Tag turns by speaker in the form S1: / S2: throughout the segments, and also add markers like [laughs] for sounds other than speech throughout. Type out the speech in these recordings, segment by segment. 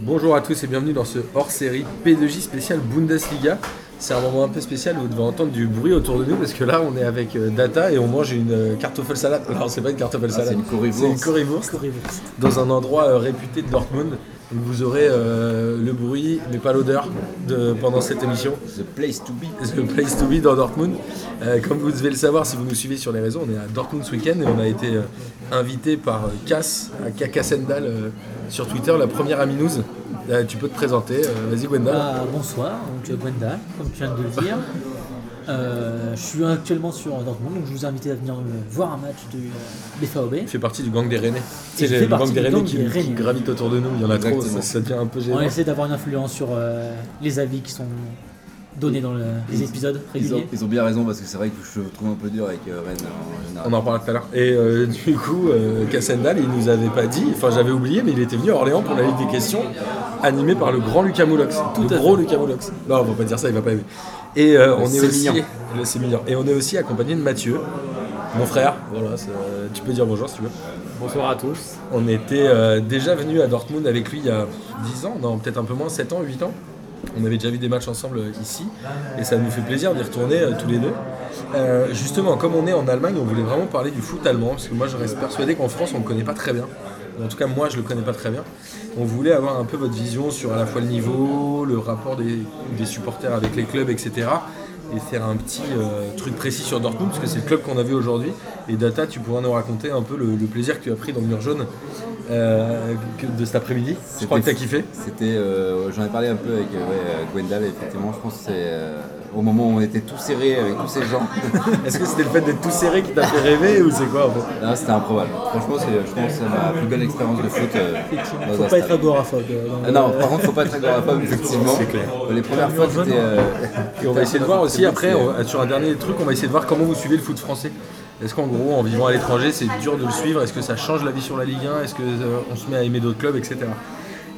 S1: Bonjour à tous et bienvenue dans ce hors-série P2J spécial Bundesliga. C'est un moment un peu spécial, vous devez entendre du bruit autour de nous parce que là on est avec euh, Data et on mange une euh, kartoffel salade. Non, c'est pas une kartoffel salade,
S2: Ah, c'est une currywurst.
S1: c'est une currywurst dans un endroit euh, réputé de Dortmund. Donc vous aurez euh, le bruit mais pas l'odeur de- pendant cette émission.
S2: The place to be.
S1: The place to be dans Dortmund. Euh, comme vous devez le savoir si vous nous suivez sur les réseaux, on est à Dortmund ce week-end et on a été euh, invité par euh, Cass, à Kakasendal euh, sur Twitter, la première amie news. Euh, tu peux te présenter, euh, vas-y Gwenda.
S3: Bah, bonsoir, donc euh, Gwenda, comme tu viens de le dire. Euh, je suis actuellement sur euh, Dortmund, donc je vous invite à venir euh, voir un match de euh, BFAOB.
S1: Tu fais partie du gang des Rennais. Tu sais,
S3: Et je
S1: le
S3: fais
S1: gang
S3: partie
S1: des
S3: du
S1: Rennais
S3: gang
S1: qui,
S3: des
S1: qui
S3: Rennais.
S1: gravite autour de nous, il y en a trop, ça,
S2: Exactement.
S1: ça devient un peu gênant.
S3: On essaie d'avoir une influence sur euh, les avis qui sont donnés dans le- les épisodes
S2: Ils ont,
S3: réguliers.
S2: ils ont bien raison parce que c'est vrai que je trouve un peu dur avec euh, Rennes en général.
S1: On en reparlera tout à l'heure. Et euh, [laughs] du coup, euh, Cassendal, il nous avait pas dit, enfin j'avais oublié, mais il était venu à Orléans pour la Ligue des questions, animé par le grand Lucas Moulox, le gros Lucas Moulox. Non, on va pas dire ça, il va pas aimer. Et euh, on est aussi,
S2: Sémillan.
S1: le Sémillan. Et on est aussi accompagné de Mathieu, mon frère. Voilà, c'est- tu peux dire bonjour si tu veux.
S4: Bonsoir à tous.
S1: On était euh, déjà venu à Dortmund avec lui il y a 10 ans, non, peut-être un peu moins, 7 ans, 8 ans. On avait déjà vu des matchs ensemble euh, ici et ça nous fait plaisir d'y retourner euh, tous les deux. Euh, justement, comme on est en Allemagne, on voulait vraiment parler du foot allemand parce que moi je reste persuadé qu'en France on ne le connaît pas très bien. En tout cas, moi je le connais pas très bien. On voulait avoir un peu votre vision sur à la fois le niveau, le rapport des, des supporters avec les clubs, etc. Et faire un petit euh, truc précis sur Dortmund parce que c'est le club qu'on a vu aujourd'hui. Et Data, tu pourras nous raconter un peu le, le plaisir que tu as pris dans le mur jaune euh, que- de cet après-midi. Je crois que tu as kiffé.
S2: C'était, euh, j'en ai parlé un peu avec euh, ouais, euh, Gwendal, effectivement, je pense que c'est euh, au moment où on était tous serrés avec tous ces
S3: [laughs]
S2: gens.
S1: Est-ce que c'était le fait d'être tout serré qui t'a fait rêver ou c'est quoi en fait
S2: Là, c'était improbable. Franchement, c'est, je pense que c'est ma plus belle expérience de foot. euh, dans
S3: Faut
S2: un
S3: pas
S2: stade.
S3: être agoraphobe. euh, dans
S2: Ah
S3: le-
S2: non, par contre, faut pas être agoraphobe, effectivement.
S1: C'est clair.
S2: Les premières fois, c'était. euh,
S1: Et on va essayer de voir aussi après, on- sur un dernier truc, on va essayer de voir comment vous suivez le foot français. Est-ce qu'en gros, en vivant à l'étranger, c'est dur de le suivre Est-ce que ça change la vie sur la Ligue 1 Est-ce qu'on se met à aimer d'autres clubs, etc.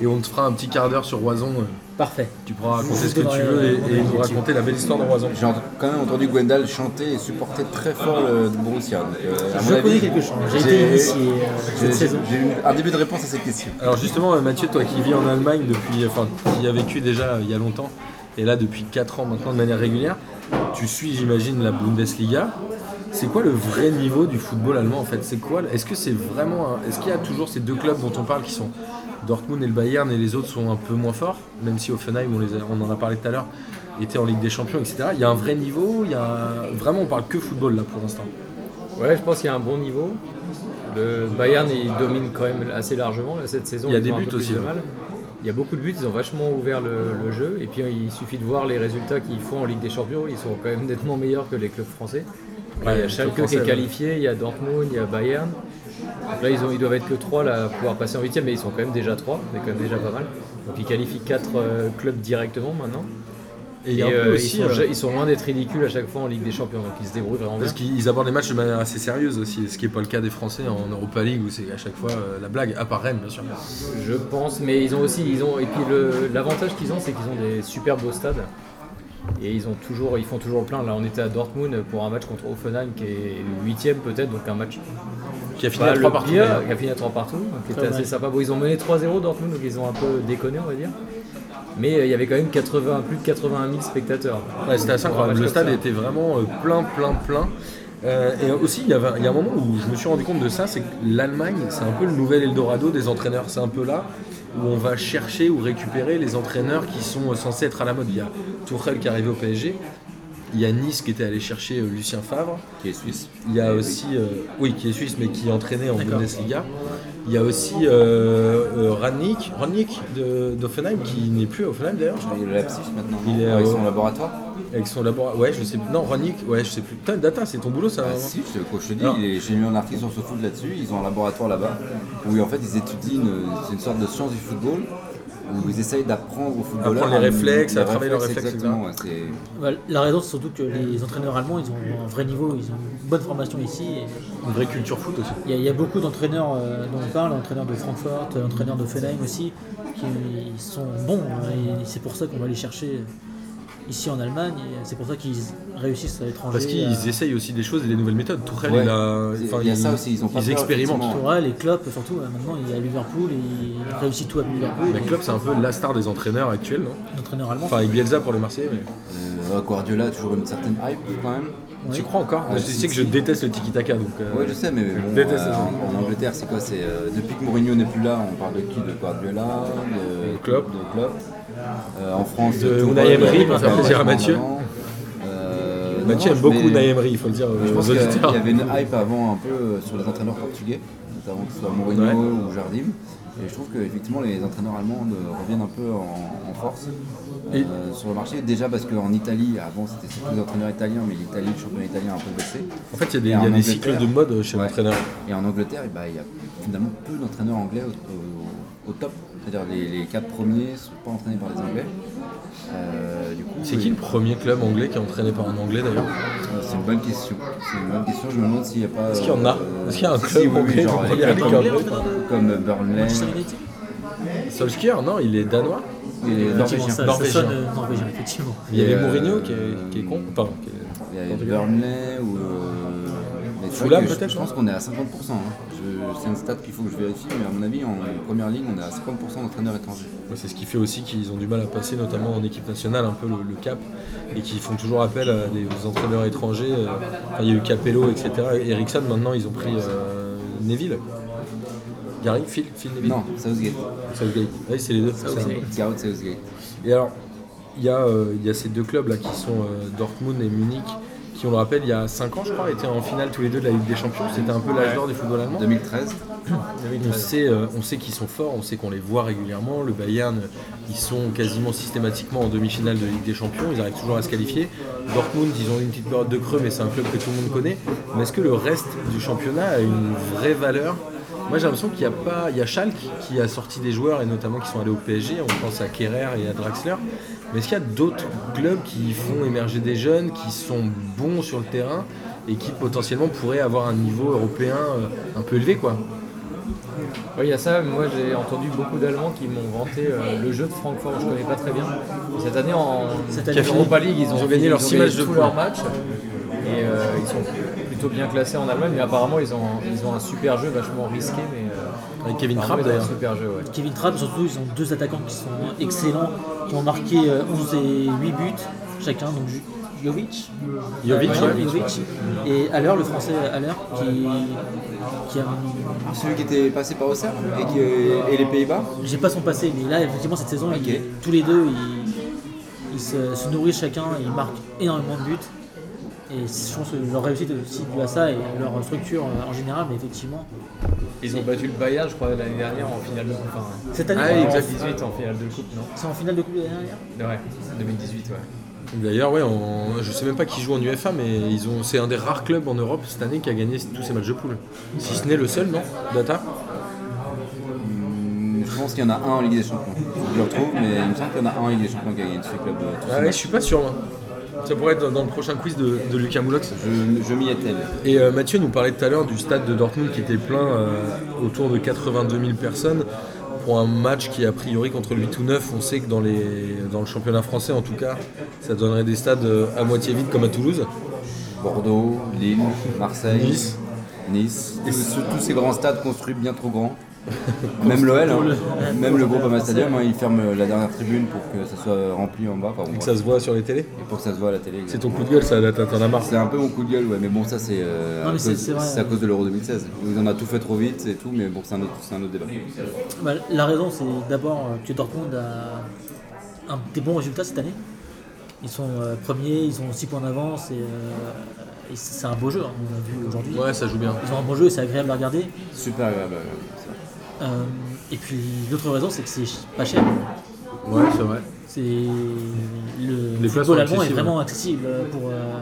S1: Et on te fera un petit quart d'heure sur Roison. euh,
S3: Parfait.
S1: Tu pourras
S3: Je
S1: raconter
S3: vous
S1: ce que tu
S3: donnerai
S1: veux et,
S3: mon
S1: et
S3: avis
S1: nous
S3: là-dessus.
S1: raconter la belle histoire de Roison.
S2: J'ai ent- quand même entendu Gwendal chanter et supporter très fort le Borussia. donc, euh, à
S3: Je
S2: mon
S3: connais
S2: avis,
S3: quelque chose, j'ai
S2: j'ai-
S3: été initié euh,
S2: J'ai
S3: cette saison.
S2: j'ai eu un début de réponse à cette question.
S1: Alors justement, euh, Mathieu, toi qui vis en Allemagne depuis, euh, enfin, qui a vécu déjà euh, il y a longtemps, et là depuis 4 ans maintenant de manière régulière, tu suis, j'imagine, la Bundesliga. C'est quoi le vrai niveau du football allemand en fait C'est quoi Est-ce que c'est vraiment un- Est-ce qu'il y a toujours ces deux clubs dont on parle qui sont Dortmund et le Bayern et les autres sont un peu moins forts, même si Offenheim, on, les a- on en a parlé tout à l'heure, était en Ligue des Champions, etc. Il y a un vrai niveau. Il y a un- vraiment on parle que football là pour l'instant.
S4: Ouais, je pense qu'il y a un bon niveau. Le Bayern, il domine quand même assez largement là, cette saison.
S1: Il y a
S4: ils
S1: des
S4: ont un
S1: buts
S4: peu plus
S1: aussi, hein.
S4: de
S1: ouais.
S4: mal. Il y a beaucoup de buts, ils ont vachement ouvert le, le jeu. Et puis hein, il suffit de voir les résultats qu'ils font en Ligue des Champions. Ils sont quand même nettement meilleurs que les clubs français.
S1: Ouais,
S4: il y
S1: les
S4: a Schalke
S1: clubs
S4: qui est
S1: français,
S4: qualifié, il y a Dortmund, il y a Bayern. Donc là, ils, ont, ils doivent être que 3 là, pour pouvoir passer en 8 mais ils sont quand même déjà 3, c'est quand même déjà pas mal. Donc ils qualifient 4 clubs directement maintenant.
S1: Et, il
S4: Et,
S1: y a un peu
S4: euh,
S1: aussi,
S4: ils, sont,
S1: euh,
S4: ja- ils sont loin d'être ridicules à chaque fois en Ligue des Champions, donc ils se débrouillent vraiment bien.
S1: Parce qu'ils abordent les matchs de manière assez sérieuse aussi, ce qui n'est pas le cas des Français en Europa League où c'est à chaque fois euh, la blague, à part Rennes bien sûr.
S4: Je pense, mais ils ont aussi, ils ont et puis le- l'avantage qu'ils ont, c'est qu'ils ont des super beaux stades et ils ont toujours, ils font toujours plein. Là, on était à Dortmund pour un match contre Offenheim qui est huitième peut-être, donc un match
S1: Qui a fini à
S4: pas Bah, le
S1: 3 partout.
S4: pire,
S1: d'ailleurs.
S4: qui a fini à 3 partout, donc qui était
S3: Ouais,
S4: assez
S3: ouais.
S4: sympa. Bon, ils ont mené 3-0 Dortmund, donc ils ont un peu déconné, on va dire. Mais euh, il y avait quand même 80, plus de 81 000 spectateurs.
S1: Ouais, c'était assez
S4: Pour un
S1: incroyable. Le
S4: match comme
S1: stade
S4: ça.
S1: était vraiment euh, plein, plein, plein. Euh, et aussi, il y, avait, il y a un moment où je me suis rendu compte de ça, c'est que l'Allemagne, c'est un peu le nouvel Eldorado des entraîneurs. C'est un peu là où on va chercher ou récupérer les entraîneurs qui sont euh, censés être à la mode. Il y a Tourelle qui est arrivé au PSG, il y a Nice qui était allé chercher euh, Lucien Favre,
S2: Qui est suisse.
S1: Il y a
S2: Et
S1: aussi, euh, oui, qui est suisse, mais qui entraînait en
S3: D'accord.
S1: Bundesliga. Il y a aussi euh, euh, Rannick, Rannick de- d'Offenheim, qui n'est plus à Offenheim d'ailleurs, je crois.
S2: Il est à Leipzig maintenant.
S1: Il
S2: non Ah,
S1: est,
S2: Avec
S1: euh,
S2: son laboratoire.
S1: Avec son laboratoire. Ouais, je sais plus. Non, Rannick, ouais, je sais plus. Putain, Data, c'est ton boulot ça. hein.
S2: Ah
S1: vraiment.
S2: si, je, quoi, je te dis,
S1: Non.
S2: il est- j'ai mis un article sur ce foot là-dessus. Ils ont un laboratoire là-bas où en fait ils étudient une, c'est une sorte de science du football où ils essayent d'apprendre aux footballeurs
S1: Apprendre les réflexes, à travailler leurs réflexes,
S2: Exactement, ouais, c'est-
S3: Bah, La raison, c'est surtout que les entraîneurs allemands, ils ont un vrai niveau, ils ont une bonne formation ici. et-
S1: Une vraie culture foot aussi.
S3: Il y, a- il y a beaucoup d'entraîneurs euh, dont on parle, entraîneurs de Francfort, euh, entraîneurs de Fenheim aussi, qui sont bons. hein, et c'est pour ça qu'on va les chercher. ici en Allemagne. et C'est pour ça qu'ils réussissent à l'étranger.
S1: Parce qu'ils
S3: à-
S1: essayent aussi des choses et des nouvelles méthodes. Tourelle,
S2: euh, Ouais.
S1: il a-
S2: Il y a-
S1: enfin,
S2: il y a ça aussi, ils ont pas peur,
S1: expérimentent.
S2: effectivement.
S3: Tourelle et Klopp surtout. euh, Maintenant, il est à Liverpool et il réussit tout à Liverpool.
S1: Mais Klopp, c'est un peu la star des entraîneurs actuels, non
S3: L'entraîneur allemand.
S1: Enfin, avec Bielsa pour les Marseillais, mais.
S2: Euh, ouais, Guardiola a toujours une certaine hype quand même.
S3: Oui.
S1: Tu crois encore
S2: Ouais,
S1: Je
S2: si,
S1: sais que
S2: si.
S1: je déteste le tiki-taka, donc. euh,
S2: Ouais, je sais, mais bon,
S1: déteste
S2: euh,
S1: ça.
S2: en, en Angleterre, c'est quoi C'est euh, depuis que Mourinho n'est plus là, on parle de qui De Guardiola, de
S1: De Klopp.
S2: de Klopp. Euh, en France,
S1: De
S2: Tourelle,
S1: Unai Emery,
S2: euh,
S1: pour faire plaisir à Mathieu.
S2: Euh,
S1: Mathieu
S2: non,
S1: aime bah, beaucoup
S2: mais
S1: Unai Emery, il faut le dire euh,
S2: Je
S1: aux
S2: pense qu'il
S1: auditeurs.
S2: y avait une hype avant un peu euh, sur les entraîneurs portugais, notamment que ce soit Mourinho
S1: Ouais.
S2: ou Jardim. Et je trouve qu'effectivement, les entraîneurs allemands euh, reviennent un peu en, en force euh, sur le marché. Déjà parce qu'en Italie, avant c'était surtout des entraîneurs italiens, mais l'Italie, le championnat italien a un peu baissé.
S1: En fait, il y a des, il
S2: Et
S1: y a
S2: en
S1: des cycles
S2: Angleterre-
S1: de mode chez
S2: Ouais.
S1: l'entraîneur.
S2: Et en Angleterre, eh ben, il y a finalement peu d'entraîneurs anglais au, au- au top. C'est-à-dire les, les quatre premiers ne sont pas entraînés par les Anglais. Euh, du coup,
S1: C'est qui le premier club anglais qui est entraîné par un anglais d'ailleurs
S2: euh, C'est une bonne question. C'est une bonne question. Je me demande s'il n'y a pas.
S1: Est-ce qu'il y en a
S2: euh,
S1: Est-ce qu'il y a un
S2: si,
S1: club
S2: oui, oui,
S1: anglais
S2: genre
S1: de
S2: les
S1: première
S2: clubs
S1: ligue
S2: anglais,
S1: anglais
S2: Comme Burnley.
S3: Manchester United
S1: Solskjaer, non, il est danois.
S2: Et
S3: Effectivement,
S2: Norvégien.
S3: ça, ça
S1: Norvégien.
S3: sonne euh, norvégien, effectivement.
S1: Il y avait
S2: euh,
S1: Mourinho qui est, qui est con. Pardon, qui est-
S2: Il y a Burnley ou. euh, mais c'est vrai
S1: Fulham,
S2: que je-
S1: peut-être,
S2: Je pense qu'on est à 50%. hein. Je- C'est une stat qu'il faut que je vérifie, mais à mon avis, en première ligne, on est à 50% d'entraîneurs étrangers.
S1: Ouais, C'est ce qui fait aussi qu'ils ont du mal à passer, notamment en équipe nationale, un peu le, le cap, et qu'ils font toujours appel à des aux entraîneurs étrangers. euh, enfin, il y a eu Capello, etc. Et Ericsson, maintenant, ils ont pris euh, Neville. Gary, Phil, Phil Neville.
S2: Non, Southgate.
S1: Southgate. Oui, c'est les deux.
S4: Southgate.
S2: Garrett Southgate.
S1: Et alors, il y, a, euh, il y a ces deux clubs là qui sont euh, Dortmund et Munich, qui, on le rappelle, il y a 5 ans, je crois, étaient en finale tous les deux de la Ligue des Champions. C'était un peu l'âge d'or du football allemand.
S2: 2013.
S1: On sait, euh, on sait qu'ils sont forts, on sait qu'on les voit régulièrement. Le Bayern, euh, ils sont quasiment systématiquement en demi-finale de Ligue des Champions, ils arrivent toujours à se qualifier. Dortmund, ils ont eu une petite période de creux, mais c'est un club que tout le monde connaît. Mais est-ce que le reste du championnat a une vraie valeur Moi, j'ai l'impression qu'il y a pas, il y a Schalke qui a sorti des joueurs et notamment qui sont allés au PSG. On pense à Kerrer et à Draxler. Mais est-ce qu'il y a d'autres clubs qui font émerger des jeunes, qui sont bons sur le terrain et qui potentiellement pourraient avoir un niveau européen euh, un peu élevé, quoi
S4: Oui, il y a ça. Moi, j'ai entendu beaucoup d'Allemands qui m'ont vanté euh, le jeu de Francfort. Je connais pas très bien. Cette année, en
S3: Cette
S4: en
S3: année,
S4: Europa League, ils ont,
S1: ils ont gagné leurs six matchs de
S4: tous
S1: poule.
S4: leurs matchs. Et euh, ils sont plutôt bien classés en Allemagne. Mais apparemment, ils ont, ils ont un super jeu vachement risqué. Mais, euh,
S1: Avec Kevin
S4: apparemment,
S1: Trapp,
S4: ils ont un
S1: d'ailleurs.
S4: super jeu, ouais.
S3: Kevin Trapp, surtout, ils ont deux attaquants qui sont excellents, qui ont marqué euh, 11 et 8 buts chacun, donc Ju- Jovic,
S1: Jovic,
S3: Ouais,
S1: ouais.
S3: Jovic. et Haller, le français Haller, qui, qui a un-
S2: Celui qui était passé par Auxerre et, qui, et les Pays-Bas
S3: J'ai pas son passé, mais là, effectivement, cette saison, ils-
S2: Ok.
S3: tous les deux, ils, ils se, se nourrissent chacun, ils marquent énormément de buts. Et je pense que leur réussite est aussi due à ça et à leur structure euh, en général, mais effectivement,
S4: Ils ont battu le Bayern, je crois, l'année dernière en finale de coupe. Enfin,
S3: cette année,
S1: Ah oui,
S3: on-
S1: exact.
S4: en 2018 en finale de coupe, non
S3: c'est en finale de Coupe de l'année dernière.
S4: Ouais, 2018, ouais.
S1: D'ailleurs, ouais, en- je sais même pas qui joue en UEFA, mais ils ont, c'est un des rares clubs en Europe cette année qui a gagné tous ses matchs de poule. Si ce n'est le seul, non Data
S2: Hmm, Je pense qu'il y en a un en Ligue des Champions. Faut que Je le retrouve, mais il me semble qu'il y en a un en Ligue des Champions qui a gagné ce club. euh, tous ces
S1: Ah ouais, je
S2: matchs.
S1: suis pas sûr, moi. Ça pourrait être dans- dans le prochain quiz de, de Lucas Moulox.
S2: Je, je m'y attelle.
S1: Et euh, Mathieu nous parlait tout à l'heure du stade de Dortmund qui était plein euh, autour de 82 000 personnes pour un match qui a priori contre le 8 ou 9. On sait que dans, les, dans le championnat français en tout cas, ça donnerait des stades euh, à moitié vides comme à Toulouse.
S2: Bordeaux, Lille, Marseille,
S1: Nice.
S2: Nice. Tous, tous ces grands stades construits bien trop
S3: [laughs]
S2: grands. Même l'OL, hein. même le groupe Ama Stadium, hein, il ferme la dernière tribune pour que ça soit rempli en bas, pardon,
S1: Et que ça se voit sur les télés.
S2: et pour que ça se voit à la télé.
S1: C'est ton coup de gueule, ça, Data, t'en as marre.
S2: C'est un peu mon coup de gueule, ouais, mais bon, ça c'est euh,
S3: Non,
S2: à,
S3: mais c'est-
S2: cause-
S3: c'est vrai.
S2: c'est à cause de l'Euro 2016. Ils en a tout fait trop vite et tout, mais bon, c'est un, autre- c'est un autre débat.
S3: Bah, la raison, c'est d'abord euh, que Dortmund a un, des bons résultats cette année. Ils sont euh, premiers, ils ont 6 points d'avance et, euh, et c'est c'est un beau jeu, hein, on l'a vu aujourd'hui.
S1: Ouais, ça joue bien.
S3: Ils ont un bon jeu et c'est agréable à regarder.
S2: Super agréable. ouais, c'est vrai.
S3: Euh, et puis l'autre raison, c'est que c'est ch- pas cher.
S1: Ouais, c'est vrai.
S3: C'est le
S1: Les places sont
S3: football allemand est
S1: accessibles.
S3: vraiment accessible euh, pour. euh,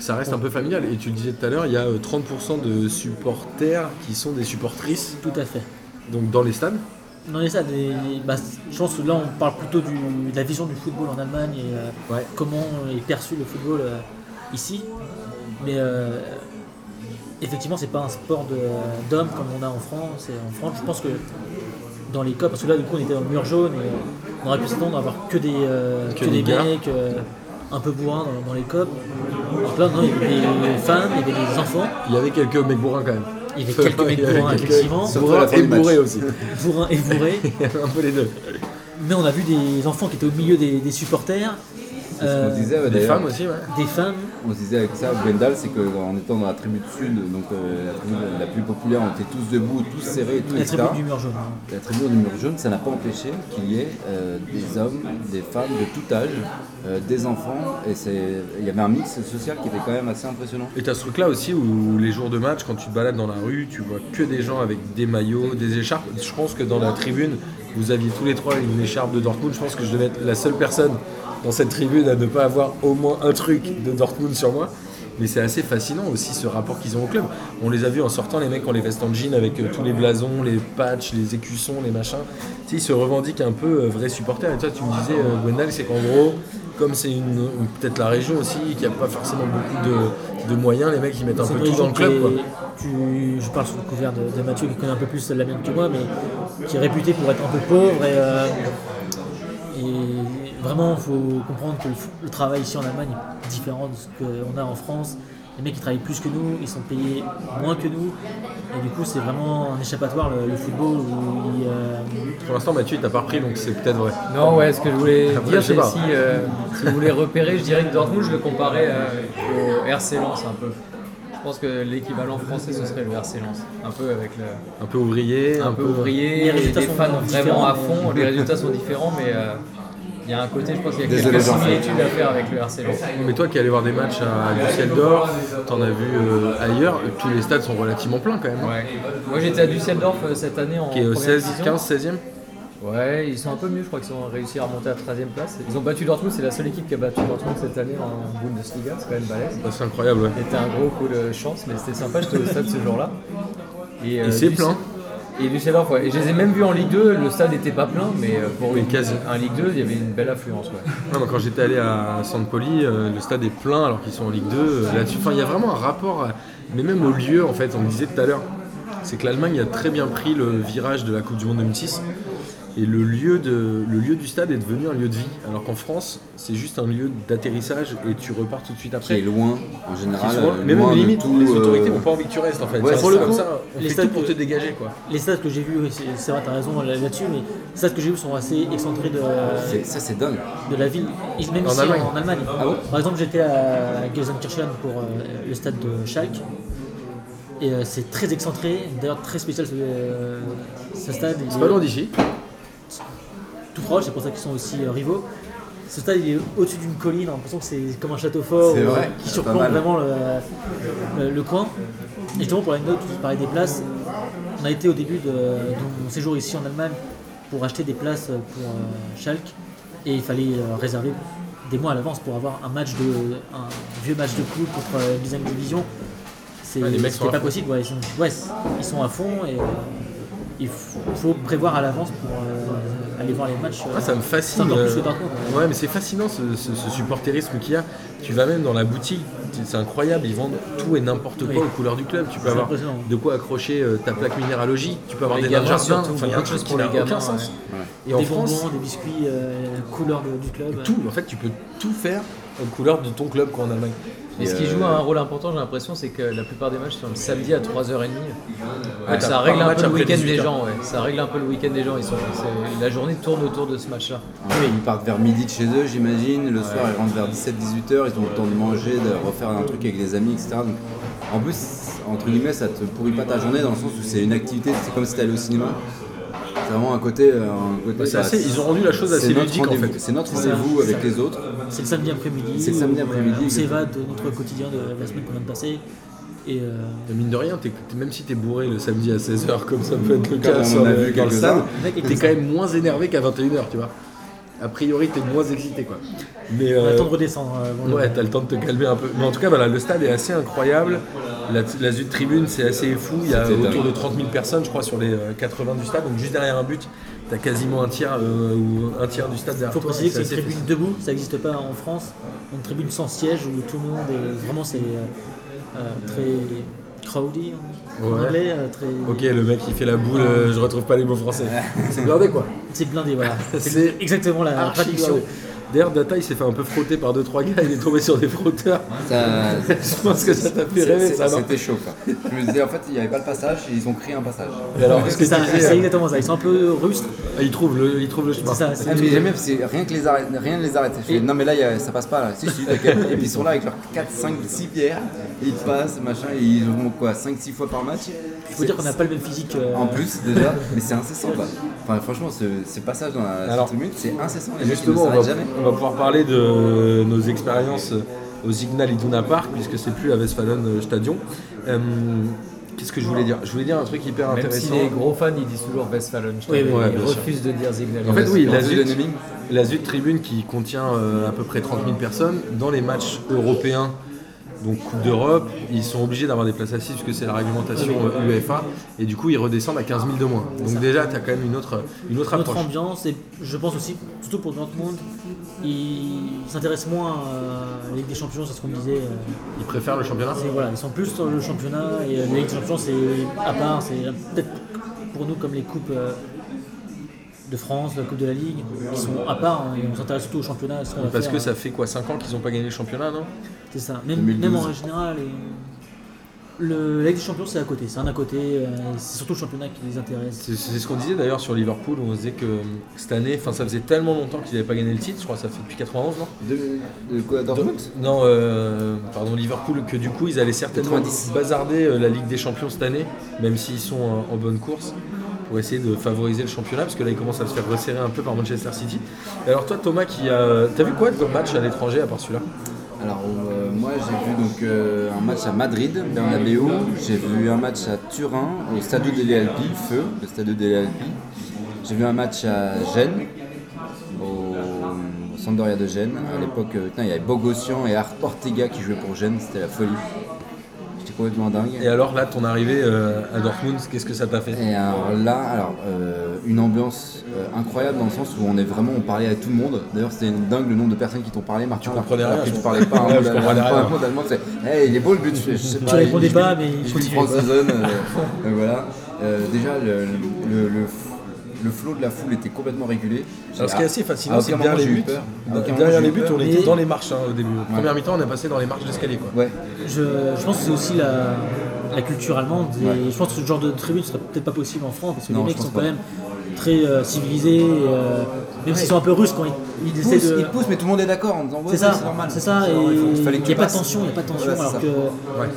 S1: Ça reste un peu familial. Et tu le disais tout à l'heure, il y a euh, 30% de supporters qui sont des supportrices,
S3: tout à fait.
S1: donc dans les stades.
S3: Non, mais ça, des- bah, je pense que là, on parle plutôt du- de la vision du football en Allemagne et euh,
S1: Ouais.
S3: comment est perçu le football euh, ici. Mais euh, effectivement, c'est pas un sport de- d'hommes comme on a en France. Et en France, je pense que dans les cas, parce que là, du coup, on était dans le mur jaune et euh, on aurait pu s'attendre à avoir que des, euh,
S1: Que
S3: que
S1: des
S3: des
S1: gars.
S3: mecs. euh, un peu bourrin dans, dans les copes. Donc là, non, il y avait des femmes, il y avait des enfants,
S1: Il y avait quelques mecs bourrins quand même.
S3: il y avait quelques mecs
S1: Il y avait
S3: bourrins,
S1: quelques-
S3: effectivement,
S2: Surtout à
S1: Bourrins
S2: la fin
S1: et
S2: du match.
S1: bourrés aussi. [laughs]
S3: bourrins et bourrés.
S1: un peu les deux.
S3: Mais on a vu des enfants qui étaient au milieu des, des supporters,
S2: C'est ce qu'on
S3: euh,
S2: se disait,
S1: Des
S2: d'ailleurs.
S1: femmes aussi, ouais.
S3: des femmes.
S2: On se disait avec ça, Gwendal, c'est qu'en étant dans la tribu du Sud, donc euh, la tribu la plus populaire, on était tous debout, tous serrés, et tout,
S3: La
S2: etc.
S3: tribu du mur jaune.
S2: La tribu du mur jaune, ça n'a pas empêché qu'il y ait euh, des hommes, des femmes de tout âge, euh, des enfants, et c'est- il y avait un mix social qui était quand même assez impressionnant.
S1: Et t'as ce truc là aussi où les jours de match, quand tu te balades dans la rue, tu vois que des gens avec des maillots, des écharpes. Je pense que dans la tribune, vous aviez tous les trois une écharpe de Dortmund. Je pense que je devais être la seule personne dans cette tribune à ne pas avoir au moins un truc de Dortmund sur moi. Mais c'est assez fascinant aussi ce rapport qu'ils ont au club. On les a vus en sortant, les mecs ont les vestes en jean avec euh, tous les blasons, les patchs, les écussons, les machins. Tu sais, ils se revendiquent un peu euh, vrais supporters. Et toi, tu me disais, euh, Gwendal, c'est qu'en gros, comme c'est une ou peut-être la région aussi, qui a pas forcément beaucoup de, de moyens, les mecs ils mettent un
S3: C'est
S1: peu
S3: une
S1: tout dans
S3: région
S1: le club. Quoi.
S3: qui est- tu- je parle sous le couvert de, de Mathieu qui connaît un peu plus la mienne que moi, mais qui est réputé pour être un peu pauvre et, euh, et vraiment il faut comprendre que le, f- le travail ici en Allemagne est différent de ce qu'on a en France. Les mecs ils travaillent plus que nous, ils sont payés moins que nous, et du coup c'est vraiment un échappatoire le, le football où ils, euh,
S1: Pour l'instant, Mathieu, t'as pas repris, donc c'est peut-être vrai.
S4: Non, ouais, ce que je voulais
S1: Après,
S4: dire,
S1: Ah, je sais
S4: c'est
S1: pas.
S4: si, euh, si vous voulez repérer, je dirais que Dortmund, je le comparais euh, au RC Lens un peu. Je pense que l'équivalent français, ce serait le RC Lens. Un peu avec le,
S1: Un peu ouvrier,
S4: un, peu ouvrier,
S3: Les
S4: et
S3: résultats
S4: des
S3: sont
S4: fans
S3: différents,
S4: vraiment à
S3: mais-
S4: fond. Les résultats sont différents, mais euh, il y a un côté, je pense qu'il y a
S2: Désolé,
S4: quelques
S2: j'en fais.
S4: similitudes à faire avec le RC Lens.
S1: Mais toi qui es allé voir des matchs à Düsseldorf, t'en as vu euh, ailleurs, tous les stades sont relativement pleins quand même.
S4: Ouais. Moi, j'étais à Düsseldorf euh, cette année en
S1: Qui est au
S4: première
S1: 16,
S4: division.
S1: 15, 16e
S4: Ouais, ils sont un peu mieux, je crois qu'ils ont réussi à remonter à 13 e place. Ils ont battu Dortmund, c'est la seule équipe qui a battu Dortmund cette année en Bundesliga, c'est quand même balèze.
S1: Ouais, Bah, C'est incroyable, ouais.
S4: C'était un gros coup de chance, mais c'était sympa, j'étais au stade ce jour-là. Et,
S1: Et c'est
S4: du-
S1: plein.
S4: Et Düsseldorf, ouais. Et je les ai même vus en Ligue 2, le stade n'était pas plein, mais euh, pour
S1: Oui,
S4: une,
S1: quasi.
S4: un Ligue 2, il y avait une belle affluence, ouais.
S1: Non, mais quand j'étais allé à San Poli, euh, le stade est plein alors qu'ils sont en Ligue 2. euh, là-dessus. Enfin, il y a vraiment un rapport, à- mais même au lieu, en fait, on le disait tout à l'heure, c'est que l'Allemagne a très bien pris le virage de la Coupe du Monde 2006. Et le lieu, de, le lieu du stade est devenu un lieu de vie. Alors qu'en France, c'est juste un lieu d'atterrissage et tu repars tout de suite
S2: Qui est
S1: après.
S2: loin, en général,
S1: Souvent,
S2: euh,
S1: mais
S2: loin
S1: même
S2: de
S1: limite,
S2: tout,
S1: les
S2: euh,
S1: autorités n'ont pas envie que tu restes en fait.
S2: ouais,
S1: Ça,
S2: c'est
S1: pour le
S2: ça.
S1: coup, ça, on
S3: les
S1: fait
S3: stades
S1: tout pour
S3: que-
S1: te dégager quoi.
S3: les stades que j'ai vus, oui, c'est c'est vrai, t'as raison là- là-dessus, mais les stades que j'ai vus sont assez excentrés de,
S2: c'est- Ça, c'est dingue.
S3: de la ville, et même
S1: En
S3: ici
S1: Allemagne. Ah
S3: en Allemagne.
S2: bon
S3: Par exemple, j'étais à Gelsenkirchen pour euh, le stade de Schalke. Et euh, c'est très excentré, d'ailleurs très spécial ce, euh, ce stade. Il
S1: C'est pas
S3: est
S1: loin d'ici.
S3: tout proche, c'est pour ça qu'ils sont aussi euh, rivaux. Ce stade il est au-dessus d'une colline, on a l'impression que c'est comme un château fort
S2: C'est
S3: euh,
S2: vrai,
S3: qui
S2: pas
S3: surplombe
S2: mal.
S3: vraiment le, le- le coin. Et justement pour l'anecdote, tu parlais des places, on a été au début de, de mon séjour ici en Allemagne pour acheter des places pour euh, Schalke et il fallait euh, réserver des mois à l'avance pour avoir un match de un vieux match de coupe contre euh, la deuxième division. C'est
S1: Ouais, les mecs sont
S3: c'était
S1: à
S3: pas
S1: fond.
S3: possible, ouais, ils, sont, ouais, c'est- ils sont à fond et euh, il f- faut prévoir à l'avance pour euh, aller voir les matchs. euh,
S1: Ah, ça me fascine.
S3: encore plus
S1: euh,
S3: que Dortmund.
S1: Ouais, mais c'est fascinant ce, ce, ce supporterisme qu'il y a. Tu vas même dans la boutique, tu- c'est incroyable, ils vendent tout et n'importe quoi
S3: Oui.
S1: aux couleurs du club. Tu peux avoir
S3: impressionnant.
S1: de quoi accrocher euh, ta plaque minéralogique, tu peux avoir
S4: Les
S1: des nains de
S4: gamins,
S1: jardin,
S4: surtout,
S1: enfin il y a un
S4: beaucoup
S1: truc
S4: de choses
S1: qui
S4: pour
S1: n'a
S4: les gamins,
S1: aucun sens. Et en
S3: des
S1: France,
S3: bonbons, des biscuits, euh, couleur de- du club. euh,
S1: tout, en fait tu peux tout faire aux couleurs de ton club quoi, en Allemagne.
S4: Et ce qui joue un rôle important, j'ai l'impression, c'est que la plupart des matchs sont le samedi à 3h30. Donc ça
S1: t'as
S4: règle
S1: pas un
S4: un
S1: match
S4: peu le
S1: après
S4: week-end
S1: 18
S4: des
S1: heures.
S4: gens, ouais. Ça règle un peu le week-end des gens. Ils sont, c'est- la journée tourne autour de ce match-là.
S2: Ouais, ils partent vers midi de chez eux, j'imagine. Le soir, ils rentrent vers 17-18h. Ils ont le temps de manger, de refaire un truc avec les amis, etc. Donc, en plus, entre guillemets, ça te pourrit pas ta journée dans le sens où c'est une activité. C'est comme si t'allais au cinéma. C'est vraiment un côté. Un côté
S1: C'est
S2: bah,
S1: assez- ils ont rendu la chose
S2: c'est
S1: assez
S2: notre
S1: ludique en
S2: rendez-vous.
S1: fait.
S2: C'est notre rendez-vous avec les autres.
S3: C'est le samedi après-midi.
S2: C'est le samedi
S3: où, euh,
S2: après-midi,
S3: On
S2: exactement.
S3: s'évade de notre quotidien de la semaine qu'on vient de passer. Et euh,
S1: Et Mine de rien, t'es- t'es- même si t'es bourré le samedi à 16h, comme ça peut être le
S2: Comme
S1: cas
S2: on
S1: sur
S2: a
S1: le-
S2: vu
S1: dans le
S2: quelques-uns.
S1: stade,
S3: Le mec est
S1: t'es
S3: comme ça.
S1: quand même moins énervé qu'à 21h, tu vois. A priori, t'es moins excité, quoi. Mais,
S3: on
S1: euh,
S3: attend de redescendre. euh, avant le-
S1: Ouais, t'as le temps de te calmer un peu. Mais en tout cas, voilà, le stade est assez incroyable. La, la Zut Tribune, c'est assez fou. Il y a
S2: C'était
S1: autour
S2: dingue.
S1: de 30 000 personnes, je crois, sur les euh, 80 du stade. Donc juste derrière un but, t'as quasiment un tiers euh, ou un tiers du stade derrière
S3: Il faut
S1: toi.
S3: préciser que
S1: C'est
S3: c'est une
S1: assez
S3: tribune debout, ça n'existe pas en France. Une tribune sans siège où tout le monde est vraiment c'est euh, euh, très crowdy en en
S1: Ouais.
S3: anglais, euh, très
S1: festif. Ok, le mec, il fait la boule, euh,
S3: [laughs]
S1: je retrouve pas les mots français. c'est blindé, quoi. [laughs]
S3: c'est blindé voilà.
S1: C'est
S3: exactement la
S1: archi
S3: traduction.
S1: blindé. D'ailleurs, Data, il s'est fait un peu frotter par 2-3 gars, il est tombé sur des frotteurs. [laughs]
S2: Ça-
S1: Je pense que ça t'a fait rêver,
S2: c'est-
S1: ça, non
S2: C'était chaud. quoi. Je me disais, en fait, il n'y avait pas le passage, et ils ont créé un passage.
S1: Et alors, qu'est-ce que euh,
S3: Ça-
S1: tu disais
S3: C'est exactement ça, ils sont un peu rustres.
S1: Ah, il trouve le, il trouve le chemin.
S3: C'est ça, c'est-
S2: Ah, mais j'aime bien parce que rien que les arrête, rien ne les arrête. Je fais, non mais là y a- ça passe pas là. Si, si, t'inquiète. Et puis ils sont là avec leurs 4, 5, 6 bières, et ils passent, machin, et ils vont quoi 5, 6 fois par match
S3: Il faut dire qu'on n'a pas le même physique. euh,
S2: En plus déjà, mais c'est incessant quoi. Enfin franchement ce, ce passage dans la
S1: Alors,
S2: cette tribune c'est incessant, les mecs, ils ne
S1: Justement, on va,
S2: s'arrêtent jamais.
S1: on va pouvoir parler de nos expériences au Signal Iduna Park, puisque c'est plus à Westfalen Stadion. Euh, Qu'est-ce que je voulais dire Je voulais dire un truc hyper
S4: Même si
S1: intéressant.
S4: les gros fans ils disent toujours Westphalen,
S3: Oui, oui,
S1: ouais,
S4: ils
S1: bien sûr.
S4: refusent de dire Zignal.
S1: En fait, oui,
S2: En
S1: la
S2: plus
S1: ZUT,
S2: de Neming,
S1: la ZUT tribune qui contient euh, à peu près 30 000 personnes, dans les matchs européens, donc Coupe d'Europe, ils sont obligés d'avoir des places assises puisque c'est la réglementation euh, UEFA, et du coup ils redescendent à 15 000 de moins. Donc déjà, tu as quand même une autre, une autre
S3: notre
S1: approche.
S3: ambiance et je pense aussi, surtout pour Dortmund, ils s'intéressent moins à la Ligue des Champions, c'est ce qu'on disait. euh,
S1: Ils préfèrent le championnat
S3: c'est- voilà, ils sont plus sur le championnat et euh, la Ligue des Champions c'est à part, c'est peut-être pour nous comme les coupes euh, de France, la Coupe de la Ligue, qui sont à part, hein, et on s'intéresse surtout au championnat. à ce qu'on va
S1: Parce
S3: faire,
S1: que ça fait quoi 5 ans qu'ils n'ont pas gagné le championnat, non
S3: C'est ça. Même, même en général, les- euh, le, la Ligue des Champions, c'est à côté. C'est un à côté. euh, c'est surtout le championnat qui les intéresse.
S1: C'est c'est ce qu'on disait d'ailleurs sur Liverpool, où on se disait que euh, cette année, enfin ça faisait tellement longtemps qu'ils n'avaient pas gagné le titre, je crois que ça fait depuis 91, non
S2: de, de quoi Dortmund
S1: Non, euh, pardon, Liverpool, que du coup ils allaient certainement
S2: 90.
S1: bazarder euh, la Ligue des Champions cette année, même s'ils sont euh, en bonne course, pour essayer de favoriser le championnat, parce que là ils commencent à se faire resserrer un peu par Manchester City. Et alors toi Thomas, qui a... t'as vu quoi de match à l'étranger à part celui-là
S2: Alors euh, moi j'ai vu donc euh, un match à Madrid, Bernabeu, j'ai vu un match à Turin, au Stadio delle Alpi, feu, le Stadio delle Alpi. J'ai vu un match à Gênes, au, au Sampdoria de Gênes. À l'époque, euh, putain, il y avait Bogossian et Art Ortega qui jouaient pour Gênes, c'était la folie. J'étais complètement dingue.
S1: Et alors là, ton arrivée euh, à Dortmund, qu'est-ce que ça t'a fait
S2: Et alors là, alors, euh, une ambiance euh, incroyable dans le sens où on est vraiment, on parlait à tout le monde. D'ailleurs, c'était une dingue le nombre de personnes qui t'ont parlé, Martin. Tu
S1: comprenais rien,
S2: que
S1: je
S2: tu parlais pas un
S1: Ouais,
S2: mot
S1: je
S2: d'allemand,
S1: comprenais
S2: pas
S1: rien.
S2: un mot d'allemand. C'est, hey, il est beau le but. Je, je sais pas,
S3: répondais
S2: il-
S3: pas, mais il
S2: je
S3: continuait.
S2: comprends sa zone. euh, euh, voilà. Euh, déjà, le, le, le, le flot de la foule était complètement régulé.
S1: Alors ce qui est assez
S2: À
S1: fascinant,
S2: aucun
S1: c'est que
S2: moment,
S1: derrière les
S2: j'ai eu
S1: buts, euh, bah,
S2: peur. À aucun moment,
S1: derrière
S2: j'ai
S1: les
S2: eu
S1: buts,
S2: peur.
S1: on était dans les marches hein, au début. Première mi-temps, on est passé dans les marches d'escalier. quoi.
S2: Ouais.
S3: Je, je pense que c'est aussi la, la culture allemande. et Je pense que ce genre de tribune serait peut-être pas possible en France parce que
S2: Non,
S3: les
S2: je
S3: mecs
S2: pense
S3: sont
S2: pas.
S3: quand même très euh, civilisés. et, euh, même s'ils sont un peu russes quand ils, ils
S2: Il
S3: essaient
S2: pousse,
S3: de.
S2: il pousse, mais tout le monde est d'accord en disant ouais,
S3: C'est
S2: ouais,
S3: ça,
S2: c'est normal.
S3: c'est ça, et
S2: normal, il faut- il fallait
S3: il
S2: que
S3: n'y
S2: tu
S3: a pas de
S2: passes.
S3: tension, il n'y a pas de tension,
S2: Voilà, c'est
S3: alors
S2: ça.
S3: que
S1: Ouais.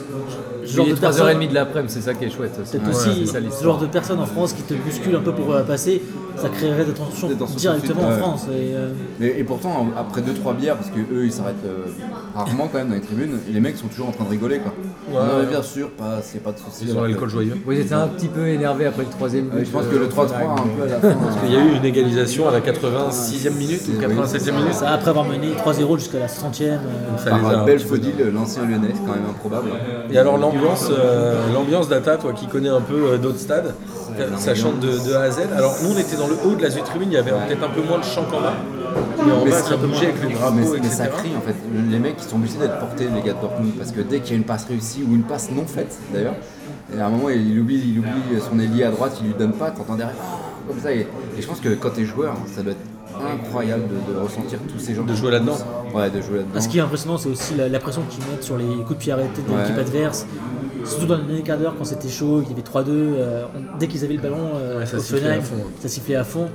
S3: ce genre
S4: Il
S3: de
S4: est 3h30
S3: personnes,
S4: de l'après-midi, c'est ça qui est chouette. aussi.
S3: peut-être
S4: Ouais,
S3: aussi
S4: c'est ça,
S3: ce
S4: l'histoire.
S3: genre de personnes en France qui te bousculent un peu pour euh, passer, ça créerait des tensions
S2: Des tensions
S3: directement
S2: tout de
S3: en
S2: suite, ouais.
S3: France. Et, euh,
S2: Mais- et pourtant, après 2-3 bières, parce que eux ils s'arrêtent euh, rarement quand même dans les tribunes, et les mecs sont toujours en train de rigoler quoi. Non, mais bien sûr, pas, c'est pas de soucis.
S1: Ils ont l'alcool joyeux.
S4: Oui, j'étais un petit peu énervé après le troisième
S2: Ouais,
S4: but,
S2: je pense
S4: euh,
S2: que le 3-3
S4: Copenhague.
S1: hein.
S2: un peu à la fin. hein. Parce
S1: Il y a eu une égalisation à la 86e minute ou
S2: Oui.
S1: 87e minute.
S3: ça, après avoir mené 3-0 jusqu'à la 60e. euh,
S1: [laughs] Ça les a un
S2: belle
S1: petit peu
S2: Fodil, l'ancien lyonnais, c'est quand même improbable. hein.
S1: Et alors l'ambiance, euh, l'ambiance d'Ata, toi qui connais un peu euh, d'autres stades, t'as- ça chante de, de A à Z. Alors nous on était dans le haut de la Zut Tribune, il y avait peut-être un peu moins de chants qu'en bas. Mais en
S2: Mais
S1: bas
S2: c'est-
S1: ça bougeait avec les
S2: mais,
S1: drapeaux,
S2: mais
S1: etc.
S2: ça crie en fait. Les mecs ils sont obligés d'être portés, les gars de Dortmund, parce que dès qu'il y a une passe réussie ou une passe non faite d'ailleurs, et à un moment il oublie, il oublie son ailier à droite, il lui donne pas, t'entends derrière ah, comme ça. Et, et je pense que quand t'es joueur, ça doit être incroyable de, de ressentir tous ces gens.
S1: De jouer là-dedans.
S2: Ouais, de jouer là-dedans.
S3: Ce qui est impressionnant, c'est aussi la, la pression qu'ils mettent sur les coups de pied arrêtés de
S2: Ouais.
S3: l'équipe adverse. Surtout dans le dernier quart d'heure, quand c'était chaud, qu'il y avait 3-2, euh, on- dès qu'ils avaient le ballon euh,
S1: Ouais, ça
S3: au
S1: sifflait
S3: Hoffenheim,
S1: à fond, ouais.
S3: ça sifflait à fond.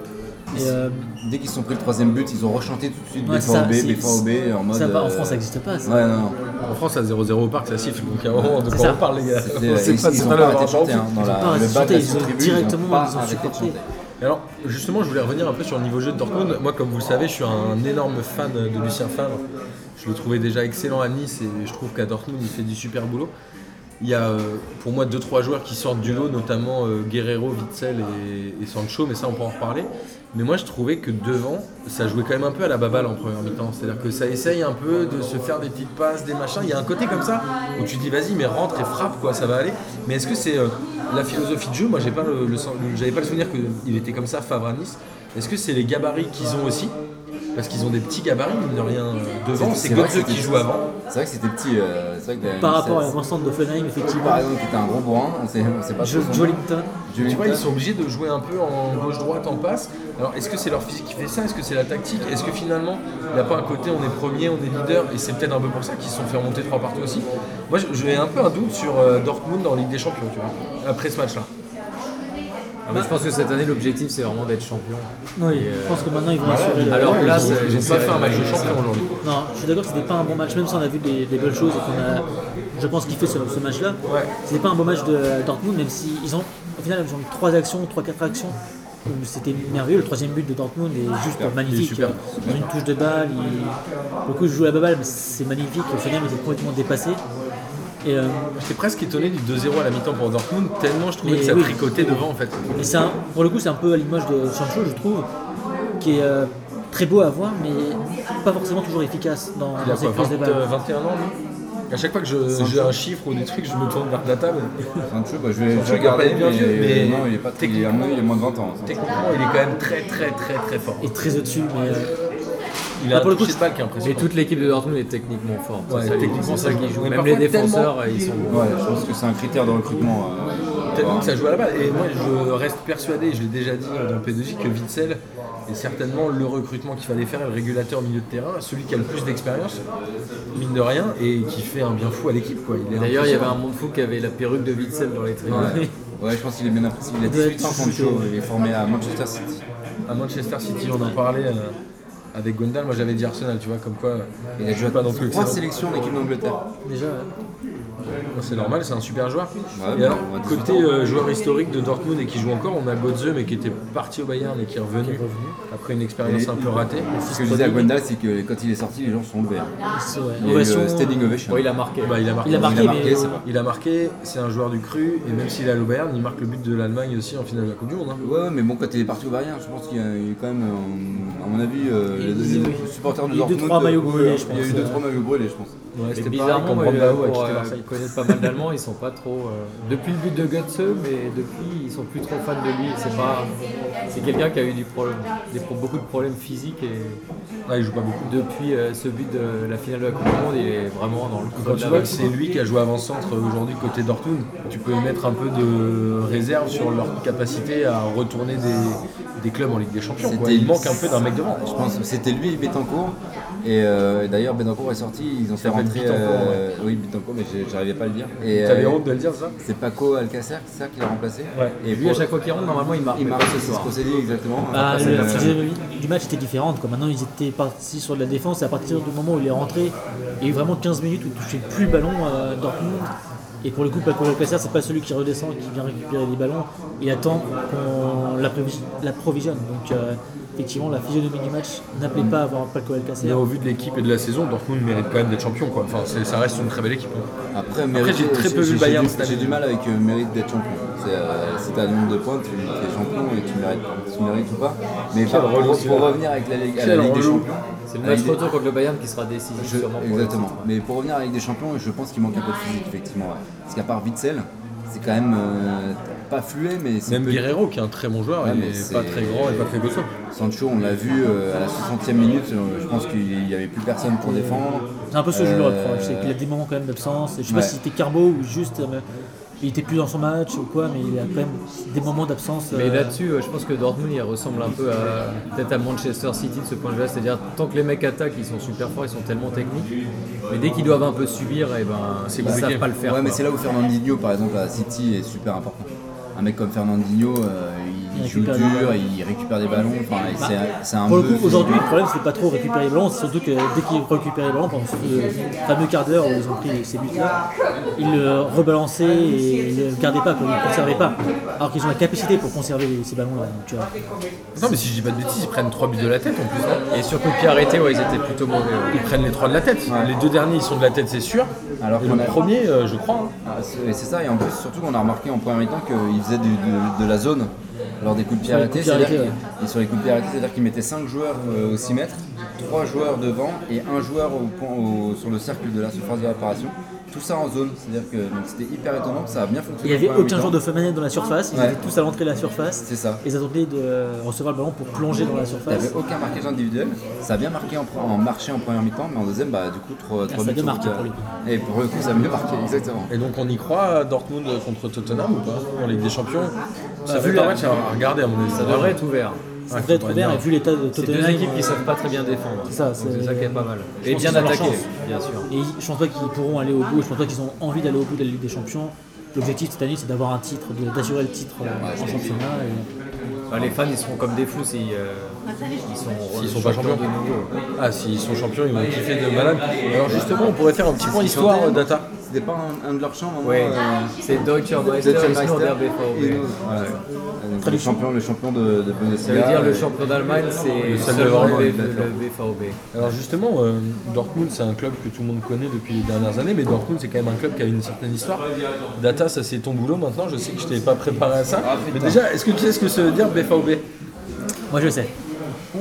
S3: Et, euh,
S2: Dès qu'ils se sont pris le troisième but, ils ont rechanté tout de suite
S3: ouais, c'est ça,
S2: BFAOB,
S3: c'est-
S2: BFAOB en mode.
S3: ça, pas- en
S2: euh,
S3: France, ça n'existe pas. ça.
S2: Ouais, non, non.
S1: En France à 0-0 au parc, ça siffle. Donc à un moment de
S3: C'est
S1: quoi
S3: ça.
S1: on parle les gars.
S2: C'était-
S1: C'est
S2: ils,
S1: pas-
S2: ils
S1: c'est
S2: ont
S1: pas
S2: pas
S1: la
S2: arrêté de
S1: vraie
S2: chanter hein, dans
S3: pas
S2: la,
S3: arrêté
S2: le
S3: de
S2: bas de
S3: chanter,
S2: la
S3: ils ont
S2: tribune,
S3: directement-
S2: pas
S3: ils ont
S2: arrêté de
S3: supporté.
S2: chanter.
S1: Et Alors justement, je voulais revenir un peu sur le niveau jeu de Dortmund. Moi, comme vous le savez, je suis un énorme fan de Lucien Favre. Je le trouvais déjà excellent à Nice et je trouve qu'à Dortmund, il fait du super boulot. Il y a euh, pour moi deux trois joueurs qui sortent du lot, notamment euh, Guerrero, Witzel et, et Sancho, mais ça on peut en reparler. Mais moi je trouvais que devant, ça jouait quand même un peu à la baballe en première mi-temps. C'est-à-dire que ça essaye un peu de se faire des petites passes, des machins. Il y a un côté comme ça où tu dis vas-y mais rentre et frappe quoi, ça va aller. Mais est-ce que c'est euh, la philosophie de jeu Moi j'ai pas le, le sen- le- j'avais pas le souvenir qu'il était comme ça Favre à Nice. Est-ce que c'est les gabarits qu'ils ont aussi parce qu'ils ont des petits gabarits, mine de rien, euh, devant. C'est
S2: C'est- c'est vrai
S1: Götze
S2: que
S1: qui
S2: c'était-
S1: joue avant.
S2: C'est vrai que c'était petit. euh, c'est vrai que dans
S3: Par
S2: la
S3: rapport à
S2: 17,
S3: l'ensemble de Fenheim,
S2: Cloutier, par
S3: effectivement.
S2: exemple, qui était un gros bourrin, on sait, on sait pas
S3: Jo-
S2: trop son nom.
S3: Jolinton.
S1: Tu vois,
S2: Jolinton.
S1: ils sont obligés de jouer un peu en gauche-droite, en passe. Alors, est-ce que c'est leur physique qui fait ça Est-ce que c'est la tactique Est-ce que finalement, il n'y a pas un côté, on est premier, on est leader Et c'est peut-être un peu pour ça qu'ils se sont fait remonter trois partout aussi. Moi, je- j'ai un peu un doute sur euh, Dortmund dans la Ligue des Champions, tu vois, après ce match-là.
S4: Ah, moi, je pense que cette année, l'objectif, c'est vraiment d'être champion.
S3: Non,
S4: Et, euh,
S3: je pense que maintenant ils vont assurer. le-
S4: Alors là,
S1: Ils ont-
S4: c'est-
S1: ils n'ont pas fait un match de
S4: c'est-
S1: champion aujourd'hui.
S3: Non, je suis d'accord que c'était pas un bon match, même si on a vu des, des belles choses et qu'on a, je pense, kiffé ce, ce match-là.
S1: Ouais.
S3: C'était pas un bon match de euh, Dortmund, même si ils ont, au final, ils ont eu 3 actions, 3-4 actions. où C'était merveilleux, le troisième but de Dortmund est juste magnifique.
S2: superbe,
S3: Ils ont une touche de balle, ils- pour le coup, ils jouent à la balle, mais c'est magnifique. Le Fenheim était complètement dépassé. Et, euh,
S1: J'étais presque étonné du 2-0 à la mi-temps pour Dortmund, tellement je trouvais
S3: Mais
S1: que ça
S3: oui.
S1: tricotait devant en fait.
S3: et c'est un- pour le coup, c'est un peu à l'image de Sancho, je trouve, qui est euh, très beau à voir, mais pas forcément toujours efficace dans,
S1: Il a
S3: dans ses
S1: quoi,
S3: prises de
S1: 20,
S3: balle.
S1: euh, 21 ans lui À chaque fois que je- j'ai un chiffre ou des trucs, je me tourne vers la table.
S2: Sancho, bah, je vais je
S1: Sancho, il
S2: vais
S1: doit pas
S2: regarder,
S1: être bien
S2: mais,
S1: vieux, mais
S2: non, il est pas très, il a
S1: techniquement-
S2: moins- il a moins de 20 ans. hein. Sancho.
S1: Techniquement, il est quand même très très très très fort.
S3: Et très au-dessus, mais. euh,
S1: Il a
S3: Ah, pour
S1: un
S3: le coup,
S1: toucher de balle qui est impressionnant.
S4: Et toute l'équipe de Dortmund est techniquement forte.
S1: Ouais,
S4: C'est ça,
S1: techniquement,
S4: c'est ça
S1: ça
S4: qui
S1: joue.
S4: joue.
S1: Mais
S4: Même
S1: par
S4: les
S1: contre,
S4: défenseurs, euh, ils sont bons.
S2: Ouais, je pense que c'est un critère de recrutement. euh,
S1: Tellement que ça joue à la balle. Et moi, je reste persuadé, je l'ai déjà dit dans P2J, que Witzel est certainement le recrutement qu'il fallait faire, le régulateur milieu de terrain, celui qui a le plus d'expérience, mine de rien, et qui fait un bien fou à l'équipe. quoi. Il est
S4: D'ailleurs, il y avait un
S1: impressionnant.
S4: monde fou qui avait la perruque de Witzel dans les tribunes.
S2: Ouais. Ouais, je pense qu'il est bien apprécié. Il a
S3: Il doit
S2: 18
S3: être
S2: ans, Sancho. Il est formé à Manchester City.
S1: à Manchester City, on en parlait euh, avec Gondal. Moi, j'avais dit Arsenal, tu vois, comme quoi. euh,
S2: Il a
S1: je
S2: joué
S1: suis pas non plus.
S2: trois
S1: excellent.
S2: sélections en équipe d'Angleterre.
S3: Déjà, euh,
S1: C'est normal, c'est un super joueur.
S2: Ouais,
S1: et alors,
S2: on va dire
S1: côté euh, joueur historique de Dortmund et qui joue encore, on a Götze, mais qui était parti au Bayern et qui est revenu après une expérience
S2: Et-
S1: un peu ratée.
S2: Ce que je disais à Gwendal, c'est que quand il est sorti, les gens se sont levés. hein.
S3: c'est- ouais.
S2: Il y a eu,
S3: Ah. Ovation,
S2: euh, standing ovation.
S4: Bon, il a marqué.
S1: Bah, il a marqué.
S3: Il a marqué,
S2: marqué,
S3: mais-
S2: c'est vrai.
S1: Il a marqué, c'est un joueur du cru, et même s'il est à l'Auvergne, il marque le but de l'Allemagne aussi en finale de la Coupe du Monde. hein.
S2: Ouais, ouais, mais bon, quand il est parti au Bayern, je pense qu'il y a eu quand même, euh, à mon avis, euh, les,
S3: Il y a eu-
S2: les supporters de
S3: il y a eu deux,
S2: Dortmund.
S3: trois maillots
S2: ouais,
S3: brûlés, je
S2: Il y a
S3: pense. euh.
S2: eu 2-3 maillots brûlés, je pense.
S1: Ouais,
S4: Mais
S1: c'était
S4: bizarrement,
S1: pareil quand
S4: euh,
S1: Brandao a
S4: pour
S1: quitté
S4: euh,
S1: Marseille.
S4: connaître pas mal d'Allemands, ils sont pas trop. euh, depuis le but de Götze, mais depuis, ils sont plus trop fans de lui. C'est pas. C'est quelqu'un qui a eu du problème, des pro- beaucoup de problèmes physiques et
S1: Ouais, Ah, il joue pas beaucoup.
S4: depuis euh, ce but de la finale de la Coupe du Monde, il est vraiment dans le creux
S1: Quand
S4: de
S1: tu
S4: la
S1: vois
S4: vague.
S1: que c'est lui qui a joué avant-centre euh, aujourd'hui côté Dortmund, tu peux mettre un peu de réserve sur leur capacité à retourner des, des clubs en Ligue des Champions. quoi.
S2: C'était-
S1: Il manque un peu d'un mec devant.
S2: Je pense que c'était lui et Betancourt. Et, euh, et d'ailleurs, Betancourt est sorti, ils ont fait
S1: s'appelle
S2: rentrer.
S1: Betancourt,
S2: euh, Oui, Betancourt, mais j'ai- j'arrivais pas à le dire. Et,
S1: T'avais
S2: euh,
S1: honte de le dire ça
S2: c'est Paco Alcacer, c'est ça qui l'a remplacé
S1: Ouais.
S2: Et
S4: Lui, à chaque fois qu'il rentre, normalement, il marque.
S2: il
S4: mais
S2: marque,
S4: pas
S2: c'est ce qu'on s'est dit exactement.
S1: Ah,
S3: Bah,
S2: Après,
S3: le- la
S2: c'est-
S3: physionomie du match était différente. Quoi. Maintenant, ils étaient partis sur de la défense. Et à partir du moment où il est rentré, il y a eu vraiment 15 minutes où il ne touchait plus le ballon euh, Dortmund. Et pour le coup, Paco Alcacer, c'est pas celui qui redescend, qui vient récupérer les ballons. Il attend qu'on l'approvi- l'approvisionne. Donc, euh, effectivement, la physionomie du match n'appelait pas à avoir Paco Alcacer.
S1: Mais au vu de l'équipe et de la saison, Dortmund mérite quand même d'être champion. Quoi. Enfin, c'est- ça reste une très belle équipe. hein.
S2: Après, mérite-
S1: j'ai très peu vu
S2: j'ai-
S1: Bayern
S2: j'ai-
S1: cette année.
S2: J'ai du mal avec euh, mérite d'être champion. C'est euh, si t'as le nombre de points, tu es champion et tu mérites, tu mérites ou pas. Mais par- pour,
S1: relou,
S2: pour revenir avec la, Ligue- à la
S1: Quel
S2: Ligue des
S1: relou.
S2: Champions,
S4: C'est le
S2: avec
S4: match
S2: des-
S4: retour contre le Bayern qui sera décisif
S2: je-
S4: sûrement pour le
S2: exactement.
S4: titre.
S2: Mais pour revenir à la Ligue des Champions, je pense qu'il manque un peu de physique effectivement. ouais. Parce qu'à part Witzel, c'est quand même euh, pas fluet, mais c'est
S1: Même
S2: peu-
S1: Guerrero, qui est un très bon joueur,
S2: Ouais,
S1: il
S2: mais
S1: est pas
S2: c'est-
S1: très grand et pas très costaud.
S2: Sancho, on l'a vu euh, à la 60e minute. euh, je pense qu'il n'y avait plus personne pour défendre.
S3: C'est un peu ce que je lui
S2: Euh,
S3: reproche, c'est qu'il a des moments quand même d'absence. Je sais
S2: ouais.
S3: pas si c'était Carbo ou juste euh, il était plus dans son match ou quoi, mais il a quand même des moments d'absence.
S4: Mais
S3: euh,
S4: là-dessus, euh, je pense que Dortmund, il ressemble un peu à peut-être à Manchester City de ce point de vue-là. C'est-à-dire, tant que les mecs attaquent, ils sont super forts, ils sont tellement techniques. Mais dès qu'ils doivent un peu subir, et ben, ils ne
S1: compliqué.
S4: savent pas le faire.
S2: Ouais, mais
S4: quoi.
S2: c'est là où Fernandinho, par exemple, à City est super important. Un mec comme Fernandinho, euh, il,
S3: Il
S2: joue
S3: récupère
S2: dur,
S3: des ballons. Bah,
S2: il récupère des ballons. Enfin, et c'est c'est un
S3: Pour le
S2: bœuf.
S3: coup, aujourd'hui, le problème, c'est pas trop récupérer les ballons, c'est surtout que dès qu'ils récupéraient les ballons, pendant ce fameux quart d'heure où ils ont pris ces buts-là, ils le rebalançaient et ils ne gardaient pas, quoi, ils ne conservaient pas. Alors qu'ils ont la capacité pour conserver ces ballons-là. donc, tu vois.
S1: Non, mais si je dis pas de bêtises, ils prennent 3 buts de la tête en plus. non
S4: Et sur coup de pied arrêté, ouais, ils étaient plutôt mauvais. ouais.
S1: ils prennent les 3 de la tête. Les deux derniers, ils sont de la tête, c'est sûr.
S2: Alors
S1: et
S2: qu'on
S1: le
S2: a-
S1: premier, euh, je crois. hein.
S2: Ah, c'est- et c'est ça, et en plus, surtout qu'on a remarqué en première mi-temps qu'il faisait du- de, de la zone. lors des coups de pied
S3: Sur les
S2: arrêtés.
S3: coups de pied
S2: c'est-à-dire
S3: arrêtés,
S2: que- Et sur les coups de pied arrêtés, c'est-à-dire qu'ils mettaient 5 joueurs euh, au 6 mètres, 3 joueurs devant et un joueur au point- au- sur le cercle de la surface de réparation. Tout ça en zone, c'est-à-dire que donc, c'était hyper étonnant, ça a bien
S3: Il
S2: fonctionné.
S3: n'y avait
S2: pour la
S3: aucun
S2: mi-temps.
S3: joueur de femelle dans la surface, ils
S2: Ouais.
S3: étaient tous à l'entrée de la surface.
S2: C'est ça.
S3: Ils attendaient de recevoir le ballon pour plonger dans la
S2: Il n'y
S3: surface.
S2: avait aucun marquage individuel. Ça a bien marqué en, pre- en marché en première mi-temps, mais en deuxième, bah, du coup, 3,
S3: Ah, ça a bien marqué pour le coup.
S2: Et pour le coup, ça a mieux marqué, exactement.
S1: Et donc on y croit Dortmund contre Tottenham ou pas en Ligue des Champions Ça
S4: Bah,
S1: fait
S4: vu
S1: un
S4: la-
S1: match à regarder à mon avis.
S4: Ça devrait être ouvert.
S3: Ça devrait être ouvert, et vu l'état de
S4: C'est
S3: Tottenham.
S4: deux équipes qui
S3: euh,
S4: savent pas très bien défendre.
S3: C'est ça,
S4: Donc
S3: c'est-
S4: c'est ça qui est pas mal.
S3: Je
S4: Et
S3: pense
S4: bien
S3: qu'ils ont leur
S4: attaqué,
S3: chance.
S4: bien sûr.
S3: Et je pense pas qu'ils pourront aller au bout, je pense pas qu'ils ont envie d'aller au bout de la Ligue des Champions. L'objectif cette année, c'est d'avoir un titre, de- d'assurer le titre euh, en championnat. et-
S4: Enfin, les fans, ils seront comme des fous s'ils euh, ils sont,
S1: S'ils sont pas champions.
S4: de nouveau.
S1: Ah, s'ils sont champions, ils vont kiffer de malade. Alors justement, on pourrait faire un petit point histoire euh, data.
S2: C'était pas un, un de leurs chants, maman
S4: Ouais,
S2: euh,
S4: c'est Deutscher
S2: Vous
S4: Meister,
S2: êtes sur
S4: Meister
S2: Meister
S4: der BVB.
S2: Et nous, voilà. Euh, donc, Le
S3: Traduction.
S2: champion, le champion de, de
S4: Ça
S2: Bundesliga.
S4: veut dire
S2: euh,
S4: le champion d'Allemagne, c'est
S1: seul
S4: seulement
S1: devant
S4: le,
S1: le
S4: B- le BVB.
S1: Alors justement, euh, Dortmund, c'est un club que tout le monde connaît depuis les dernières années, mais Dortmund, c'est quand même un club qui a une certaine histoire. Data, ça c'est ton boulot maintenant, je sais que je t'ai pas préparé à ça. mais déjà, est-ce que tu sais ce que ça veut dire BVB
S3: Moi je sais.
S2: Ah,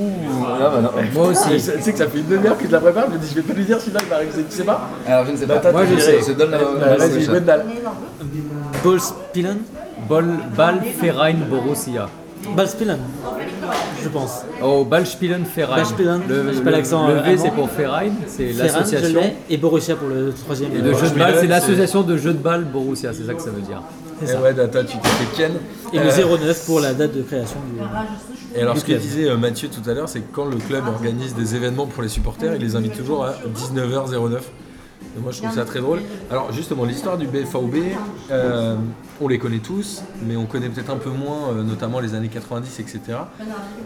S2: bah, non.
S4: Moi
S1: Tu
S4: aussi.
S1: sais que ça fait une demi-heure que je la prépare, je me dis, je vais pas lui dire celui-là, il va réussir, tu sais pas
S2: Alors je ne sais pas.
S1: Data,
S4: Moi,
S1: tu
S4: je
S1: dirais-
S4: sais.
S2: Je donne la-
S1: Bah,
S2: la-
S1: Vas-y,
S2: la-
S1: Gwendal.
S3: Ballspielen
S4: Ball, Ball Verein Borussia.
S3: Ballspielen, je pense.
S4: Oh, Ballspielen Verein.
S3: Ballspielen,
S4: Le,
S3: j'ai pas
S4: le-
S3: l'accent,
S4: le
S3: euh,
S4: V, c'est
S3: allemand.
S4: pour Verein, c'est
S3: Ferran, je
S4: l'association.
S3: l'ai, et Borussia pour le troisième. euh,
S4: Et de jeux
S1: Ballspielen,
S4: de balle,
S1: c'est-
S4: c'est l'association de jeux de balle Borussia, c'est ça que ça veut dire.
S3: C'est
S1: Eh
S3: ça.
S1: ouais, Data, tu t'es fait ken.
S3: Et
S1: Euh,
S3: le 09 pour la date de création du.
S1: Et alors, ce que
S3: club.
S1: disait euh, Mathieu tout à l'heure, c'est que quand le club organise des événements pour les supporters, il les invite toujours à 19h09. Et moi, je trouve ça très drôle. Alors, justement, l'histoire du BVB, euh, on les connaît tous, mais on connaît peut-être un peu moins, euh, notamment les années 90, etc.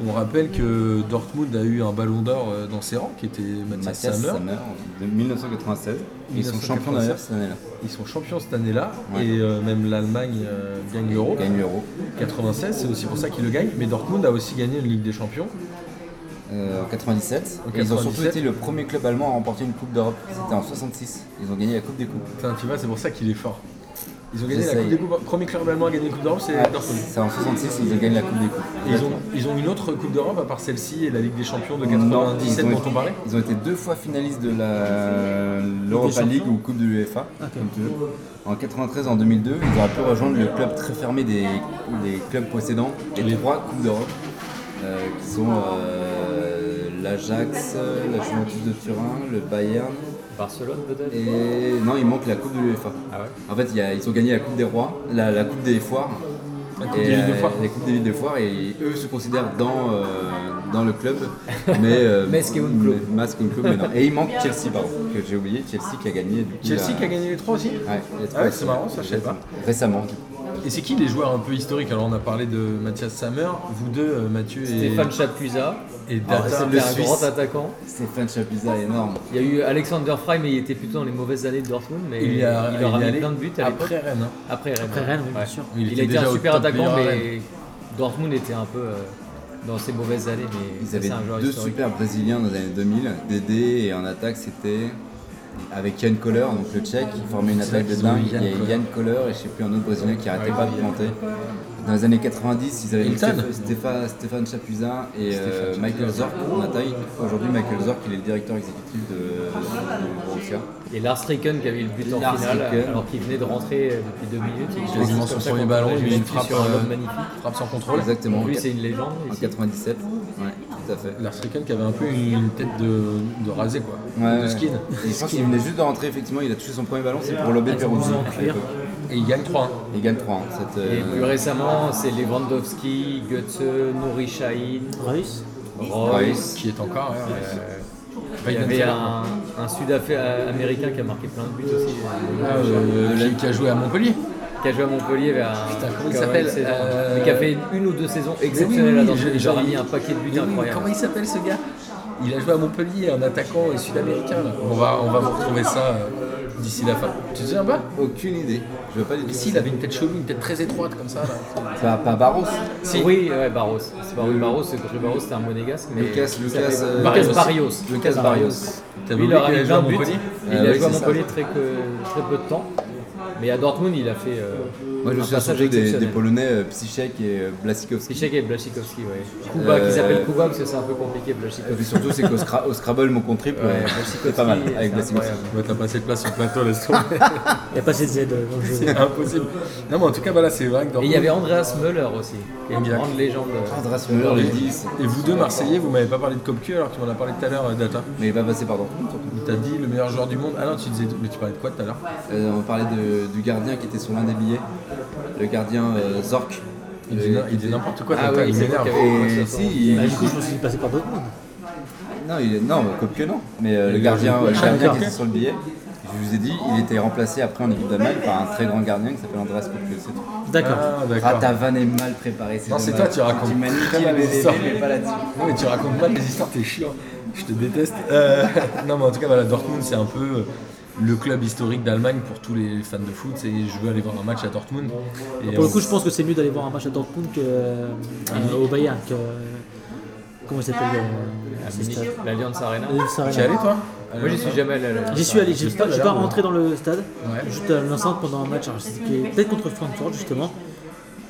S1: On rappelle que Dortmund a eu un ballon d'or euh, dans ses rangs, qui était Mathias
S2: Mathias
S1: Sammer.
S2: Sammer, de 1996. Ils sont
S1: 1996.
S2: champions d'ailleurs cette année-là.
S1: Ils sont champions cette année-là,
S2: Ouais.
S1: et euh, même l'Allemagne euh, gagne l'Euro.
S2: Ils gagnent l'Euro.
S1: 96, c'est aussi pour ça qu'ils le gagnent, mais Dortmund a aussi gagné une Ligue des Champions.
S2: Euh, en 97.
S1: En
S2: Et Ils ont surtout
S1: 97.
S2: été le premier club allemand à remporter une Coupe d'Europe. C'était en 66. Ils ont gagné la Coupe des Coupes.
S1: Putain, tu vois, c'est pour ça qu'il est fort. Ils ont gagné la
S2: J'essaye.
S1: Coupe des Coupes. Premier club allemand à gagner une Coupe d'Europe, c'est
S2: Ah,
S1: Dortmund.
S2: C'est en 66, ils ont gagné la Coupe des Coupes.
S1: Et Ils ont, ils ont une autre Coupe d'Europe à part celle-ci et la Ligue des Champions de
S2: Non, ils
S1: 97
S2: ont
S1: dont
S2: été-
S1: on parlait.
S2: Ils ont été deux fois finalistes de la- l'Europa
S3: Des
S2: League
S3: champions
S2: ou Coupe de l'UEFA, comme tu veux. En 93 en 2002, ils auraient pu rejoindre le club très fermé des, des clubs précédents et les trois Coupes d'Europe, euh, qui sont euh, l'Ajax, la Juventus de Turin, le Bayern
S4: Barcelone peut-être
S2: et non, il manque la Coupe de l'UEFA.
S4: Ah ouais
S2: En fait, il y a- ils ont gagné la Coupe des Rois, la, la Coupe des Foires. La
S1: Coupe des Villes de Foires.
S2: La Coupe euh, des Villes de Foires, et eux se considèrent dans, euh, dans
S1: [laughs]
S2: le club. Mais, euh,
S4: Masque et un club.
S2: mais- masque et un club, mais non. Et il manque Chelsea, pardon, que j'ai oublié. Chelsea qui a gagné. Du coup,
S1: Chelsea
S2: la-
S1: qui a gagné les trois aussi
S2: Ouais, la
S1: Ah ouais,
S2: troisième.
S1: c'est marrant, ça, je savais pas.
S2: Récemment.
S1: Et c'est qui les joueurs un peu historiques Alors on a parlé de Mathias Sammer, vous deux, euh, Mathieu et,
S4: Stéphane Chapuisat,
S1: et
S2: Ah, c'est
S1: Data.
S4: c'était
S2: le
S4: un
S2: Suisse.
S4: grand attaquant.
S2: Stéphane Chapuisat, énorme.
S4: Il y a eu Alexander Frey, mais il était plutôt dans les mauvaises années de Dortmund, mais il,
S1: y a-
S4: leur
S1: il
S4: a
S1: y
S4: mis
S1: allait
S4: plein de buts à l'époque.
S1: après Rennes. hein.
S4: Après Rennes.
S3: Après
S4: ouais.
S3: Rennes, oui, bien
S4: Ouais.
S3: sûr.
S1: Il
S4: Il,
S1: était
S4: a été
S1: déjà
S4: un
S1: au
S4: super
S1: top
S4: attaquant,
S1: meilleur à
S4: mais Dortmund était un peu euh, dans ses mauvaises années, mais
S2: Ils
S4: ça,
S2: avaient
S4: c'est un joueur
S2: deux
S4: historique.
S2: super brésiliens dans les années 2000, Dédé, et en attaque c'était avec Yann Koller, donc le tchèque, qui formait une attaque de
S1: Ils ont eu
S2: dingue. Il y
S1: Yann
S2: a
S1: Koller.
S2: Yann Koller et je sais plus un autre brésilien qui arrêtait pas de planter. Dans les années 90, ils avaient
S1: Hilton.
S2: Stéph- Stépha- Stéphane Chapuzin et euh,
S1: Stéphane
S2: Michael Zorc en attaque. Aujourd'hui, Michael Zorc, il est le directeur exécutif de, de Borussia.
S4: Et Lars Ricken qui avait eu le but en
S2: Lars
S4: finale,
S2: Ricken.
S4: alors qu'il venait de rentrer euh, depuis deux minutes. Il
S1: Quasiment
S4: joue comme
S1: son
S4: ça
S1: premier
S4: contre
S1: ballon,
S4: la
S1: il
S4: Juventus
S1: frappe,
S4: sur un
S1: euh,
S4: homme magnifique.
S1: Frappe sans contrôle.
S2: Exactement.
S4: Lui,
S2: en
S4: c'est une légende.
S2: en
S4: ici.
S2: 97, ouais, tout à fait.
S1: Lars Ricken qui avait un peu une tête de, de rasé quoi,
S2: Ouais,
S1: de
S2: ouais.
S1: skin.
S2: Et Je pense qu'il venait juste de rentrer, effectivement, il a touché son premier ballon, c'est pour l'OB Peruzzi.
S3: en
S2: à
S3: cuir.
S2: l'époque.
S1: Et il gagne 3
S2: Il gagne 3 hein, cette,
S4: Et
S2: euh,
S4: plus récemment, c'est Lewandowski, Götze, Nouri Sahin,
S3: Reus
S4: Royce.
S1: qui est encore. hein,
S4: euh,
S1: ouais.
S4: il y avait un, un sud-américain qui a marqué plein de buts aussi, euh,
S1: Ah, euh, qui- qui a joué à Montpellier.
S4: qui a joué à Montpellier vers
S1: comment il
S4: quand même
S1: s'appelle,
S4: une saison,
S1: euh,
S4: mais qui a fait une ou deux saisons
S1: Mais oui, oui,
S4: exceptionnelles
S1: oui,
S4: à
S1: j'ai-
S4: Dortmund.
S1: j'aurais
S4: J'aurais mis
S1: dit-
S4: un paquet de
S1: Mais
S4: buts
S1: oui,
S4: incroyables.
S1: Comment il s'appelle ce gars Il a joué à Montpellier, un attaquant sud-américain. là. On va, on va vous retrouver ça euh, d'ici la fin. Tu te souviens pas
S2: Aucune idée. Je veux pas du tout.
S1: Ici, il avait une tête chelou, une tête très étroite comme ça. Là.
S2: Pas, pas Barros.
S4: Oui, ouais, Barros. C'est pas Rui Barros, c'est Rui Barros, c'était un monégasque. Mais
S2: Lucas,
S4: il
S2: Lucas,
S4: s'appelle-
S2: euh,
S4: Lucas
S1: Barrios.
S4: Barrios.
S2: Lucas
S1: T'as
S4: Lui, il
S1: oublié
S4: leur a
S1: qu'il
S4: mis
S1: a joué
S4: plein
S1: à
S4: de buts.
S1: Montpellier
S4: Il
S2: Ah
S4: a
S2: oui,
S4: joué à
S2: c'est ça.
S4: Montpellier très, que- très peu de temps. Mais à Dortmund, il a fait euh,
S2: Moi, je me
S4: Un
S2: souviens
S4: passage
S2: surtout des, des
S4: exceptionnel.
S2: Polonais, euh, Psychek et euh, Blasikowski.
S4: Pichek et Blachikowski, ouais. Kuba,
S2: Euh,
S4: qu'ils appellent Kuba parce que c'est un peu compliqué,
S2: Et puis
S4: Blachikowski.
S2: surtout, c'est qu'au Scra- au Scrabble, mon compte triple, euh, c'est pas mal
S4: Blachikowski,
S2: avec
S4: c'est
S2: Blasikowski.
S4: incroyable.
S1: On va t'as pas assez de place sur le plateau, laisse tomber.
S3: Il n'y a pas assez de Z dans le jeu.
S1: c'est [laughs] impossible. Non, mais en tout cas, voilà, c'est vrai que
S4: Et il
S1: Dortmund.
S4: y avait Andreas Müller aussi, qui est une
S1: Exact.
S4: grande légende. euh,
S2: Andras Müller, les 10.
S1: Et vous deux, Marseillais, vous m'avez pas parlé de Copcu alors que tu m'en as parlé tout à l'heure, euh, Data.
S2: Mais il va passer par Dortmund, surtout.
S1: Il t'a dit le meilleur joueur du monde. Ah non, tu disais. Mais tu parlais de quoi tout à l'heure
S2: Euh, on parlait de- du gardien qui était sur l'un des billets, le gardien euh, Zork.
S1: Il
S2: Euh,
S1: dit
S2: qui
S1: il dit
S2: était-
S1: n'importe quoi,
S4: Ah
S1: Data,
S4: oui,
S1: il
S4: c'est
S1: m'énerve.
S4: vrai qu'il y avait-
S2: Et si, il-
S3: Bah, du coup, je pense qu'il est passé par d'autres mondes.
S2: non, il est, non, comme que non. Mais euh, le gardien, le gardien qui était sur le billet, je vous ai dit, il était remplacé après en équipe d'Allemagne par un très grand gardien qui s'appelle Andreas Kopke. C'est tout.
S3: D'accord.
S1: Ah,
S2: Ah,
S1: d'accord.
S2: ta vanne est mal préparée.
S1: Non, c'est
S2: dommage.
S1: toi, tu racontes
S2: Tu m'as
S1: très mal
S2: niqué la
S1: les
S2: BVB,
S1: histoires.
S2: mais pas là-dessus.
S1: Non, mais tu racontes pas des histoires, t'es chiant. Je te déteste. Euh, [laughs] non, mais en tout cas, voilà, Dortmund, c'est un peu euh, le club historique d'Allemagne pour tous les fans de foot. C'est je veux aller voir un match à Dortmund. Et
S3: Pour le
S1: on-
S3: coup, je pense que c'est mieux d'aller voir un match à Dortmund que, euh,
S4: Ah,
S3: au Bayern. Que, euh, comment il s'appelle euh, ce stade
S4: L'Alliance Arena.
S3: Euh, ça,
S1: T'y es allé, toi Euh,
S4: Moi, j'y suis jamais allé. à l'Alliance
S3: J'y suis allé, je
S1: Le
S3: suis pas,
S1: stade,
S3: je suis
S1: là,
S3: pas
S1: ou-
S3: rentré dans le stade,
S1: Ouais.
S3: juste à l'enceinte pendant un match, alors, c'était peut-être contre Francfort justement.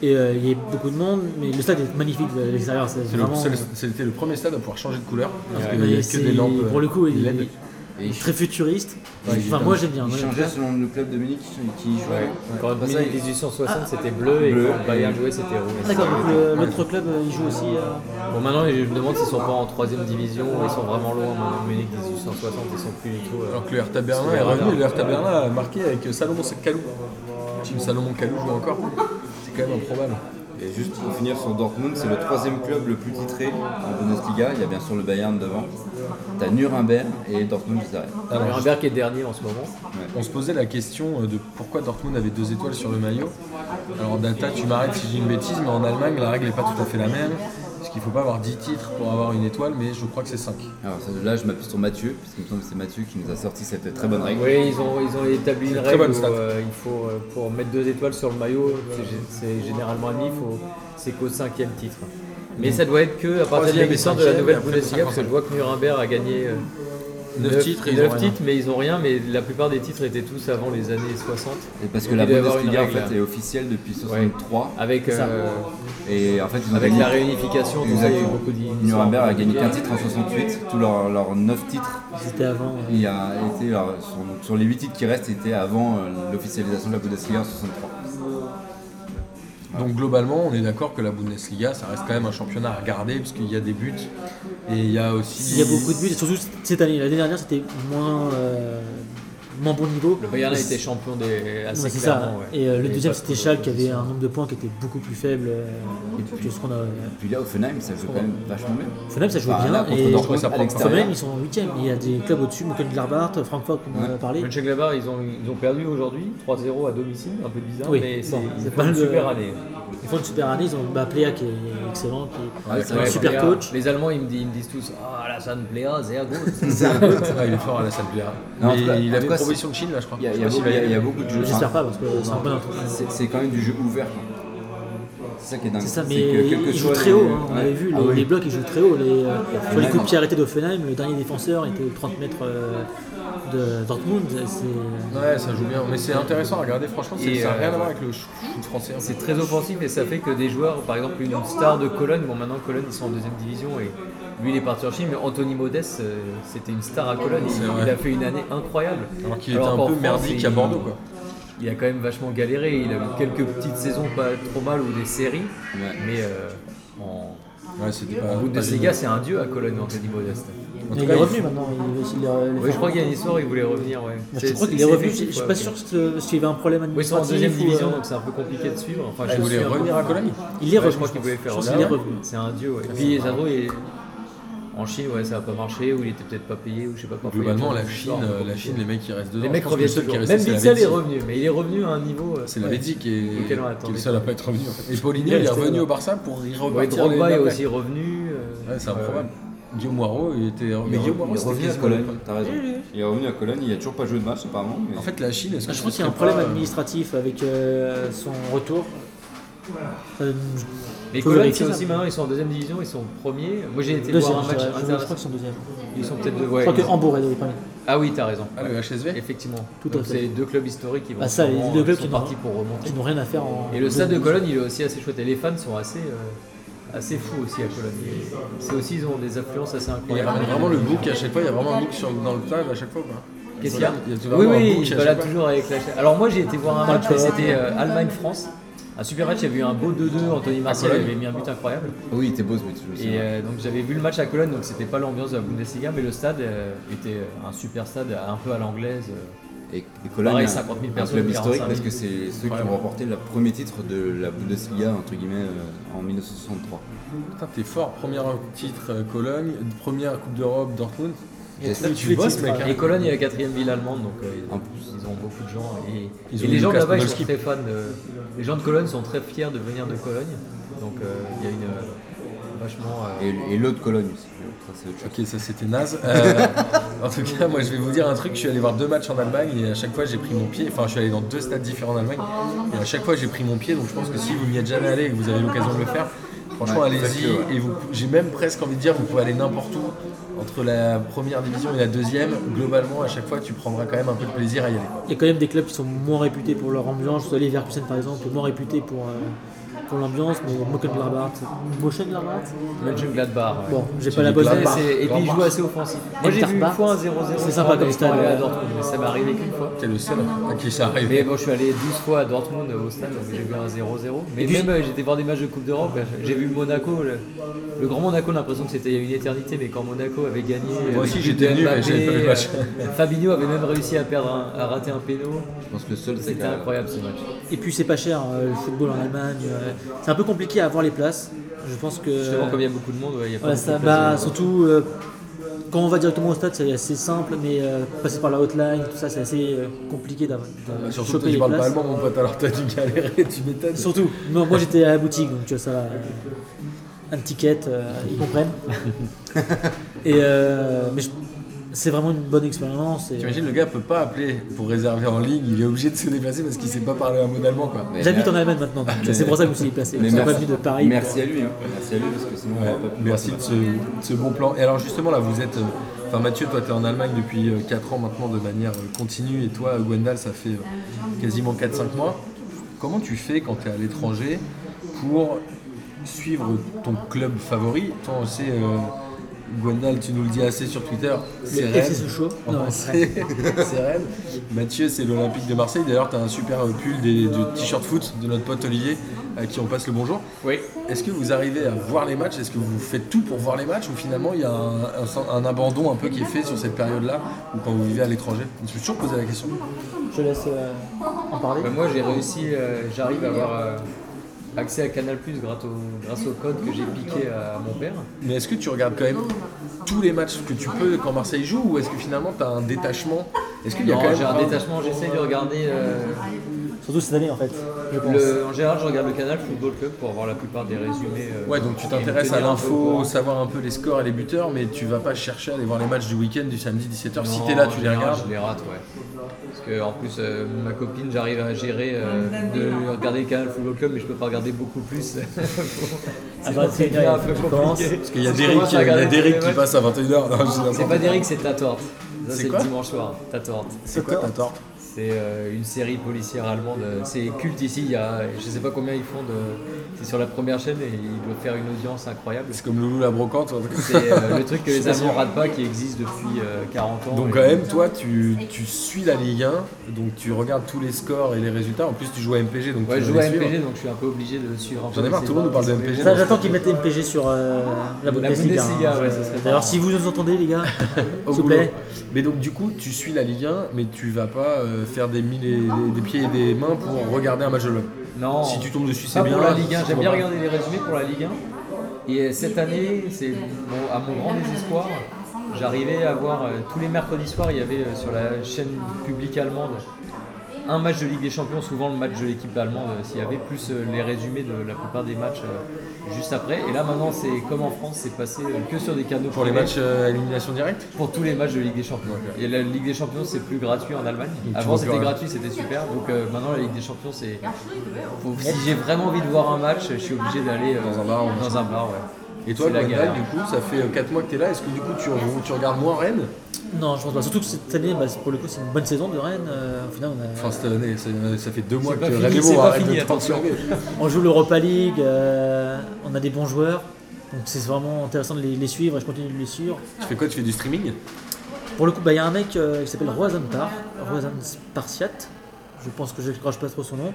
S3: Et euh, il y a beaucoup de monde, mais le stade est magnifique de l'extérieur. C'est
S1: C'est le-
S3: vraiment.
S1: c'est le- C'était le premier stade à pouvoir changer de couleur. Parce
S3: Ouais,
S1: qu'il y a que
S3: c'est-
S1: des lampes. euh,
S3: Pour le coup, il,
S1: LED.
S2: Et il-
S3: très futuriste.
S2: Ouais,
S3: enfin,
S2: il-
S3: moi j'aime bien.
S2: Il
S3: moi, j'aime
S2: changeait selon le club de Munich qui jouait.
S4: Ouais. Quand
S2: Pas ça,
S4: Munich
S2: il-
S4: 1860 c'était bleu et
S2: Bleu.
S4: quand le Bayern jouait c'était
S3: bien.
S4: rouge.
S3: D'accord, donc le- l'autre club euh, il joue aussi. euh,
S4: Bon maintenant je me demande s'ils sont pas en troisième division ou ils sont vraiment loin maintenant Munich 1860 ils sont plus du tout. euh,
S1: Alors que le Hertha Berlin est revenu, le Hertha Berlin a marqué avec Salomon Kalou. Team Salomon Kalou joue encore. C'est quand même improbable.
S2: Et juste pour finir sur Dortmund, c'est le troisième club le plus titré en Bundesliga. Il y a bien sûr le Bayern devant. T'as Nuremberg et Dortmund qui s'arrête.
S1: Alors,
S4: Nuremberg qui est dernier en ce moment.
S1: On se posait la question euh, de pourquoi Dortmund avait deux étoiles sur le maillot. Alors Data, tu m'arrêtes si je dis une bêtise, mais en Allemagne, la règle n'est pas tout à fait la même. Parce qu'il ne faut pas avoir 10 titres pour avoir une étoile, mais je crois que c'est 5.
S2: Alors ça, là, je m'appuie sur Mathieu, parce qu'il me semble que c'est Mathieu qui nous a sorti cette très bonne règle.
S4: Oui ils ont ils ont établi
S1: C'est
S4: une
S1: une très
S4: règle
S1: bonne
S4: où
S1: stat.
S4: euh, il faut euh, pour mettre deux étoiles sur le maillot c'est gé- c'est généralement admis faut c'est qu'au cinquième titre. Mais ça doit être que à partir de
S1: Troisième et
S4: la mi-temps de la
S1: cinquième,
S4: nouvelle
S1: et après
S4: Bundesliga
S1: le
S4: parce que je vois que Nuremberg a gagné. euh,
S1: 9,
S4: neuf-
S1: titres et ils ont
S4: neuf
S1: rien.
S4: titres, mais ils ont rien, mais la plupart des titres étaient tous avant les années 60.
S2: Et parce que
S4: Donc,
S2: la
S4: il doit y avoir une
S2: Bundesliga en
S4: règle,
S2: fait
S4: là.
S2: est officielle depuis
S4: Ouais.
S2: 63
S4: Avec, euh,
S2: et en fait ils ont
S4: avec
S2: gagné-
S4: la réunification, tout ça, il y a eu beaucoup de
S2: Nuremberg a gagné qu'un titre en 68, tous leurs leurs neuf titres
S3: C'était avant. euh,
S2: Il a été, alors, sur, donc, sur les 8 titres qui restent, c'était avant euh, l'officialisation de la Bundesliga en 63.
S1: Donc globalement, on est d'accord que la Bundesliga, ça reste quand même un championnat à regarder, parce qu'il y a des buts. Et il y a aussi.
S3: Il y a beaucoup de buts, et surtout cette année. L'année dernière, c'était moins, euh, moins bon niveau.
S4: Le Bayern a été champion des, assez
S3: Ouais, c'est ça.
S4: clairement. ouais.
S3: Et euh, le
S4: Il y a
S3: deuxième,
S4: pas
S3: c'était
S4: trop de-
S3: Schalke qui avait un nombre de points qui était beaucoup plus faible euh, que ce qu'on a.
S2: Et puis là, Offenheim, ça joue quand même vachement bien.
S3: Phoenix, ça joue
S2: Enfin, là,
S3: bien.
S2: contre
S3: Et
S1: Dortmund, ça prend
S2: à
S1: pas.
S3: Phoenix,
S2: l'extérieur.
S3: ils sont en 8 Il y a des clubs au-dessus, Mönchengladbach, Francfort, comme on a parlé.
S4: Mönchengladbach, ils ont, ils ont perdu aujourd'hui, 3-0 à domicile, un peu bizarre,
S3: Oui,
S4: mais c'est
S3: bon,
S4: ils
S3: c'est
S4: font
S3: pas
S4: une
S3: le-
S4: super année.
S3: Ils font une super année. Ils ont bah, Plea qui est excellent. Qui...
S2: Ouais, c'est
S3: un
S2: vrai.
S3: super
S4: Plea.
S3: coach.
S4: Les Allemands, ils me disent, ils me disent tous Ah, la San Plea, c'est à gauche.
S1: Ah, il est fort à la salle de bière.
S2: Non, en
S1: Mais
S2: tout cas-
S1: il
S2: en
S1: a
S2: tout
S1: une
S2: cas,
S1: proposition de Chine, là, je crois.
S2: Il y a, il y
S1: Je
S2: a
S1: sais pas
S2: beaucoup,
S1: s'il
S2: il y a-
S1: va
S2: il y a
S1: aller.
S2: beaucoup de jeux.
S3: J'espère
S2: Enfin,
S3: pas parce que c'est un bon entraîneur.
S2: c'est- C'est quand même du jeu ouvert. C'est ça qui est dingue.
S3: C'est ça,
S2: C'est
S3: mais
S2: que quelque
S3: ils jouent
S2: chose-
S3: très haut. hein, On
S2: Ouais.
S3: avait vu, les,
S2: Ah oui.
S3: les blocs, ils jouent très haut. Les, euh, sur les
S2: Offenheim,
S3: coups de
S2: hein.
S3: pied arrêtés d'Offenheim, le dernier défenseur était aux 30 mètres euh, de Dortmund. et C'est
S1: Ouais, ça joue bien. Mais c'est intéressant à regarder, franchement, c'est-
S4: Et,
S1: ça n'a rien
S4: euh,
S1: à voir avec le ch- foot français. en fait.
S4: C'est très offensif et ça fait que des joueurs, par exemple une star de Cologne, bon maintenant Cologne ils sont en deuxième division et lui il est parti en Chine, mais Anthony Modeste euh, c'était une star à Cologne,
S1: C'est
S4: il,
S1: vrai.
S4: il a fait une année incroyable.
S1: Alors qu'il était
S4: qu'en
S1: un peu
S4: France,
S1: merdique
S4: il-
S1: à Bordeaux, quoi.
S4: Il a quand même vachement galéré, il a eu quelques petites saisons pas trop mal ou des séries,
S2: Ouais.
S4: mais euh, en
S1: Ouais, c'était pas.
S4: bout de
S1: pas
S4: Sega c'est un dieu à hein, Cologne Anthony Modeste.
S1: En tout
S3: il
S1: cas,
S3: est
S1: il-
S3: revenu maintenant. Il veut essayer de les- les
S4: Oui, je
S3: faire
S4: crois qu'il y a une histoire, il voulait revenir, ouais.
S3: Je
S4: C'est-
S3: crois qu'il
S4: c'est-
S3: est
S4: c'est
S3: revenu, je
S4: effectif,
S3: je suis
S4: ouais,
S3: pas
S4: ok.
S3: sûr que ce- s'il y avait un problème
S4: Oui, ils sont en
S3: administratif.
S4: deuxième
S3: ou,
S4: division,
S3: euh,
S4: donc c'est un peu compliqué de suivre.
S1: Ah,
S4: Enfin, je
S1: il
S4: suis
S1: voulait
S4: un peu-
S1: revenir à Cologne
S3: Il est
S4: Ouais, je
S3: revenu.
S4: crois qu'il voulait faire
S3: Je pense
S4: ça,
S3: qu'il est
S4: ouais.
S3: revenu.
S4: C'est un dieu, ouais. Et puis Zaro est. En Chine, ouais, ça a pas marché, ou il était peut-être pas payé, ou je sais pas quoi.
S1: Globalement,
S4: Il y
S1: la
S4: a plein de
S1: Chine,
S4: histoires,
S1: euh,
S4: quoi.
S1: la Chine, les mecs qui restent dedans.
S4: Les mecs
S1: je pense que le
S4: reviennent
S1: seul qui
S4: toujours.
S1: est
S4: Même
S1: resté, c'est la
S4: Witzel est
S1: Vénétie.
S4: revenu, mais il est revenu à un niveau. euh,
S1: C'est la
S4: ouais.
S1: Vénétie qui est,
S4: Auquel on attendait.
S1: qui est le seul à pas être revenu. en fait. Et Paulinho, il est
S3: Ouais,
S1: revenu
S3: c'est-
S1: au Barça pour y
S4: Ouais,
S1: repartir.
S4: Drogba
S1: l'année
S4: est
S1: d'après.
S4: aussi revenu. euh,
S1: Ouais, c'est improbable. Guillaume Moirot, il était. Mais
S2: Il est
S1: Guillaume Moirot, c'était
S2: revenu à
S1: quasiment
S2: Cologne,
S1: le-
S2: t'as raison. Il est revenu à Cologne, il a toujours pas joué de match apparemment. mais-
S4: euh,
S1: En fait, la Chine, est-ce que
S3: Je
S1: ce
S3: crois qu'il y a un
S1: serait
S3: problème
S1: pas, euh,
S3: administratif avec euh, son retour. Ça, euh,
S4: Les
S3: Faut
S4: Cologne,
S3: vérifier
S4: c'est
S3: ça.
S4: aussi marrant, ils sont en deuxième division, ils sont premiers. Moi j'ai été
S3: Deuxième,
S4: voir
S3: je
S4: un
S3: dirais.
S4: match
S3: Je- je, crois
S4: international.
S3: qu'ils sont deuxième.
S4: Ils sont peut-être deux.
S3: Je
S4: ouais,
S3: crois
S4: ils
S3: que
S4: sont-
S3: Hambourg est dans les premiers.
S4: Ah oui, t'as raison.
S1: Ah, le HSV
S4: Effectivement.
S3: Tout à
S4: Donc,
S3: fait.
S4: C'est deux clubs historiques qui vont
S3: Bah, ça, les
S4: sûrement-
S3: deux clubs
S4: sont
S3: qui n'ont-
S4: partis pour remonter.
S3: Ils n'ont rien à faire en.
S4: Et le stade de
S3: deuxième.
S4: Cologne, il est aussi assez chouette. Et les fans sont assez, euh, assez fous aussi à Cologne. Et C'est aussi, ils ont des influences assez
S1: Il
S4: incroyables.
S1: ramène vraiment le book à chaque fois, il y a vraiment un book sur, dans le stade à chaque fois. ou pas
S4: Qu'est-ce qu'il y a
S1: Il y a toujours
S4: Oui,
S1: un
S4: oui,
S1: book à
S4: il
S1: chaque
S4: balade
S1: fois.
S4: toujours avec la chaîne. Alors moi, j'ai été voir un match,
S3: D'accord.
S4: c'était euh, Allemagne-France. Un super match, il y avait eu un beau 2-2, Anthony Martial
S1: Cologne.
S4: avait mis un but incroyable.
S2: Ah Oui, il était beau ce but. je sais.
S4: Et euh, donc j'avais vu le match à Cologne, donc c'était pas l'ambiance de la Bundesliga, mais le stade euh, était euh, un super stade, un peu à l'anglaise. euh.
S2: Et, et Cologne,
S4: Pareil,
S2: un-
S4: 50 000
S2: un
S4: personnes,
S2: club historique
S4: 45 000.
S2: parce que c'est ceux qui ont remporté le premier titre de la Bundesliga entre guillemets euh, en 1963.
S1: Putain, t'es fort. Premier titre euh, Cologne, première Coupe d'Europe Dortmund.
S2: J'espère
S1: Tu
S2: que
S1: tu
S3: les
S1: bosses,
S3: titres,
S1: mec.
S3: ouais.
S1: hein.
S4: Et Cologne est la quatrième ville allemande, donc euh, ils,
S2: En
S4: ils ont beaucoup de gens. euh, Et,
S1: Ils
S4: et
S1: ont
S4: les gens de
S1: Lucas
S4: là-bas, ils sont
S1: Podolski.
S4: très fans. de- les gens de Cologne sont très fiers de venir de Cologne. Donc euh, il y a une euh, vachement. euh,
S2: Et, et l'autre Cologne aussi. Ça, c'est autre chose.
S1: Ok, ça c'était naze. Euh, en tout cas, moi je vais vous dire un truc. Je suis allé voir deux matchs en Allemagne et à chaque fois j'ai pris mon pied. Enfin, je suis allé dans deux stades différents en Allemagne et à chaque fois j'ai pris mon pied. Donc je pense que si vous n'y êtes jamais allé et que vous avez l'occasion de le faire, franchement
S2: Ouais,
S1: allez-y.
S2: exactement,
S1: Et vous- j'ai même presque envie de dire, vous pouvez aller n'importe où. Entre la première division et la deuxième, globalement, à chaque fois, tu prendras quand même un peu de plaisir à y aller.
S3: Il y a quand même des clubs qui sont moins réputés pour leur ambiance. Les Leverkusen par exemple, moins réputés pour, euh, pour l'ambiance, mais Mönchengladbach, Mönchengladbach.
S4: Mönchengladbach. ouais.
S3: Bon, j'ai pas la bonne
S1: Gladbach.
S4: Ouais, c'est- Et puis ils
S1: Gladbach.
S4: jouent assez offensif. Moi j'ai vu une
S3: Gladbach.
S4: fois un 0-0.
S3: C'est sympa comme stade.
S4: allé à Dortmund, mais ça m'est arrivé qu'une fois.
S1: T'es le seul à qui ça arrive.
S4: Mais bon, je suis allé 12 fois à Dortmund euh, au stade, donc j'ai vu un 0-0. Mais
S3: Et puis-
S4: même euh, j'étais voir des matchs de Coupe d'Europe, euh, j'ai vu Monaco. Le, le grand Monaco, on a l'impression que c'était il y a une éternité, mais quand Monaco avait gagné. avec
S1: aussi,
S4: le
S1: j'étais venu,
S4: but de
S1: mais
S4: Mbappé,
S1: j'avais pas vu le match.
S4: euh, Fabinho avait même réussi à, perdre un- à rater un péno.
S2: Je pense que euh, le seul c'est
S4: C'était
S2: quand
S4: incroyable ce match.
S3: Et puis c'est pas cher euh, le football en Allemagne. euh, c'est un peu compliqué à avoir les places. Je pense que.
S4: Justement, comme il y a beaucoup de monde, Euh, ouais, il y a pas
S3: Voilà,
S4: beaucoup
S3: ça,
S4: de place,
S3: bah,
S4: euh,
S3: surtout euh, quand on va directement au stade, c'est assez simple, mais euh, passer par la hotline, tout ça, c'est assez euh, compliqué d'avoir. de
S1: Surtout que
S3: choper
S1: tu
S3: les
S1: parles pas
S3: places.
S1: allemand, mon pote, alors t'as dû galérer, tu m'étonnes.
S3: Surtout, non, moi j'étais à la boutique, donc tu vois ça, euh, un ticket, euh, ils comprennent. et euh, mais je- c'est vraiment une bonne expérience. et-
S1: T'imagines, le gars peut pas appeler pour réserver en ligne, il est obligé de se déplacer parce qu'il sait pas parler un mot d'allemand, quoi.
S2: même.
S3: J'habite
S2: Mais-
S3: en Allemagne maintenant, donc c'est pour ça que je me suis déplacé. Je
S2: mais
S3: suis pas
S2: merci,
S3: venu de Paris.
S2: merci à lui, hein. merci à lui parce que sinon on
S1: Ouais,
S2: va pas pouvoir
S1: merci
S2: se
S1: de
S2: battre.
S1: ce, de ce bon plan. Et alors justement là vous êtes, euh, enfin Mathieu toi tu es en Allemagne depuis 4 ans maintenant de manière euh, continue et toi euh, Gwendal ça fait euh, quasiment 4-5 mois. Comment tu fais quand tu es à l'étranger pour suivre ton club favori Toi on sait, euh, Gwendal tu nous le dis assez sur Twitter, c'est
S3: Le
S1: Rennes.
S3: FC Sochaux.
S1: On
S3: Non,
S1: sait, [laughs] c'est Rennes. Mathieu c'est l'Olympique de Marseille, d'ailleurs tu as un super euh, pull des- du t-shirt foot de notre pote Olivier à qui on passe le bonjour.
S4: Oui.
S1: Est-ce que vous arrivez à voir les matchs Est-ce que vous faites tout pour voir les matchs Ou finalement il y a un, un- un abandon un peu qui est fait sur cette période-là ou quand vous vivez à l'étranger Je me suis toujours posé la question.
S3: Je laisse euh, en parler.
S4: Bah, moi j'ai réussi, euh, j'arrive à avoir euh, accès à Canal Plus grâce au, grâce au code que j'ai piqué à mon père.
S1: Mais est-ce que tu regardes quand même tous les matchs que tu peux quand Marseille joue ou est-ce que finalement tu as un détachement Est-ce qu'il y a
S4: Non,
S1: quand même
S4: j'ai un détachement, j'essaye de regarder. euh,
S3: Surtout cette année en fait, je pense.
S4: le- en général, je regarde le canal Football Club pour avoir la plupart des résumés. euh,
S1: Ouais, donc tu
S4: et
S1: t'intéresses
S4: me
S1: à
S4: tenir un peu au
S1: l'info,
S4: courant.
S1: savoir un peu les scores et les buteurs, mais tu vas pas chercher à aller voir les matchs du week-end du samedi 17h. Si
S4: Non,
S1: t'es là,
S4: en
S1: tu les
S4: général,
S1: regardes.
S4: Je les rate, ouais. Parce que, en plus, euh, ma copine, j'arrive à gérer euh, de regarder le canal Football Club, mais je peux pas regarder beaucoup plus.
S3: Ah bah, c'est
S4: devient [laughs] un peu
S3: tu commences.
S4: compliqué.
S1: Parce qu'il y a
S4: Si je commence
S1: Derek, il
S4: à
S1: y a
S4: regarder
S1: Derek
S4: tous les
S1: qui
S4: matchs-
S1: passe à 21h.
S4: C'est pas Derek, c'est ta torte. Ça,
S1: C'est
S4: c'est le
S1: quoi
S4: dimanche soir, ta torte.
S1: C'est quoi ta torte
S4: C'est euh, une série policière allemande. C'est culte ici. Il y a, je sais pas combien ils font de. C'est sur la première chaîne et ils doivent faire une audience incroyable.
S1: C'est comme Loulou la brocante.
S4: C'est euh, le truc que les Allemands ratent pas qui existe depuis euh, 40 ans.
S1: Donc
S4: Et-
S1: quand même, toi, tu, tu suis la Ligue 1, donc tu regardes tous les scores et les résultats. En plus, tu joues à MPG, donc
S4: Ouais,
S1: tu
S4: je joue
S1: dois
S4: à
S1: les suivre.
S4: MPG donc je suis un peu obligé de suivre un peu.
S1: J'en ai marre,
S4: ces
S1: tout le monde
S4: débats.
S1: nous parle de MPG.
S3: Ça, j'attends qu'ils mettent MPG sur euh, la Bundesliga.
S4: Bundesliga,
S3: hein.
S4: ouais, ça serait marrant.
S3: D'ailleurs, si vous nous entendez, les
S4: [laughs]
S3: gars,
S1: Au
S3: s'il vous
S1: boulot.
S3: plaît.
S1: Mais donc du coup, tu suis la Ligue 1, mais tu vas pas euh, faire des, mille et- des, des pieds et des mains pour regarder un match de l'homme.
S4: Non.
S1: Si tu tombes dessus, c'est
S4: Pas
S1: bien.
S4: pour la Ligue 1,
S1: Si tu
S4: j'aime bien
S1: tombes pas-
S4: regarder les résumés pour la Ligue 1. Et euh, cette année, c'est mon- à mon grand désespoir, j'arrivais à voir euh, tous les mercredis soirs, il y avait euh, sur la chaîne publique allemande un match de Ligue des Champions, souvent le match de l'équipe allemande euh, s'il y avait, plus euh, les résumés de la plupart des matchs euh, juste après. Et là maintenant c'est comme en France, c'est passé euh, que sur des canaux
S1: Pour les
S4: privés,
S1: matchs euh, à élimination directe
S4: pour tous les matchs de Ligue des Champions. Et la Ligue des Champions c'est plus gratuit en Allemagne.
S1: tu
S4: Avant
S1: vois
S4: c'était
S1: plus rien.
S4: gratuit, c'était super. Donc euh, maintenant la Ligue des Champions c'est. faut- Si j'ai vraiment envie de voir un match, je suis obligé d'aller euh,
S1: Dans un bar,
S4: Dans un bar, ouais.
S1: Et toi,
S4: C'est la
S1: Gwendal,
S4: galère.
S1: du coup, ça fait 4 mois que tu es là. Est-ce que du coup, tu, tu regardes moins Rennes
S3: Non, je pense pas. Surtout que cette année, bah, pour le coup, c'est une bonne saison de Rennes. Euh, au final, on, a-
S1: Enfin, cette année, c'est- euh, ça fait 2 mois que
S4: pas fini,
S1: Rémi
S4: c'est pas
S1: arrête de
S4: fini,
S1: te transformer.
S3: on joue l'Europa League, euh, on a des bons joueurs. Donc c'est vraiment intéressant de les, les suivre et je continue de les suivre.
S1: Tu fais quoi Tu fais du streaming
S3: Pour le coup, bah, il y a un mec euh, qui s'appelle Roazan Tar, Roazan Spartiate, je pense que je ne crache pas trop son nom,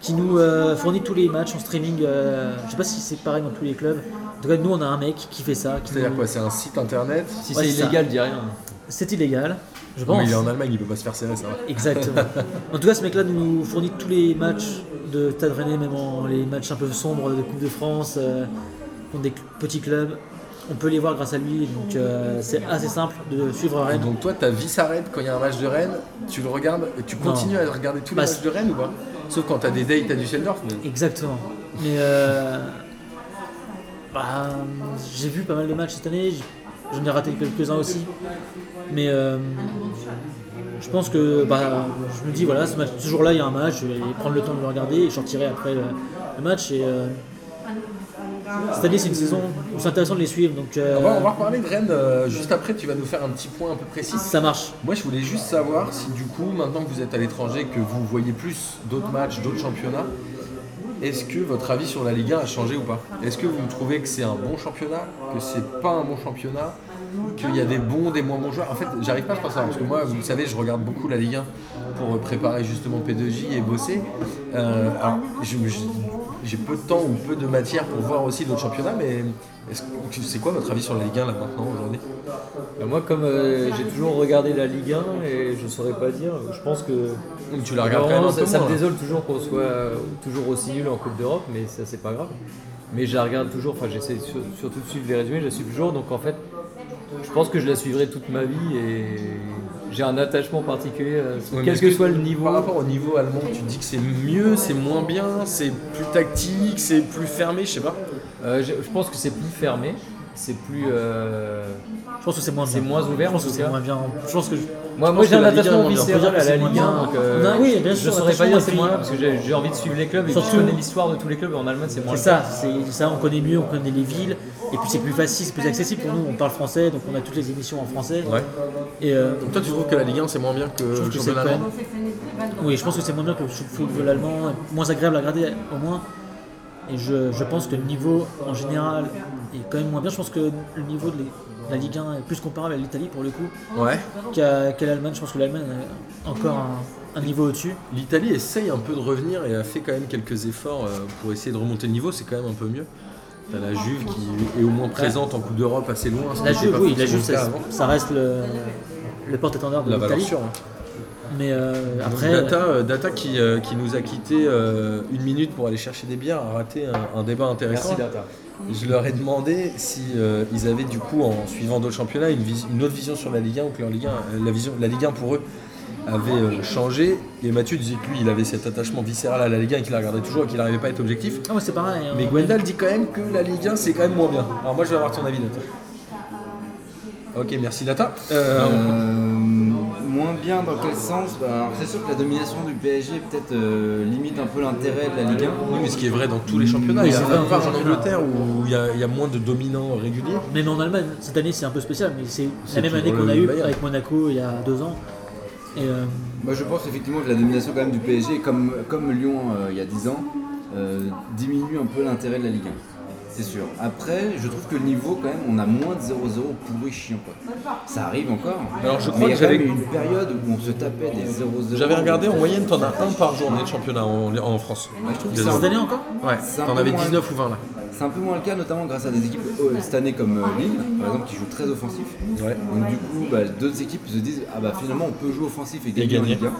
S3: qui nous euh, fournit tous les matchs en streaming. euh, je sais pas si c'est pareil dans tous les clubs. En tout cas, nous, on a un mec qui fait ça. qui
S1: C'est-à-dire
S3: nous-
S1: quoi C'est un site internet
S4: Si
S3: Ouais,
S4: c'est
S3: c'est ça.
S4: illégal, dis rien.
S3: C'est illégal, je
S1: Bon,
S3: pense.
S1: il est en Allemagne, il peut pas se faire serrer, ça. va. [laughs]
S3: Exactement. en tout cas, ce mec-là nous fournit tous les matchs de Stade Rennais, même en- les matchs un peu sombres de Coupe de France, euh, contre des cl- petits clubs. On peut les voir grâce à lui, donc euh, c'est assez simple de suivre
S1: Et
S3: Rennes.
S1: donc toi, ta vie s'arrête quand il y a un match de Rennes, tu le regardes et tu continues à regarder tous les
S3: Bah,
S1: matchs de Rennes ou pas Sauf quand t'as des dates à Düsseldorf. Mais...
S3: Exactement. Mais euh, bah, j'ai vu pas mal de matchs cette année, j- j'en ai raté quelques-uns aussi. Mais euh, je pense que bah, je me dis, voilà, ce, match, ce jour-là, il y a un match, je vais prendre le temps de le regarder et je sortirai après le, le match. Et, euh, cette année, c'est une saison où c'est intéressant de les suivre. Donc, euh,
S4: Ah
S1: On, va, on va reparler de Rennes euh, juste après, tu vas nous faire un petit point un peu précis.
S3: ça marche.
S1: Moi, je voulais juste savoir si du coup, maintenant que vous êtes à l'étranger, que vous voyez plus d'autres matchs, d'autres championnats, est-ce que votre avis sur la Ligue 1 a changé ou pas Est-ce que vous trouvez que c'est un bon championnat, que c'est pas un bon championnat, qu'il y a des bons, des moins bons joueurs En fait, j'arrive pas à faire ça parce que moi, vous le savez, je regarde beaucoup la Ligue 1 pour préparer justement P2J et bosser. Euh, alors, je- je- j'ai peu de temps ou peu de matière pour voir aussi d'autres championnats, mais est-ce que- c'est quoi votre avis sur la Ligue 1 là maintenant aujourd'hui
S4: Bah, moi, comme euh, j'ai toujours regardé la Ligue 1 et je saurais pas dire, je pense que.
S1: Donc,
S3: Ah,
S1: Tu la regardes quand même
S4: Vraiment,
S1: un
S4: ça,
S1: peu
S4: ça me
S1: moins,
S3: hein.
S1: là.
S4: désole toujours qu'on soit euh, toujours aussi nul en Coupe d'Europe, mais ça, c'est pas grave. Mais je la regarde toujours, enfin, j'essaie sur- surtout de suivre les résumés, je la suis toujours, donc en fait, je pense que je la suivrai toute ma vie et j'ai un attachement particulier, à-
S1: Ouais, mais
S4: quel
S1: est-ce
S4: que
S1: que
S4: soit le niveau.
S1: Par rapport au niveau allemand, tu dis que c'est mieux, c'est moins bien, c'est plus tactique, c'est plus fermé, je sais pas.
S4: Euh, je, je pense que c'est plus fermé, c'est plus. euh,
S3: Je pense que c'est moins bien.
S4: C'est moins ouvert,
S3: Je pense
S4: en
S3: que
S4: tout
S3: c'est
S4: cas.
S3: moins bien. Je pense que je-
S4: Moi,
S1: Je
S4: moi
S1: pense
S4: j'ai
S1: que
S4: un
S1: la Ligue un,
S4: attachement
S1: on dirait-
S3: on
S4: viscéral
S3: dirait
S4: à
S3: que
S4: la
S3: c'est
S4: Ligue
S3: moins
S4: 1,
S3: bien.
S4: donc euh,
S3: Non, oui, bien
S4: je
S3: sûr,
S4: saurais pas dire c'est
S3: attachement
S4: moins
S3: à la
S4: là, parce que j'ai j'ai envie de suivre les clubs et puis je
S3: euh, Surtout-
S4: connais l'histoire de tous les clubs. En Allemagne, c'est moins
S3: C'est
S4: le
S3: ça, c'est ça, on connaît mieux, on connaît les villes, et puis c'est plus facile, c'est plus accessible pour nous, on parle français, donc on a toutes les émissions en français.
S1: Ouais.
S3: Et euh,
S1: Donc toi, tu trouves que la Ligue 1 c'est moins bien que
S3: je
S1: le
S3: trouve que c'est
S1: championnat
S3: quand
S1: allemand
S3: même- Oui, je pense que c'est moins bien que le football allemand, moins agréable à regarder au moins. Et je, je pense que le niveau en général est quand même moins bien. Je pense que le niveau de la- de la Ligue 1 est plus comparable à l'Italie pour le coup
S1: Ouais.
S3: qu'à qu'à l'Allemagne. Je pense que l'Allemagne a encore un, un niveau au-dessus.
S1: L'Italie essaye un peu de revenir et a fait quand même quelques efforts euh, pour essayer de remonter le niveau, c'est quand même un peu mieux. T'as la Juve qui est au moins présente en Coupe d'Europe assez loin. ce
S3: La
S1: qui était
S3: Juve,
S1: pas
S3: Ah oui, la
S1: forcément
S3: Juve,
S1: le cas
S3: ça,
S1: avant.
S3: ça reste le, le porte-étendard de
S1: La valeur
S3: l'Italie.
S1: sûre. hein.
S3: Mais euh,
S1: Donc,
S3: après.
S1: Data, euh, Data qui, euh, qui nous a quitté euh, une minute pour aller chercher des bières a raté un, un débat intéressant.
S4: Merci Data.
S1: Je leur ai demandé si euh, ils avaient du coup en suivant d'autres championnats une, vis- une autre vision sur la Ligue 1 ou que leur Ligue 1, euh, la, vision, la Ligue 1 pour eux avait euh, changé. Et Mathieu disait que lui il avait cet attachement viscéral à la Ligue 1 et qu'il la regardait toujours et qu'il n'arrivait pas à être objectif.
S3: Ah ouais, c'est pareil. hein.
S1: Mais Gwendal dit quand même que la Ligue 1 c'est quand même moins bien. Alors moi je vais avoir ton avis Data. Ok merci Data. Euh,
S2: Euh, moins bien dans quel sens Bah, alors, C'est sûr que la domination du PSG peut-être euh, limite un peu l'intérêt de la Ligue 1.
S1: oui, mais ce qui est vrai dans tous les championnats,
S3: Oui,
S1: il y a
S3: c'est
S1: même
S3: vrai.
S1: pas en Angleterre où il y, a- il y a moins de dominants réguliers.
S3: Même en Allemagne, cette année c'est un peu spécial, mais c'est
S1: C'est
S3: la même
S1: toujours
S3: année qu'on
S1: le
S3: a eu
S1: Bayern.
S3: avec Monaco il y a deux ans. Et euh,
S2: Moi Bah, je pense effectivement que la domination quand même du PSG, comme, comme Lyon euh, il y a 10 ans, euh, diminue un peu l'intérêt de la Ligue 1. C'est sûr. Après, je trouve que le niveau quand même, on a moins de 0-0 pourri chiant quoi. Ça arrive encore.
S1: Alors, je
S2: Mais
S1: crois
S2: il y a
S1: que
S2: quand
S1: j'avais-
S2: même eu une période où on se tapait des 0-0.
S1: J'avais regardé en moyenne t'en as un par journée de championnat en, en France.
S2: Ouais, je trouve que
S1: Des
S2: c'est un-
S3: cette année encore
S1: Ouais,
S2: C'est un
S1: t'en
S2: peu
S1: avais
S2: moins-
S1: 19 ou 20 là.
S2: C'est un peu moins le cas, notamment grâce à des équipes euh, cette année comme euh, Lille, par exemple, qui joue très offensif.
S1: Ouais.
S2: Donc du coup, bah, d'autres équipes se disent ah bah finalement on peut jouer offensif et gagner,
S1: gagner.
S2: en Ligue 1. Donc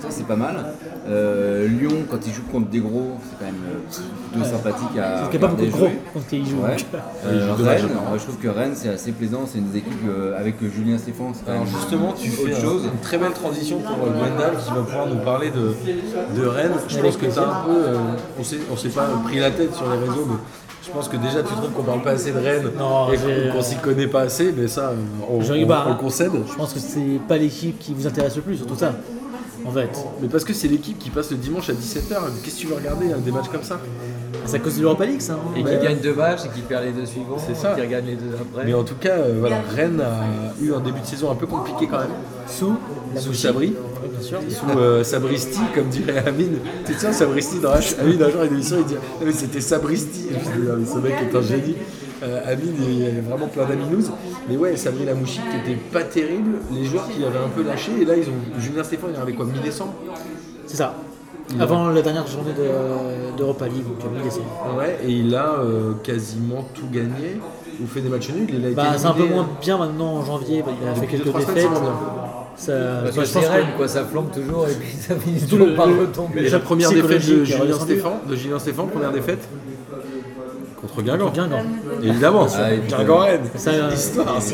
S2: ça c'est pas mal. Euh, Lyon, quand ils jouent contre des gros, c'est quand même euh, plutôt sympathique à.
S3: Parce qu'il n'y a pas beaucoup
S2: regarder
S3: de gros
S2: jouer.
S3: quand ils jouent. [laughs]
S2: Ouais.
S3: donc.
S2: Euh,
S1: dommage.
S2: Rennes, moi, je trouve que Rennes c'est assez plaisant, c'est une des équipes euh, avec Julien Stéphane. c'est quand
S1: Alors
S2: même
S1: justement, tu
S2: autre
S1: fais euh,
S2: chose.
S1: une très belle transition pour euh, Gwendal qui va pouvoir nous parler de, de Rennes. Je pense que tu as un peu, euh, on s'est on s'est pas pris la tête sur les réseaux, mais je pense que déjà tu trouves qu'on parle pas assez de Rennes
S3: Non,
S1: et
S3: j'ai-
S1: qu'on- qu'on s'y connaît pas assez, mais ça, euh, on,
S3: Je
S1: on-
S3: rigole pas,
S1: on
S3: hein.
S1: le concède.
S3: Je pense que c'est pas l'équipe qui vous intéresse le plus, surtout ça. En fait,
S1: Mais parce que c'est l'équipe qui passe le dimanche à 17h, qu'est-ce que tu veux regarder hein, des matchs comme ça
S3: c'est à cause de l'Europa League, ça. hein.
S4: Et qui
S1: Ouais.
S4: gagne deux matchs et qui perd les deux suivants,
S1: C'est
S4: et
S1: ça.
S4: qui regagne les deux après.
S1: Mais en tout cas, euh, voilà, Rennes a eu un début de saison un peu compliqué quand même.
S3: Sous la
S1: Sous
S3: bouche.
S1: Sabri,
S3: Ouais, bien sûr.
S1: sous euh, Sabristi, comme dirait Amine. Tu te souviens, Sabristi, dans H- Amine, un jour, il émission, il dit Non, mais c'était Sabristi. Et je dis, Non, mais ce mec est un génie. Euh, Amine, il y avait vraiment plein d'aminous. Mais ouais, Sabri Lamouchi, qui était pas terrible. Les joueurs qui avaient un peu lâché. Et là, ils ont. Julien Stéphane, il est arrivé quoi Mi-décembre
S3: C'est ça. Avant la dernière journée de- d'Europa League, donc euh, mi-décembre.
S1: Ouais, et il a euh, quasiment tout gagné. Ou fait des matchs nuls. Il a été
S3: Bah, c'est un peu
S1: éliminé. euh,
S3: moins bien maintenant en janvier, bah, il a fait
S1: Depuis deux,
S3: quelques
S1: trois semaines,
S3: défaites.
S1: c'est moins bien.
S3: Ça,
S4: Parce
S3: bah,
S4: que
S3: je
S4: c'est
S3: pense que-
S4: Rennes, quoi, ça flambe toujours et puis ça finit
S3: Surtout
S4: toujours
S3: le-
S4: par
S3: le-
S1: Et
S4: retomber.
S1: la première défaite de
S3: Psychologique, il est
S1: Julien
S3: redescendu.
S1: Stéphane, de Julien Stéphane, première défaite contre Guingamp.
S3: Guingamp.
S1: Évidemment,
S2: Ah, évidemment.
S1: Guingamp-Rennes.
S3: Ça, euh,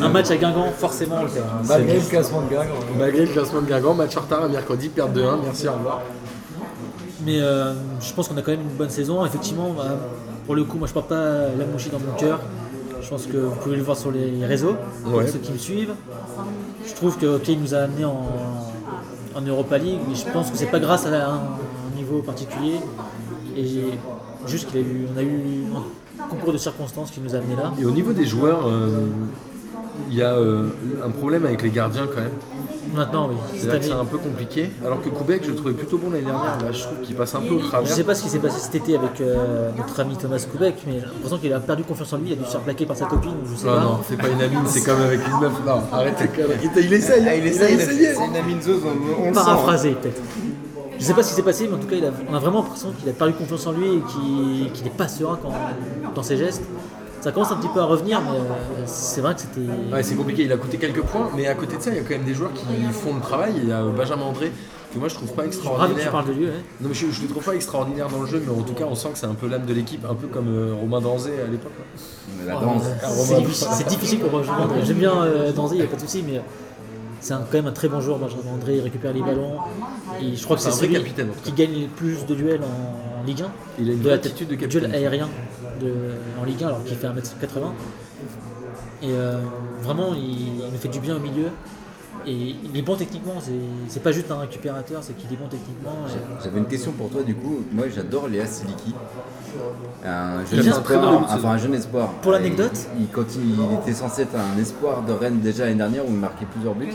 S3: un match à Guingamp, forcément, on le fait.
S4: Malgré le classement de Guingamp. hein.
S1: Malgré le classement de Guingamp, match en retard à mercredi, perte de 1, merci, au revoir.
S3: Mais euh, je pense qu'on a quand même une bonne saison. Effectivement, bah, pour le coup, moi je porte pas la mouchie dans mon cœur. Je pense que vous pouvez le voir sur les réseaux, pour
S1: Ouais.
S3: ceux qui me suivent. Je trouve que ok, il nous a amené en, en Europa League, mais je pense que c'est pas grâce à un, un niveau particulier. Et j'ai- juste qu'il a eu, on a eu un concours de circonstances qui nous a amené là.
S1: Et au niveau des joueurs, euh, il y a euh, un problème avec les gardiens quand même.
S3: Maintenant, oui,
S1: C'est
S3: cette
S1: là que c'est
S3: année.
S1: un peu compliqué. Alors que Koubek, je le trouvais plutôt bon l'année dernière. Là, je trouve qu'il passe un peu au
S3: Je
S1: travers.
S3: sais pas ce qui s'est passé cet été avec euh, notre ami Thomas Koubek, mais j'ai l'impression qu'il a perdu confiance en lui, il a dû se faire plaquer par sa copine, ou je sais
S1: Ah Non,
S3: pas.
S1: non, c'est pas une amine, c'est comme avec une meuf. Non, arrêtez. quand même. Il, il essaye, hein. il essaye, il essaye.
S2: C'est une amineuse, on, on le sent. hein.
S3: Paraphrasé peut-être. Je sais pas ce qui s'est passé, mais en tout cas, il a- on a vraiment l'impression qu'il a perdu confiance en lui et qu'il qu'il n'est pas serein quand- dans ses gestes. Ça commence un petit peu à revenir, mais euh, c'est vrai que c'était.
S1: Ouais, c'est compliqué, il a coûté quelques points, mais à côté de ça, il y a quand même des joueurs qui font le travail. Il y a euh, Benjamin André, que moi je trouve pas
S3: Ravi que tu
S1: extraordinaire.
S3: parles de lui. ouais.
S1: Non, mais je, je le trouve pas extraordinaire dans le jeu, mais en tout cas, on sent que c'est un peu l'âme de l'équipe, un peu comme euh, Romain Danzé à l'époque. hein. quoi.
S2: La danse.
S3: C'est difficile- Ah, C'est difficile pour Benjamin André. J'aime bien euh, Danzy, il n'y a pas de souci, mais c'est un- quand même un très bon joueur. Benjamin André il récupère les ballons. Et je crois que
S1: C'est
S3: c'est
S1: un vrai
S3: celui
S1: capitaine, en tout cas.
S3: qui gagne le plus de duels en, en Ligue 1.
S1: Il a une
S3: de
S1: vraie
S3: la tête-
S1: attitude de
S3: duel
S1: capitaine.
S3: aérien de- en Ligue 1, alors qu'il fait 1m80. Et euh, vraiment, il, il me fait du bien au milieu. Et il est bon techniquement, c'est- c'est pas juste un récupérateur, c'est qu'il est bon techniquement. et-
S2: J'avais une question pour toi du coup. Moi j'adore Léa Siliki. Un
S1: Il a
S2: jeune
S1: fait un très bon
S2: espoir.
S1: début de
S2: Enfin, un jeune espoir.
S3: Pour l'anecdote
S2: il, il continue- il était censé être un espoir de Rennes déjà l'année dernière où il marquait plusieurs buts.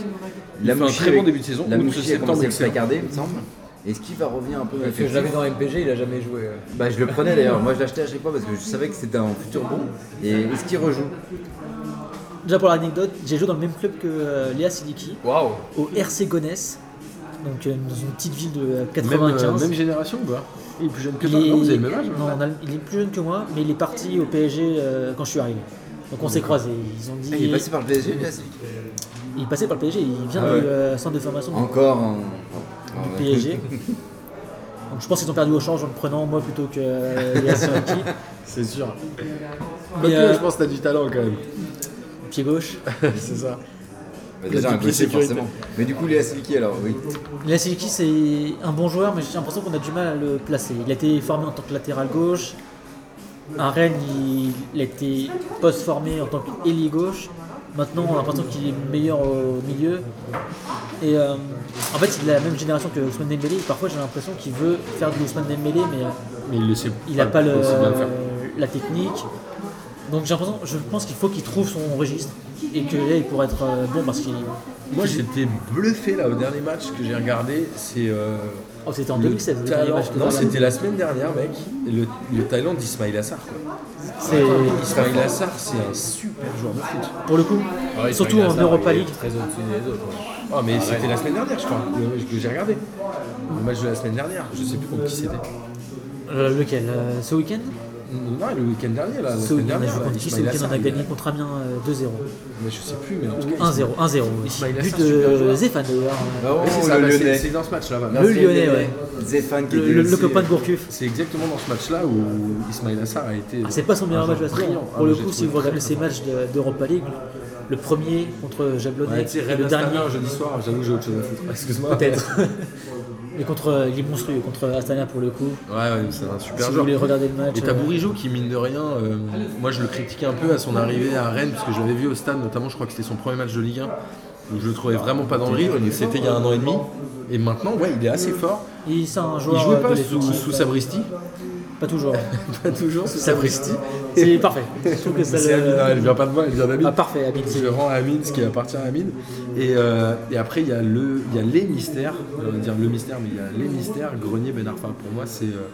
S2: Il
S1: fait un très bon début de saison.
S2: La
S1: Août,
S2: mouchie a
S1: septembre,
S2: commencé à le
S1: excellent.
S2: placarder, il me semble. Est-ce qu'il va revenir un peu dans
S4: Parce que je l'avais dans MPG, il a jamais joué. euh.
S2: Bah, je le prenais d'ailleurs. Moi je l'achetais à chaque fois parce que je savais que c'était un futur bon. Et est-ce qu'il rejoue
S3: Déjà pour l'anecdote, j'ai joué dans le même club que euh, Léa Sidiki,
S4: Waouh
S3: au RC Gonesse, donc euh, dans une petite ville de euh,
S1: Même, euh,
S3: 95.
S1: même génération, quoi. Il est plus jeune que
S3: Il
S1: toi.
S3: est-
S1: Non, vous avez le même âge. hein.
S3: non, on a le- il est plus jeune que moi, mais il est parti au PSG euh, quand je suis arrivé. Donc on s'est croisés. Ils ont dit.
S1: Ah,
S2: Il est passé par le PSG Léa Siliki.
S3: il est passé par le PSG. Il vient
S2: Ah ouais.
S3: du euh, centre de formation du
S2: Encore en. en-
S1: [laughs]
S3: PSG. Donc je pense qu'ils ont perdu au change en le prenant moi plutôt que
S1: [laughs]
S3: euh, Léa Sidiki.
S1: C'est sûr.
S3: Mais,
S1: Quoique,
S3: euh,
S1: je pense que t'as du talent quand même. [laughs]
S3: Pied gauche.
S1: c'est ça.
S2: Bah, déjà un
S1: double
S2: gaucher,
S1: sécurité.
S2: forcément. Mais du coup Léa Siliki alors, oui.
S3: Léa Sidiki, c'est un bon joueur, mais j'ai l'impression qu'on a du mal à le placer. Il a été formé en tant que latéral gauche. À Rennes, il, il a été post-formé en tant qu'ailier gauche. Maintenant, on a l'impression qu'il est meilleur au milieu. Et euh, en fait, il est de la même génération que Ousmane Dembélé. Parfois, j'ai l'impression qu'il veut faire de Ousmane Dembélé, mais euh,
S1: Mais il le sait.
S3: il n'a pas le-
S1: sait bien le faire.
S3: la technique. Donc, j'ai l'impression, je pense qu'il faut qu'il trouve son registre et que là, il pourrait être euh, bon parce qu'il.
S1: Moi, j'étais bluffé là au dernier match que j'ai regardé. C'est. euh,
S3: Oh, c'était en
S1: le
S3: 2016. le dernier
S1: talent-
S3: match de
S1: Non,
S3: Rennes.
S1: c'était la semaine dernière, mec. Le, le talent d'Ismail Assar. quoi.
S3: C'est-
S1: Ismail Assar, c'est un super joueur de foot.
S3: Pour le coup,
S4: Ouais,
S3: surtout
S4: Ismail
S3: en
S4: Assar,
S3: Europa
S4: il est
S3: League.
S4: Très au-dessus des autres. ouais.
S1: Ah mais c'était la semaine dernière je crois, le match que j'ai regardé. Le match de la semaine dernière, je sais plus contre qui c'était.
S3: Euh, lequel euh, Ce week-end
S1: Non, le week-end dernier, là. la
S3: Ce
S1: semaine
S3: week-end,
S1: dernière,
S3: je
S1: là,
S3: pense que c'est
S1: Ismail
S3: le week-end, on
S1: Assar,
S3: a
S1: il
S3: gagné contre Amiens euh, 2-0.
S1: Mais je sais plus, mais en tout cas.
S3: 1-0, 1-0.
S1: Ismail
S3: But
S1: Assar, super
S3: de
S1: joueur.
S3: Zéphane d'ailleurs. euh,
S2: Oh,
S1: Ouais, c'est ça,
S2: le
S1: bah, c'est-
S2: Lyonnais.
S1: Ah, c'est dans ce match-là. voilà.
S3: Le Lyonnais, ouais.
S2: Zéphane qui
S3: Le,
S2: était
S3: le- le
S2: aussi- euh,
S3: copain de Gourcuff.
S1: C'est exactement dans ce match-là où Ismail Assar a été.
S3: Ah, c'est pas son meilleur
S1: un
S3: match de la
S1: joueur
S3: saison.
S1: brillant. Ah,
S3: Pour
S1: moi,
S3: le
S1: j'ai
S3: coup, si
S1: trouvé
S3: vous regardez
S1: très
S3: ses
S1: sympa.
S3: matchs de- d'Europa League, le premier contre
S1: Ouais,
S3: Jablonec,
S1: tu sais,
S3: et
S1: Red
S3: le dernier,
S1: Astana, jeudi soir, j'avoue que j'ai autre chose à foutre. Excuse-moi. [laughs]
S3: peut-être. [laughs] Mais contre, euh, il est monstrueux contre Astana pour le coup.
S1: Ouais, ouais, c'est un super
S3: si vous
S1: joueur.
S3: voulez regarder le match,
S1: Et t'as
S3: euh,
S1: Bourigeau qui, mine de rien, euh, moi je le critiquais un peu à son arrivée à Rennes, parce que je l'avais vu au stade, notamment je crois que c'était son premier match de Ligue 1, où je le trouvais vraiment pas dans le rythme, c'était il y a un an et demi, et maintenant, ouais, il est assez fort.
S3: il c'est un joueur.
S1: Il jouait
S3: euh, de
S1: pas sous,
S3: l'équipe,
S1: sous
S3: ouais.
S1: Sabristi, [laughs]
S3: Pas toujours.
S1: pas toujours sous Sabristi.
S3: C'est parfait. Je trouve que ça
S1: C'est Amine,
S3: le-
S1: hein, elle vient pas de moi, elle vient d'Amine.
S3: Ah, parfait, Amine, c'est
S1: Je rends à Amine ce qui appartient à Amine. Et, euh, et après, il y, a le, il y a les mystères, on va dire le mystère, mais il y a les mystères, Grenier, Ben Arfa. Pour moi, c'est euh,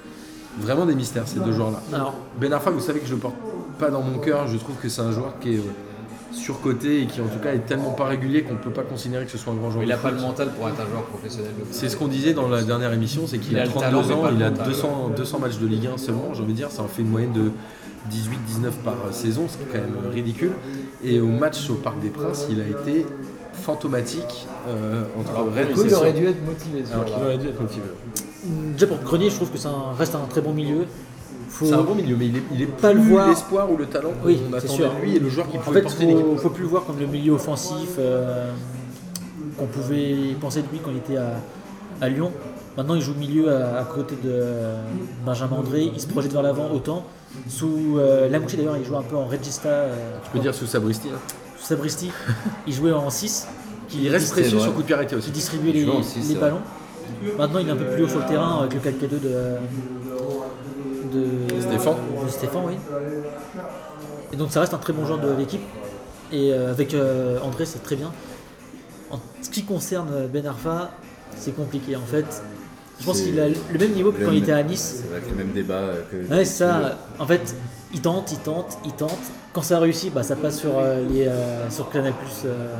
S1: vraiment des mystères, ces deux joueurs-là.
S3: Alors,
S1: Ben Arfa, vous savez que je le porte pas dans mon cœur. Je trouve que c'est un joueur qui est euh, surcoté et qui, en tout cas, est tellement pas régulier qu'on ne peut pas considérer que ce soit un grand joueur.
S4: Il
S1: de
S4: a pas
S1: foot.
S4: le mental pour être un joueur professionnel. de foot.
S1: C'est ce qu'on disait dans la dernière émission, c'est qu'il
S4: Il
S1: a
S4: a le
S1: 32
S4: talent, mais
S1: ans,
S4: pas le
S1: il a
S4: mental.
S1: 200, 200 matchs de Ligue 1 seulement, j'ai envie de dire, ça en fait une moyenne de 18-19 par saison, ce qui est quand même ridicule. Et au match au Parc des Princes, il a été fantomatique euh, entre Rennes et
S4: Cool, il
S1: Sochaux.
S4: aurait dû être motivé. ce
S1: Alors qu'il
S4: jour-là.
S1: aurait dû être motivé.
S3: déjà pour Grenier, je trouve que ça reste un très bon milieu. Faut-
S1: C'est un bon milieu, mais il est, il est
S3: Pas
S1: plus
S3: le voir.
S1: l'espoir ou le talent qu'on
S3: Oui, c'est
S1: attendait
S3: sûr.
S1: de lui et le joueur qui
S3: En
S1: pouvait
S3: fait,
S1: porter l'équipe.
S3: faut, faut plus le voir comme le milieu offensif euh, qu'on pouvait penser de lui quand il était à, à Lyon. Maintenant, il joue milieu à, à côté de euh, Benjamin André. Il se projette vers l'avant autant. Sous euh, Lamouchi, d'ailleurs, il joue un peu en Regista. euh,
S1: Je peux dire sous Sabristi. hein.
S3: Sous Sabristi, il jouait en 6. qui
S1: Il reste
S3: distribuait-
S1: précieux
S2: vrai.
S1: sur coup de pied arrêté aussi.
S3: qui distribuait
S2: Il
S3: les,
S2: joue en six,
S3: les
S2: c'est vrai.
S3: ballons. Maintenant, il est un peu plus haut sur le terrain avec le 4-2 de, de
S1: Stéphane.
S3: de Stéphane, oui. Et donc, ça reste un très bon joueur de l'équipe. Et euh, avec euh, André, c'est très bien. En ce qui concerne Ben Arfa, c'est compliqué en fait. Je pense
S2: C'est-
S3: qu'il a le même niveau que
S2: le
S3: quand il
S2: même-
S3: était à Nice.
S2: C'est vrai que le même débat euh, que.
S3: Ouais, c'est ça. En fait, il tente, il tente, il tente. Quand ça réussit, bah, ça passe sur, euh, les, euh, sur Canal+, euh,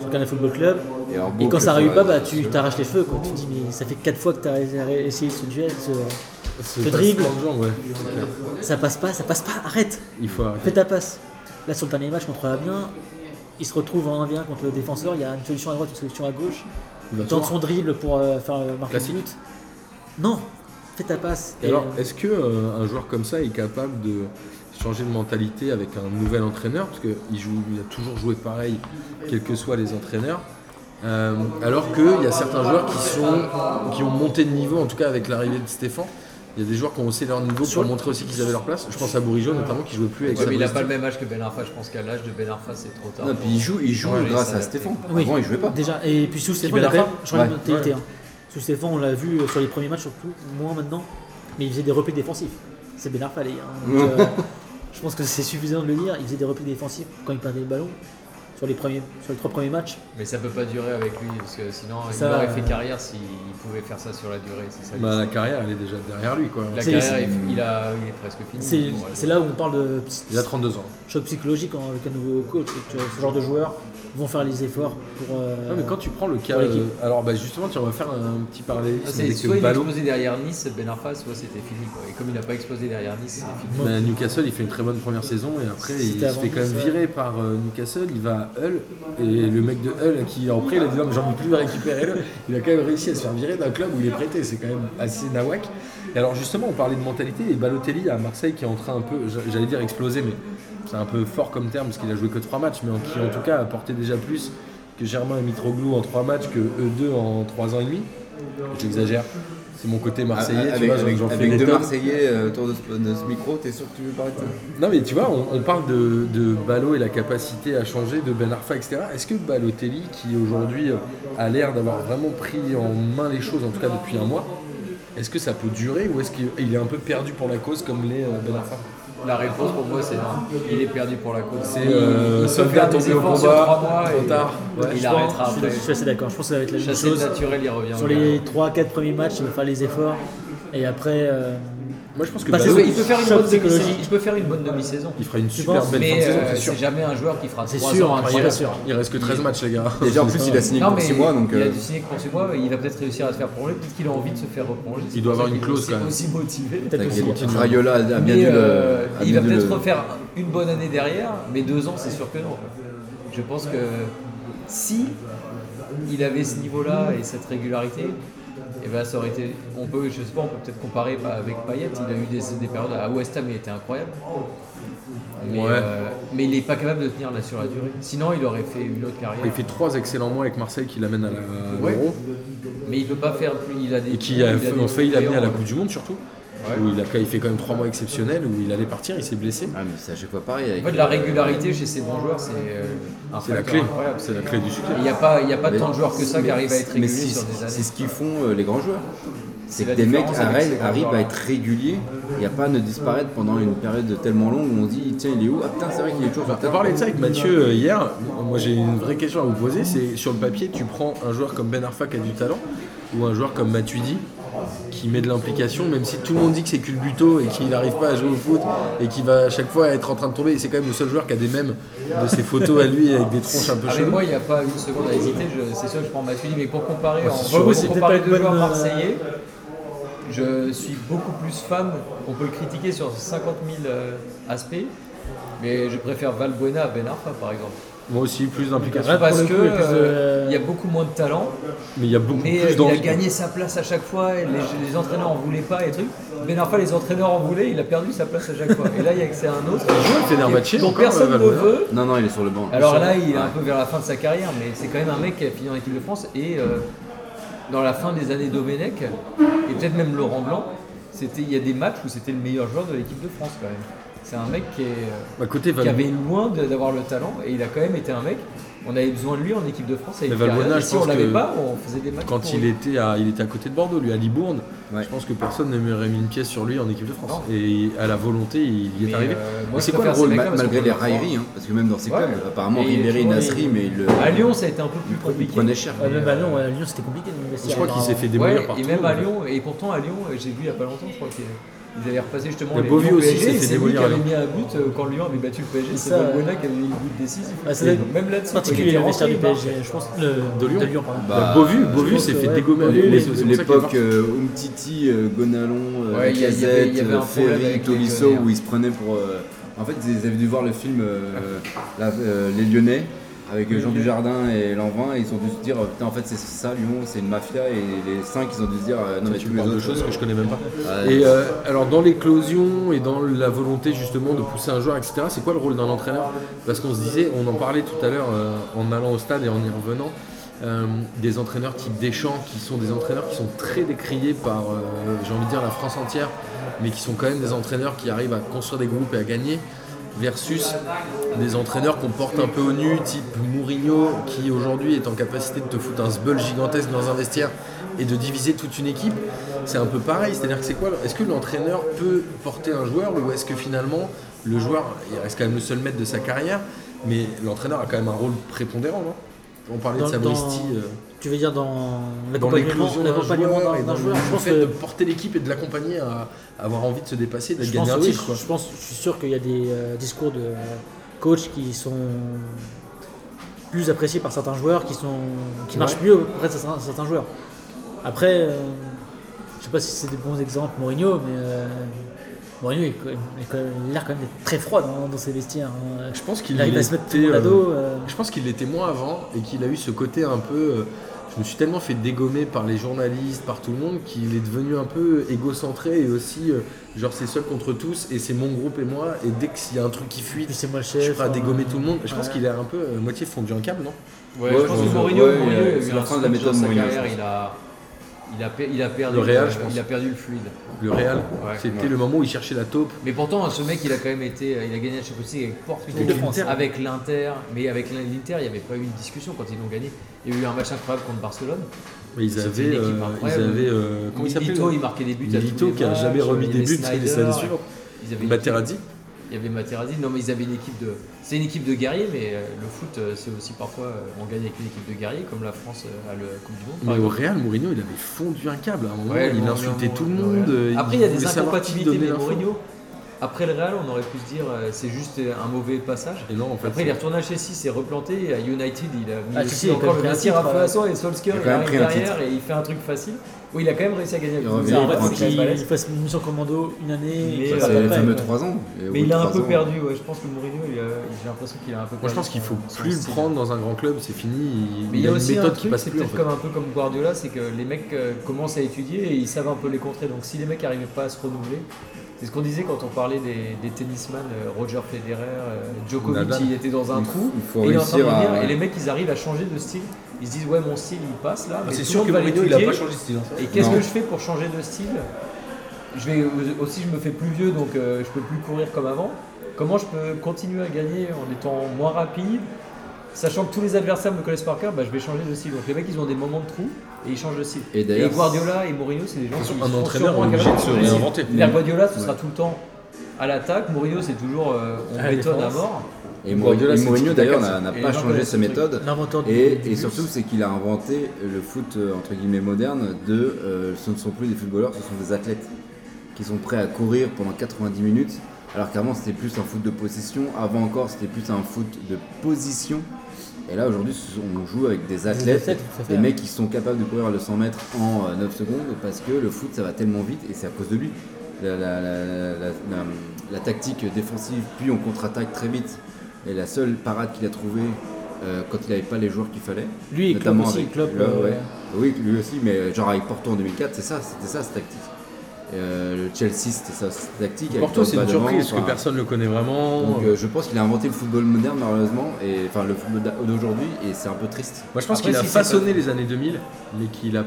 S3: sur Canal Football Club.
S2: Et, alors,
S3: Et
S2: bon,
S3: quand
S2: que
S3: ça arrive pas,
S2: soit-
S3: bah, tu t'arraches les feux. Quoi. Tu te dis, mais ça fait 4 fois que tu as essayé ce duel, ce-
S1: Ce
S3: Le dribble.
S1: passement de jambes, ouais.
S3: ça passe pas, ça passe pas, arrête,
S1: Il faut arrêter.
S3: fais ta passe. Là, sur le dernier match contre Amiens, il se retrouve en 1v1 contre le défenseur, il y a une solution à droite, une solution à gauche.
S1: Il va
S3: Il tente
S1: falloir.
S3: son dribble pour euh, faire euh, marquer le
S1: Classique.
S3: but. Non, fais ta passe.
S1: Et
S3: Et,
S1: alors,
S3: euh,
S1: est-ce que euh, un joueur comme ça est capable de changer de mentalité avec un nouvel entraîneur Parce qu'il joue, il a toujours joué pareil, quels que soient les entraîneurs. Euh, alors qu'il y a certains joueurs qui sont, qui ont monté de niveau, en tout cas avec l'arrivée de Stéphane. Il y a des joueurs qui ont haussé leur niveau
S3: Sur
S1: pour
S3: le-
S1: montrer aussi qu'ils avaient leur place. Je pense à Bourigeau notamment qui jouait plus avec
S4: Ouais, mais il a
S1: Sabristi.
S4: pas le même âge que Ben Arfa. Je pense qu'à l'âge de Ben Arfa, c'est trop
S3: euh,
S4: tard.
S2: Non, puis il joue, il joue
S4: Ouais, il
S2: grâce à
S4: s'adapte.
S2: Stéphane.
S3: Oui.
S2: Avant, il jouait pas.
S3: Déjà, et puis sous Stéphane,
S1: Qui
S3: il a
S1: Ben
S3: quand même
S1: Arfa
S3: changé de
S2: Ouais.
S3: mentalité. hein. Sous Stéphane, on l'a vu euh, sur les premiers matchs, surtout, moins maintenant, mais il faisait des replis défensifs. C'est Ben Arfa, les gars, hein. Donc, euh, je pense que c'est suffisant de le dire. Il faisait des replis défensifs quand il perdait le ballon sur les, premiers, sur les trois premiers matchs.
S4: Mais ça peut pas durer avec lui parce que sinon
S3: Ça,
S4: il aurait fait
S3: euh,
S4: carrière s'il pouvait faire ça sur la durée. C'est ça.
S1: Bah, la carrière, elle est déjà derrière lui. Quoi.
S4: la
S3: c'est-
S4: carrière, il, il a, il est presque fini.
S3: C'est
S4: Bon, ouais.
S3: c'est là où on parle de psy-
S1: Il a 32 ans.
S3: choc psychologique en- avec un nouveau coach. et que ce genre de joueurs vont faire les efforts pour. euh,
S1: Non, mais quand tu prends le cas,
S3: pour l'équipe.
S1: euh, alors bah, justement, tiens, on va faire un, petit parallélisme
S4: Ah, c'est
S1: avec
S4: soit il a
S1: Ballot.
S4: explosé derrière Nice, Ben Arfa, soit c'était fini. quoi. Et comme il n'a pas explosé derrière Nice, c'est fini.
S1: Bah, Newcastle, il fait une très bonne première saison et après, il
S3: C'était
S1: se fait
S3: avant
S1: quand même
S3: ça.
S1: virer par euh, Newcastle. Il va à Hull et le mec de Hull qui en prêt, il a dit non, mais j'en veux plus récupérer Hull. Il a quand même réussi à se faire virer d'un club où il est prêté. C'est quand même assez nawak. Et alors, justement, on parlait de mentalité et Balotelli à Marseille qui est en train un peu, j'a- j'allais dire exploser, mais c'est un peu fort comme terme parce qu'il a joué que trois matchs, mais en- qui en tout cas a porté déjà plus que Germain et Mitroglou en trois matchs, que eux deux en trois ans et demi. J'exagère. C'est mon côté marseillais, tu
S2: Ah, avec
S1: vois, j'en-
S2: avec-
S1: j'en fais
S2: avec
S1: des
S2: deux
S1: tonnes.
S2: Marseillais euh, autour de ce, de ce micro, t'es sûr que tu veux parler de ça
S1: Non mais tu vois, on, on parle de, de Ballot et la capacité à changer, de Ben Arfa, etc. Est-ce que Balotelli, qui aujourd'hui euh, a l'air d'avoir vraiment pris en main les choses, en tout cas depuis un mois, est-ce que ça peut durer ou est-ce qu'il il est un peu perdu pour la cause comme l'est euh, Ben Arfa
S4: La réponse pour moi, c'est non. Il est perdu pour la cause.
S1: C'est
S4: Il- il
S1: euh,
S4: peut
S1: Soldat
S4: faire des
S1: tombé au
S4: efforts sur
S1: combat,
S4: trois mois
S1: trop
S4: et
S1: tard. Ouais.
S4: Il
S3: je
S4: arrêtera
S3: pense-
S4: après.
S3: Je suis assez d'accord. Je pense que ça va être la même
S4: Chassé de
S3: chose.
S4: naturel, il revient.
S3: Sur les 3-4 premiers matchs, il va faire les efforts. Et après, euh,
S1: Moi, je pense que
S3: Bah, c'est
S1: Bazot,
S3: ça.
S4: Ah il peut faire une bonne
S3: Choc
S4: demi-saison.
S3: psychologique.
S4: Il peut faire une bonne demi-saison.
S1: il fera une
S3: Tu
S1: super
S3: penses
S1: belle fin de
S4: Mais
S1: saison,
S4: euh,
S1: c'est sûr.
S4: c'est jamais un joueur qui fera
S3: C'est
S4: 3
S3: sûr,
S4: ans.
S3: hein,
S4: par
S3: je suis
S4: an.
S3: pas sûr.
S1: Il reste que 13 matchs, les gars.
S2: Déjà, en plus, il a signé
S4: Non,
S2: pour
S4: mais
S2: 6 mois, donc.
S4: il a
S2: euh,
S4: dû signer que pour 6 mois, il va peut-être réussir à se faire prolonger, peut-être qu'il a envie de se faire reprolonger.
S1: Il doit avoir une clause, quand
S4: C'est
S1: même.
S4: pour ça qu'il est aussi aussi motivé.
S3: Peut-être aussi. hein.
S2: T'inquiète, Rayola a bien
S4: Mais,
S2: dû
S4: euh,
S2: le. a
S4: il
S2: bien
S4: va
S2: dû
S4: peut-être
S2: le-
S4: refaire une bonne année derrière, mais deux ans, c'est sûr que non. quoi. Je pense que si il avait ce niveau-là et cette régularité, eh ben, ça aurait été. On peut, je sais pas, on peut peut-être comparer bah, avec Payet. Il a eu des, des périodes à West Ham, il était incroyable. Mais,
S1: Ouais.
S4: euh, mais il n'est pas capable de tenir là sur la durée. Sinon, il aurait fait une autre
S1: [laughs]
S4: carrière.
S1: Il fait trois excellents mois avec Marseille qui l'amène à la- à
S4: Ouais.
S1: l'Euro
S4: Mais il peut pas faire plus. Il a des.
S1: et qui a,
S4: il a des
S1: ont failli l'amener à la
S4: players.
S1: Coupe du Monde surtout.
S4: Ouais.
S1: Où il a il fait quand même trois mois exceptionnels où il allait partir, il s'est blessé.
S2: Ah, mais c'est à chaque fois pareil.
S4: En
S2: Avec
S4: fait, la régularité chez ces bons joueurs, c'est euh, un
S1: C'est la
S4: facteur
S1: clé.
S4: incroyable.
S1: C'est la clé du succès.
S4: Il n'y a pas, il y a pas
S2: Mais-
S4: tant de joueurs que ça qui
S2: mais-
S4: arrivent à être
S2: mais
S4: réguliers
S2: c'est-
S4: sur des années.
S2: C'est ce qu'ils font euh, les grands joueurs. C'est que
S4: la
S2: des mecs
S4: différence
S2: à
S4: avec ces
S2: Rennes
S4: grands
S2: arrivent à
S4: joueurs-là.
S2: être réguliers et à pas ne disparaître pendant une période tellement longue où on dit tiens il est où Ah putain c'est vrai qu'il est toujours sur
S1: On
S2: terre.
S1: parlait de ça avec Mathieu euh, hier. Moi j'ai une vraie question à vous poser. C'est sur le papier, tu prends un joueur comme Ben Arfa qui a du talent ou un joueur comme Matuidi qui met de l'implication, même si tout le monde dit que c'est culbuto et qu'il n'arrive pas à jouer au foot et qu'il va à chaque fois être en train de tomber. Et c'est quand même le seul joueur qui a des mêmes de ses photos à lui avec des tronches un peu
S4: Ah, mais
S1: cheloues.
S4: moi, il n'y a pas une seconde à hésiter. je- C'est sûr que je prends Matuidi, mais pour comparer, en
S1: c'est
S4: gros,
S1: sûr.
S3: C'est peut-être
S4: pour comparer
S3: pas une
S4: deux joueurs
S3: bonne, euh,
S4: marseillais, je suis beaucoup plus fan. On peut le critiquer sur 50 000 euh, aspects, mais je préfère Valbuena à Ben Arfa, par exemple.
S1: Moi aussi, plus d'implication.
S3: Ouais,
S4: Parce
S3: Ah, pour le coup, il
S4: que
S3: y a plus de-
S4: euh, il y a beaucoup moins de talent,
S1: Mais il y a beaucoup
S4: mais euh,
S1: plus
S4: il a
S1: d'envie.
S4: gagné sa place à chaque fois. Et les, les entraîneurs en voulaient pas et trucs. Ben Arfa, les entraîneurs en voulaient, il a perdu sa place à chaque fois. Et là, il y a que c'est un autre.
S1: Fenerbahçe,
S4: dont
S1: encore, euh,
S4: personne ne
S1: Valbuena.
S4: veut.
S2: Non non il est sur le banc.
S4: Alors là, il est un peu vers la fin de sa carrière, mais c'est quand même un mec qui a fini en équipe de France et euh, dans la fin des années Domenech et peut-être même Laurent Blanc, c'était il y a des matchs où c'était le meilleur joueur de l'équipe de France quand même. C'est un mec qui, est, euh,
S1: Bah, côté
S4: qui
S1: Valbuena,
S4: avait loin de- d'avoir le talent et il a quand même été un mec. On avait besoin de lui en équipe de France. avec
S1: Mais Valbuena,
S4: Carrière, et
S1: je
S4: si on
S1: pense
S4: l'avait
S1: que
S4: pas, on faisait des matchs.
S1: quand
S4: pour
S1: il
S4: lui.
S1: était, à, il était à côté de Bordeaux, lui, à Libourne,
S2: Ouais.
S1: je pense que personne n'aurait mis une pièce sur lui en équipe de France. Et à la volonté, il y est
S4: Mais,
S1: arrivé.
S4: euh, moi,
S1: Mais c'est
S4: je
S1: quoi le
S4: préfère
S1: rôle
S4: ces mecs-là
S2: Ma-
S4: parce
S2: malgré
S4: qu'on
S2: les
S4: peut leur
S2: railleries hein, parce que même dans ces
S4: Ouais.
S2: clubs apparemment
S4: Et
S2: Ribéry
S4: tu vois,
S2: Nasri
S4: il-
S2: mais il le
S4: prendre. À Lyon, ça a été un peu
S2: il
S4: plus
S2: pre- il
S4: compliqué.
S2: prenait cher.
S3: Ouais, même à Lyon, ouais, à bah euh, Lyon, c'était compliqué de
S1: Je
S3: m'investir.
S1: crois qu'il s'est fait
S4: Ouais,
S1: démolir partout.
S4: et même à Lyon, et pourtant à Lyon, euh, j'ai vu il n'y a pas longtemps, je crois qu'ils avaient repassé justement
S1: Le
S4: les
S1: Beauvau
S4: Lyon
S1: aussi
S4: PSG,
S1: s'est fait
S4: et c'est lui
S1: démolir
S4: qui
S1: à
S4: avait
S1: Lyon.
S4: mis un but euh, quand Lyon avait battu le PSG,
S3: C'est
S4: c'est
S3: ça,
S4: Valbuena qui avait mis le but décisif.
S3: Ah, c'est
S4: Et
S3: vrai.
S4: même là-dessus, quand il
S3: particulier
S4: était
S3: le vestiaire du
S4: rentré, il marque.
S3: PSG, je pense. le-
S1: De Lyon.
S3: pardon.
S1: Bah, Beauvu, Beauvu
S3: pense
S1: s'est
S3: que,
S1: fait
S3: ouais,
S1: dégommer à
S3: Beauvu,
S1: Lyon.
S3: les-
S1: c'est pour ça qu'il est
S2: L'époque
S1: parti.
S2: euh, Umtiti, euh, Gonalon, euh,
S4: Ouais, il y a- il y avait-
S2: Lacazette,
S4: il y avait un
S2: euh,
S4: problème
S2: Ferry,
S4: avec les
S2: Tolisso,
S4: Lyonnais, hein.
S2: où ils se prenaient pour. euh, En fait, ils avaient dû voir le film euh,
S4: Ah.
S2: la- euh, Les Lyonnais avec Jean Dujardin et Lanvin, et ils ont dû se dire putain, en fait, c'est ça Lyon, c'est une mafia, et les cinq, ils ont dû se dire euh, non, mais
S1: Tu
S2: tous
S1: me
S2: les
S1: parles de
S2: autres.
S1: choses que je connais même pas.
S2: Ouais.
S1: Et euh, alors dans l'éclosion et dans la volonté justement de pousser un joueur, etc., c'est quoi le rôle d'un entraîneur Parce qu'on se disait, on en parlait tout à l'heure euh, en allant au stade et en y revenant, euh, des entraîneurs type Deschamps, qui sont des entraîneurs qui sont très décriés par, euh, j'ai envie de dire, la France entière, mais qui sont quand même des entraîneurs qui arrivent à construire des groupes et à gagner, versus des entraîneurs qu'on porte un peu au nu, type Mourinho, qui aujourd'hui est en capacité de te foutre un sbeul gigantesque dans un vestiaire et de diviser toute une équipe, c'est un peu pareil. C'est-à-dire que c'est quoi Est-ce que l'entraîneur peut porter un joueur ou est-ce que finalement le joueur, il reste quand même le seul maître de sa carrière, mais l'entraîneur a quand même un rôle prépondérant, non On parlait
S3: Dans-
S1: de Sabristi.
S3: dans-
S1: euh,
S3: Tu veux dire dans
S1: dans
S3: l'accompagnement
S1: l'éclosion d'un
S3: l'accompagnement
S1: joueur
S3: d'un
S1: et
S3: d'un
S1: dans
S3: joueur Je
S1: le
S3: pense
S1: fait de
S3: que
S1: porter l'équipe et de l'accompagner à avoir envie de se dépasser, de
S3: je
S1: gagner
S3: pense,
S1: un
S3: oui,
S1: titre.
S3: je-
S1: quoi.
S3: je pense, je suis sûr qu'il y a des euh, discours de coach qui sont plus appréciés par certains joueurs, qui sont qui
S1: Ouais.
S3: marchent mieux auprès de certains, certains joueurs. Après, euh, je sais pas si c'est des bons exemples Mourinho, mais euh, Mourinho il est quand même- il est quand même- il a l'air quand même d'être très froid dans, dans ses vestiaires. hein.
S1: Je pense qu'il
S3: Il arrive à se mettre tout le monde à
S1: était, euh,
S3: dos. euh,
S1: Je pense qu'il l'était moins avant et qu'il a eu ce côté un peu. euh, Je me suis tellement fait dégommer par les journalistes, par tout le monde, qu'il est devenu un peu égocentré et aussi euh, genre c'est seul contre tous et c'est mon groupe et moi. Et dès qu'il y a un truc qui fuit,
S3: puis c'est moi le
S1: je
S3: chef.
S1: suis prêt à
S3: hein.
S1: dégommer tout le monde. Je pense
S3: Ouais.
S1: qu'il est un peu euh, moitié fondu en câble, non
S4: Ouais,
S2: Ouais,
S4: je pense
S2: je
S4: que
S2: pense que-
S4: Mourinho,
S2: ouais,
S4: Mourinho,
S2: euh,
S4: il a eu
S2: c'est
S4: un
S2: la fin de la
S4: switch
S2: méthode
S4: dans sa
S2: Mourinho, je
S4: carrière,
S2: pense.
S4: il a, il a, per- il a perdu,
S1: Le Real,
S4: euh,
S1: je pense.
S4: il a perdu le fluide.
S1: Le Real,
S4: Ouais,
S1: c'était
S2: ouais.
S1: le moment où il cherchait la taupe.
S4: Mais pourtant, ce mec, il a quand même été, euh, il a gagné la Champions League avec Porto,
S3: L'équipe de France.
S4: avec l'Inter. Mais avec l'Inter, il n'y avait pas eu une discussion quand ils l'ont gagné. Il y a eu un match incroyable contre Barcelone.
S1: Mais ils
S4: C'était
S1: avaient.
S4: une équipe
S1: euh, ils
S4: incroyable.
S1: avaient euh, comment il s'appelait
S4: Milito,
S1: là
S4: il marquait des buts à tous
S1: Milito
S4: les
S1: qui a
S4: matchs, euh,
S1: jamais remis
S4: il y
S1: des
S4: avait
S1: buts, c'est
S4: Snyder,
S1: les années suivantes.
S4: Ils avaient une
S1: euh, Materazzi,
S4: il y avait Materazzi. Non, mais ils avaient une équipe de. C'est une équipe de guerriers, mais euh, le foot, euh, c'est aussi parfois. euh, on gagne avec une équipe de guerriers, comme la France euh, a le Coupe du Monde. par
S1: Mais au
S4: exemple.
S1: Real, Mourinho, il avait fondu un câble. À un moment,
S4: Ouais,
S1: il
S4: bon,
S1: insultait
S4: bon,
S1: tout le
S4: bon,
S1: monde.
S4: ouais.
S1: euh,
S4: Après, il y a
S1: voulait
S4: des
S1: savoir qui
S4: incompatibilités,
S1: donnait
S4: mais
S1: l'info.
S4: Mourinho, après le Real, on aurait pu se dire euh, c'est juste un mauvais passage.
S1: Et non, en fait,
S4: Après, il est retourné à Chelsea, s'est replanté. À United, il a mis
S3: Ah, Chelsea,
S4: aussi
S3: il a quand
S4: encore
S3: même
S4: le
S3: pris un
S4: vestiaire à
S3: titre,
S4: Faso et Solskjaer.
S2: Il a quand
S4: Il
S2: même
S4: arrive
S2: pris un
S4: derrière et il fait un truc facile. Oui, il a quand même réussi à gagner.
S2: Il
S4: avec
S2: revient,
S4: Solskjaer,
S3: en fait,
S2: prend
S3: c'est
S4: après, c'est quand même balèze.
S3: qu'il fasse une mission commando une année.
S4: Mais,
S3: et
S4: euh,
S3: qu'il
S2: C'est
S3: fasse
S2: les
S3: après,
S2: fameux
S3: quoi.
S2: 3 ans. Et au
S4: Mais
S2: bout
S4: il a
S2: de
S4: un
S2: trois
S4: peu
S2: ans,
S4: perdu, ouais. je pense que Mourinho, il a- j'ai l'impression qu'il a un peu perdu.
S1: Moi, je pense qu'il faut
S4: son- son
S1: plus le
S4: style.
S1: prendre dans un grand club, c'est fini. Il,
S4: Mais il y a
S1: une
S4: aussi un
S1: méthode qui
S4: truc,
S1: passe
S4: c'est
S1: plus. En
S4: peut-être
S1: fait.
S4: comme un peu comme Guardiola, c'est que les mecs euh, commencent à étudier et ils savent un peu les contrer. Donc si les mecs n'arrivaient pas à se renouveler, c'est ce qu'on disait quand on parlait des, des tennisman, euh, Roger Federer, euh, Djokovic,
S1: Nadal.
S4: il était dans un
S2: Il
S4: trou.
S2: faut
S4: et, il est en train de
S2: réussir à-
S4: revenir. et les mecs, ils arrivent à changer de style. Ils se disent ouais, mon style, il passe là. mais tout
S1: Ah, C'est
S4: le
S1: sûr
S4: monde
S1: que
S4: va
S1: Mourinho, il a
S4: l'étudier.
S1: pas changé de style.
S4: Et qu'est-ce
S2: Non.
S4: que je fais pour changer de style je vais, Aussi, je me fais plus vieux, donc euh, je peux plus courir comme avant. Comment je peux continuer à gagner en étant moins rapide Sachant que tous les adversaires me connaissent par cœur, bah, je vais changer de style. Donc les mecs, ils ont des moments de trou et ils changent de style.
S2: Et
S4: Et
S2: d'ailleurs,
S4: Guardiola et Mourinho, c'est des gens qui
S1: Un
S4: sont
S1: entraîneur est
S4: sûrement
S1: obligé de se
S4: incapables de changer de style.
S1: réinventer.
S4: Vers Guardiola, ce sera
S2: Ouais.
S4: tout le temps à l'attaque. Mourinho, c'est toujours euh, on
S1: À la
S4: bétonne à
S1: défense.
S4: mort.
S2: et
S1: Guardiola,
S2: Mourinho,
S1: c'est
S2: Mourinho,
S1: Tiki-Taka,
S2: d'ailleurs
S1: ça.
S2: n'a n'a
S4: Et
S2: pas
S4: il a
S2: changé
S4: inventé
S2: sa
S4: ce truc.
S2: méthode.
S3: L'inventeur du-
S2: Et,
S3: du
S2: et
S3: bus.
S2: surtout, c'est qu'il a inventé le foot euh, entre guillemets moderne de euh, ce ne sont plus des footballeurs, ce sont des athlètes qui sont prêts à courir pendant 90 minutes. Alors qu'avant, c'était plus un foot de possession, avant encore, c'était plus un foot de position. Et là, aujourd'hui, ce sont- on joue avec des athlètes,
S3: athlètes, tout à fait,
S2: des
S3: ouais.
S2: mecs qui sont capables de courir le 100 mètres en euh, 9 secondes parce que le foot, ça va tellement vite et c'est à cause de lui. La, la- la- la- la- la tactique défensive, puis on contre-attaque très vite. Et la seule parade qu'il a trouvée euh, quand il n'avait pas les joueurs qu'il fallait,
S3: Lui, et Klopp
S2: notamment
S3: aussi.
S2: avec
S3: Klopp,
S2: Klopp,
S3: euh,
S2: ouais. Oui, lui aussi, mais genre avec Porto en 2004, c'est ça, c'était ça cette tactique. Euh, le Chelsea, c'était ça cette tactique. avec
S1: Porto, c'est une
S2: Pogba devant,
S1: surprise, parce
S2: enfin,
S1: que personne ne le connaît vraiment.
S2: donc euh, je pense qu'il a inventé le football moderne malheureusement, et enfin le football d'a- d'aujourd'hui, et c'est un peu triste.
S1: Moi, je pense
S4: Après,
S1: qu'il a
S4: si c'est
S1: façonné
S4: pas-
S1: les années 2000, mais qu'il a.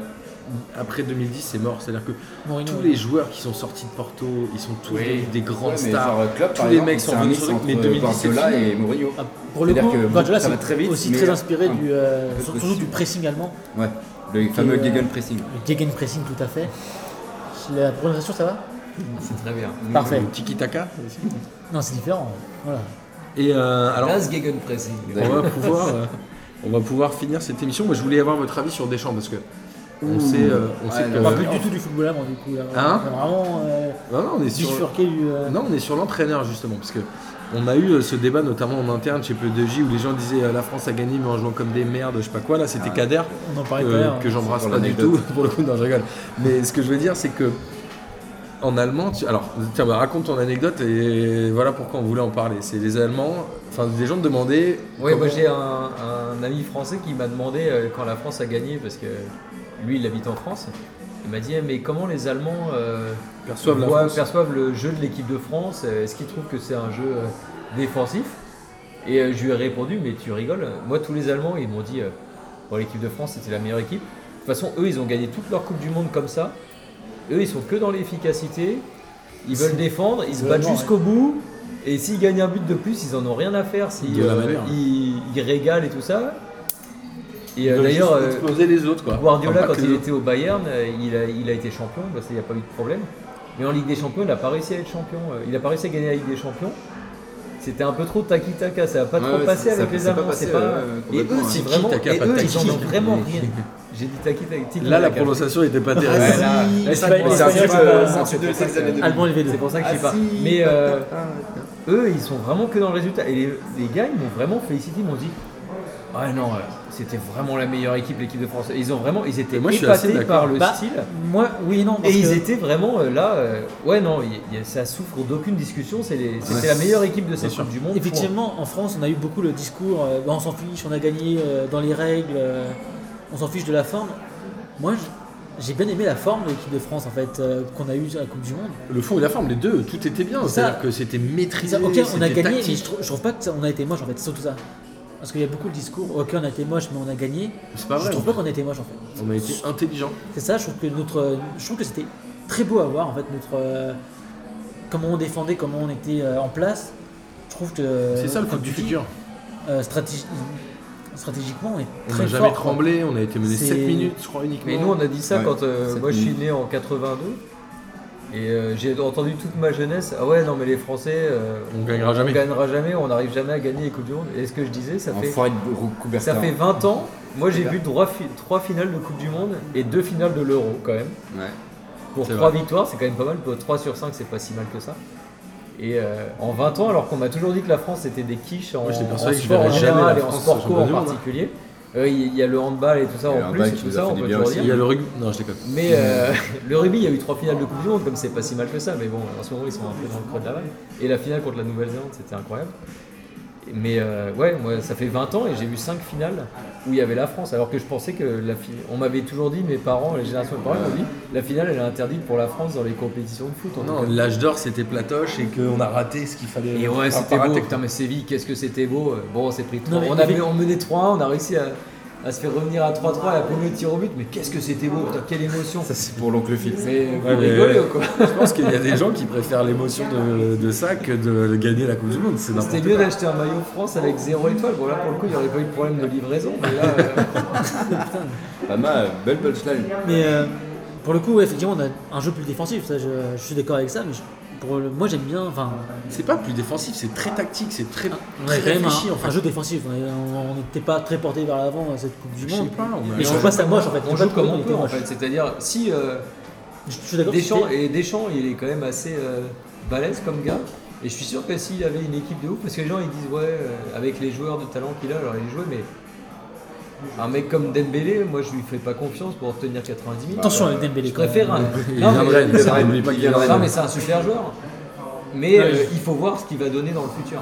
S1: Après 2010, c'est mort. C'est-à-dire que
S3: Mourinho,
S1: tous les joueurs qui sont sortis de Porto, ils sont tous
S4: Oui.
S1: devenus des
S2: Ouais,
S1: grandes
S2: mais
S1: stars.
S2: genre, euh, Klopp,
S1: Tous
S2: par
S1: les
S2: exemple,
S1: mecs sont
S2: c'est un
S1: venus
S2: mix
S1: sur le-
S2: entre
S1: mais 2010, c'est
S2: Guardiola
S1: fini.
S2: et Mourinho.
S3: Ah, pour le coup,
S2: C'est-à-dire que
S3: Guardiola,
S2: ça va
S3: c'est
S2: très vite,
S3: aussi
S2: mais-
S3: très inspiré
S2: Ah.
S3: du, euh,
S2: Peu
S3: surtout
S2: possible.
S3: du pressing allemand,
S2: Ouais, le fameux
S3: euh,
S2: Gegen pressing.
S3: le gegenpressing tout à fait. La prononciation, ça va
S4: Mm, C'est très bien.
S3: Parfait.
S1: Tiki Taka.
S3: Non, c'est différent. Voilà.
S1: Et euh, alors,
S4: Das Gegenpressing.
S1: on va pouvoir, euh, on va pouvoir finir cette émission. Moi, je voulais avoir votre avis sur Deschamps parce que on sait, euh, on sait
S2: Ouais,
S1: que.
S3: On parle plus
S1: Non,
S3: du tout du football avant, du coup. là.
S1: Hein
S3: On est vraiment euh,
S1: non, on est sur.
S3: bifurqué du. euh,
S1: Non, on est sur l'entraîneur justement, parce que on a eu euh, ce débat notamment en interne chez P2J où les gens disaient euh, la France a gagné mais en jouant comme des merdes, je sais pas quoi. Là, c'était
S2: Ah.
S1: Kader
S3: On en parlait tout à
S1: euh,
S3: l'heure.
S4: hein.
S1: que j'embrasse
S2: C'est pour
S1: pas du tout [laughs]
S2: l'anecdote.
S1: pour le coup. Non, je rigole. Mais ce que je veux dire, c'est que en allemand, tu- alors tiens, bah, raconte ton anecdote et voilà pourquoi on voulait en parler. C'est les Allemands, enfin les gens me demandaient.
S4: Ouais,
S1: comment-
S4: moi j'ai un, un ami français qui m'a demandé euh, quand la France a gagné, parce que lui il habite en France. Il m'a dit Eh, mais comment les Allemands euh,
S1: perçoivent la
S4: voient-
S1: France.
S4: perçoivent le jeu de l'équipe de France Euh, Est-ce qu'ils trouvent que c'est un jeu euh, défensif Et euh, je lui ai répondu mais tu rigoles. Moi tous les Allemands ils m'ont dit euh, Bon, l'équipe de France c'était la meilleure équipe. De toute façon eux ils ont gagné toute leur Coupe du Monde comme ça. Eux ils sont que dans l'efficacité. Ils veulent défendre, ils se battent
S3: Vraiment, ouais.
S4: jusqu'au bout. Et s'ils gagnent un but de plus, ils en ont rien à faire. Si,
S1: De la
S4: euh,
S1: manière.
S4: ils, ils régalent et tout ça. Et
S1: Ils
S4: euh,
S1: veulent
S4: d'ailleurs,
S1: juste
S4: euh,
S1: exploser les autres quoi.
S4: Guardiola,
S1: Enfin, pas
S4: quand
S1: que
S4: il
S1: les
S4: était au Bayern, euh, il a, il a été champion, parce qu'il n'y a pas eu de problème. Mais en Ligue des Champions, il n'a pas réussi à être champion. Euh, Il n'a pas réussi à gagner la Ligue des Champions. C'était un peu trop taki-taka, ça n'a pas
S2: Ouais,
S4: trop
S2: ouais,
S4: passé
S2: ça- ça-
S4: avec les
S2: ça a pas
S4: Allemands.
S2: passé,
S4: c'est pas-
S2: ouais, ouais,
S4: et
S2: complètement,
S4: eux,
S2: hein.
S4: c'est vraiment,
S1: Tiki-taka,
S4: et
S1: pas
S4: eux, ils
S1: taki-taka.
S4: en ont vraiment rien. J'ai dit taki-taka.
S1: Là, la prononciation était pas terrible.
S4: Ouais, là,
S3: Ah, si,
S4: ça,
S3: Espagne-
S4: c'est
S3: Espagne,
S4: un
S3: je sais
S4: peu-
S3: pas.
S4: c'est un peu
S2: Allemand,
S4: pour ça que-
S2: les deux.
S3: euh, Allemand élevé
S4: C'est
S3: 2.
S4: pour ça que je
S2: Ah,
S4: sais pas.
S2: si,
S4: Mais euh,
S2: patata.
S4: eux, ils sont vraiment que dans le résultat. Et les, les gars, ils m'ont vraiment félicité, ils m'ont dit Ah non, euh, c'était vraiment la meilleure équipe, l'équipe de France. Et ils ont vraiment, ils étaient
S1: Et moi, je suis assez
S4: épatés
S1: d'accord.
S4: par le
S3: Bah,
S4: style.
S3: Moi, oui et non.
S4: Et
S3: parce
S4: ils
S3: que-
S4: étaient vraiment euh, là, euh, ouais, non, il- il- ça souffre d'aucune discussion. c'est les- C'était la meilleure équipe de cette
S1: sûr.
S4: Coupe du Monde.
S3: Effectivement, en France, on a eu beaucoup le discours euh, Bah, on s'en fiche, on a gagné euh, dans les règles, euh, on s'en fiche de la forme. Moi, j- j'ai bien aimé la forme de l'équipe de France en fait euh, qu'on a eue à la Coupe du Monde.
S1: Le fond et la forme, les deux, tout était bien.
S3: Ça-
S1: C'est-à-dire que c'était maîtrisé.
S3: Ça, ok, on a
S1: c'était
S3: gagné, mais
S1: tactique.
S3: je trouve, je trouve pas qu'on a été moche en fait, c'est surtout ça. Parce qu'il y a beaucoup de discours ok, on a été moche, mais on a gagné.
S1: C'est pas
S3: je
S1: vrai.
S3: trouve pas qu'on a été moche en fait.
S1: On a été intelligent.
S3: C'est ça, je trouve que notre, je trouve que c'était très beau à voir en fait notre euh, comment on défendait, comment on était euh, en place. Je trouve que
S1: C'est ça le foot
S3: comme
S1: du
S3: tu dis,
S1: futur.
S3: euh, stratégi- stratégiquement, on est
S1: On
S3: très
S1: n'a jamais
S3: fort, quoi.
S1: tremblé, on a été mené
S3: C'est-
S1: 7 minutes, je crois, uniquement.
S4: Mais nous, on a dit ça
S2: Ouais.
S4: quand euh,
S2: Cette
S4: moi je suis
S2: nuit.
S4: né en 82. Et euh, j'ai entendu toute ma jeunesse, ah ouais, non mais les Français, euh,
S1: On gagnera
S4: on
S1: jamais.
S4: gagnera jamais, on n'arrive jamais à gagner les Coupes du Monde. Et ce que je disais, ça fait,
S2: Enfoiré de Brou- Coubertin.
S4: ça fait 20 ans, moi j'ai vu trois, fi- trois finales de Coupe du Monde et deux finales de l'Euro quand même.
S2: Ouais.
S4: Pour
S1: C'est
S4: 3 victoires, c'est quand même pas mal. Pour 3 sur 5, c'est pas si mal que ça. Et euh, en 20 ans, alors qu'on m'a toujours dit que la France était des quiches en,
S1: Moi, j'étais
S4: en
S1: persuadé que je
S4: sport en
S1: verrais jamais
S4: général
S1: la
S4: et en
S1: France
S4: sport co
S1: championne
S4: en
S1: du monde.
S4: particulier, euh, il y a le handball et tout ça
S2: Et le
S4: en
S2: handball
S4: plus, et
S2: qui
S4: tout
S2: nous a
S4: ça,
S2: fait
S4: on
S2: du
S4: peut
S2: bien
S4: toujours
S2: aussi.
S1: Il y
S4: dire.
S1: a le rugby. Non, je déconne.
S4: Mais euh, [laughs] le rugby, il y a eu 3 finales de Coupe du Monde, comme c'est pas si mal que ça, mais bon, en ce moment, ils sont un peu dans le creux de la vague. Et la finale contre la Nouvelle-Zélande, c'était incroyable. Mais euh, ouais, moi, ça fait 20 ans et j'ai vu 5 finales où il y avait la France. Alors que je pensais que la finale. On m'avait toujours dit, mes parents, les générations de parents m'ont dit, la finale, elle est interdite pour la France dans les compétitions de foot. en
S1: Non,
S4: tout cas.
S1: l'âge d'or c'était Platoche et qu'on a raté ce qu'il fallait.
S4: Et ouais,
S1: Enfin, pas
S4: c'était beau.
S1: raté.
S4: Ah, Putain, mais Séville, qu'est-ce que c'était beau. Bon, on s'est pris trois-
S3: Non, mais
S4: on, a,
S3: il fait-
S4: on menait 3-1, on a réussi à, à se faire revenir à 3-3 et à payer le tir au but. Mais qu'est-ce que c'était beau, putain, quelle émotion.
S2: Ça, c'est pour l'oncle Phil.
S4: Mais vous
S1: Ouais, mais-
S4: rigolez ou quoi
S1: Je pense qu'il y a des gens qui préfèrent l'émotion de, de ça que de gagner la Coupe du Monde. C'est n'importe
S4: C'était mieux d'acheter un maillot France avec zéro étoile. Bon, là, pour le coup, il n'y aurait pas eu de problème de livraison. Mais là, euh,
S2: Pas mal, belle punchline.
S3: Mais euh, pour le coup, ouais, effectivement, on a un jeu plus défensif. Ça, je, je suis d'accord avec ça. Mais je- pour le- moi, j'aime bien. Enfin,
S1: C'est pas plus défensif, c'est très tactique, c'est très,
S3: on
S1: très
S3: avait quand même
S1: réfléchi
S3: un,
S1: en fait.
S3: un jeu défensif. On est- On n'était pas très porté vers l'avant à cette Coupe du
S1: Je sais
S3: Monde.
S1: pas, on a-
S3: Mais je trouve pas ça moche en fait.
S4: on
S3: Je sais
S4: joue
S3: pas
S4: comme
S3: pourquoi
S4: on
S3: il
S4: peut,
S3: était
S4: en
S3: moche.
S4: fait. C'est-à-dire, si euh,
S3: Je, je suis d'accord.
S4: Deschamps,
S3: c'était-
S4: et Deschamps, il est quand même assez euh, balèze comme gars. Et je suis sûr que s'il avait une équipe de ouf, parce que les gens ils disent, ouais, euh, avec les joueurs de talent qu'il a, alors il est joué, mais un mec comme Dembélé, moi je lui fais pas confiance pour obtenir 90 000.
S3: Attention avec
S4: je
S3: Dembélé. quand même.
S4: préfère hein. un.
S1: Il
S4: Non, mais-
S1: viendrait,
S2: il
S1: ça,
S2: viendrait,
S1: n'oublie pas
S2: il
S1: qu'il
S2: viendrait.
S1: viendrait.
S4: Non, mais c'est un super joueur. Mais
S3: Ouais.
S4: euh, il faut voir ce qu'il va donner dans le futur.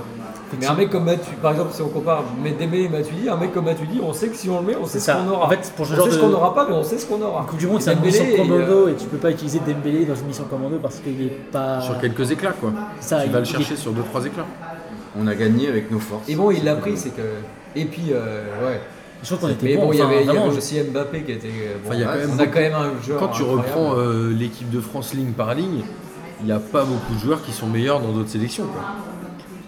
S4: Mais un mec comme Matu, par exemple, si on compare Dembélé et Matuidi, un mec comme Matuidi, on sait que si on le met, on sait
S3: C'est
S4: ce
S3: ça.
S4: qu'on aura.
S3: En fait, pour ce
S4: on
S3: genre
S4: sait ce
S3: de-
S4: qu'on n'aura pas, mais on sait ce qu'on aura.
S3: En Coupe du Monde,
S4: Et
S3: c'est une
S4: Dembélé, euh,
S3: mission
S4: il,
S3: commando et tu peux pas utiliser Dembélé dans une mission commando parce qu'il est pas.
S1: Sur quelques éclats quoi.
S3: Ça,
S1: tu
S3: il-
S1: vas le
S3: il-
S1: chercher sur 2-3 éclats.
S2: On a gagné avec nos forces.
S4: euh, Et bon, il l'a pris, c'est que. Et puis, euh, ouais.
S3: Je trouve qu'on était
S4: Mais
S3: bon.
S4: bon, il y
S3: enfin,
S4: avait, il y
S3: vraiment,
S4: avait
S3: je-
S4: aussi Mbappé qui était. euh, bon,
S1: Enfin, il y a
S4: ouais,
S1: quand même
S4: on a quand même un joueur.
S1: Quand tu
S4: incroyable.
S1: reprends euh, l'équipe de France ligne par ligne, il n'y a pas beaucoup de joueurs qui sont meilleurs dans d'autres sélections. quoi.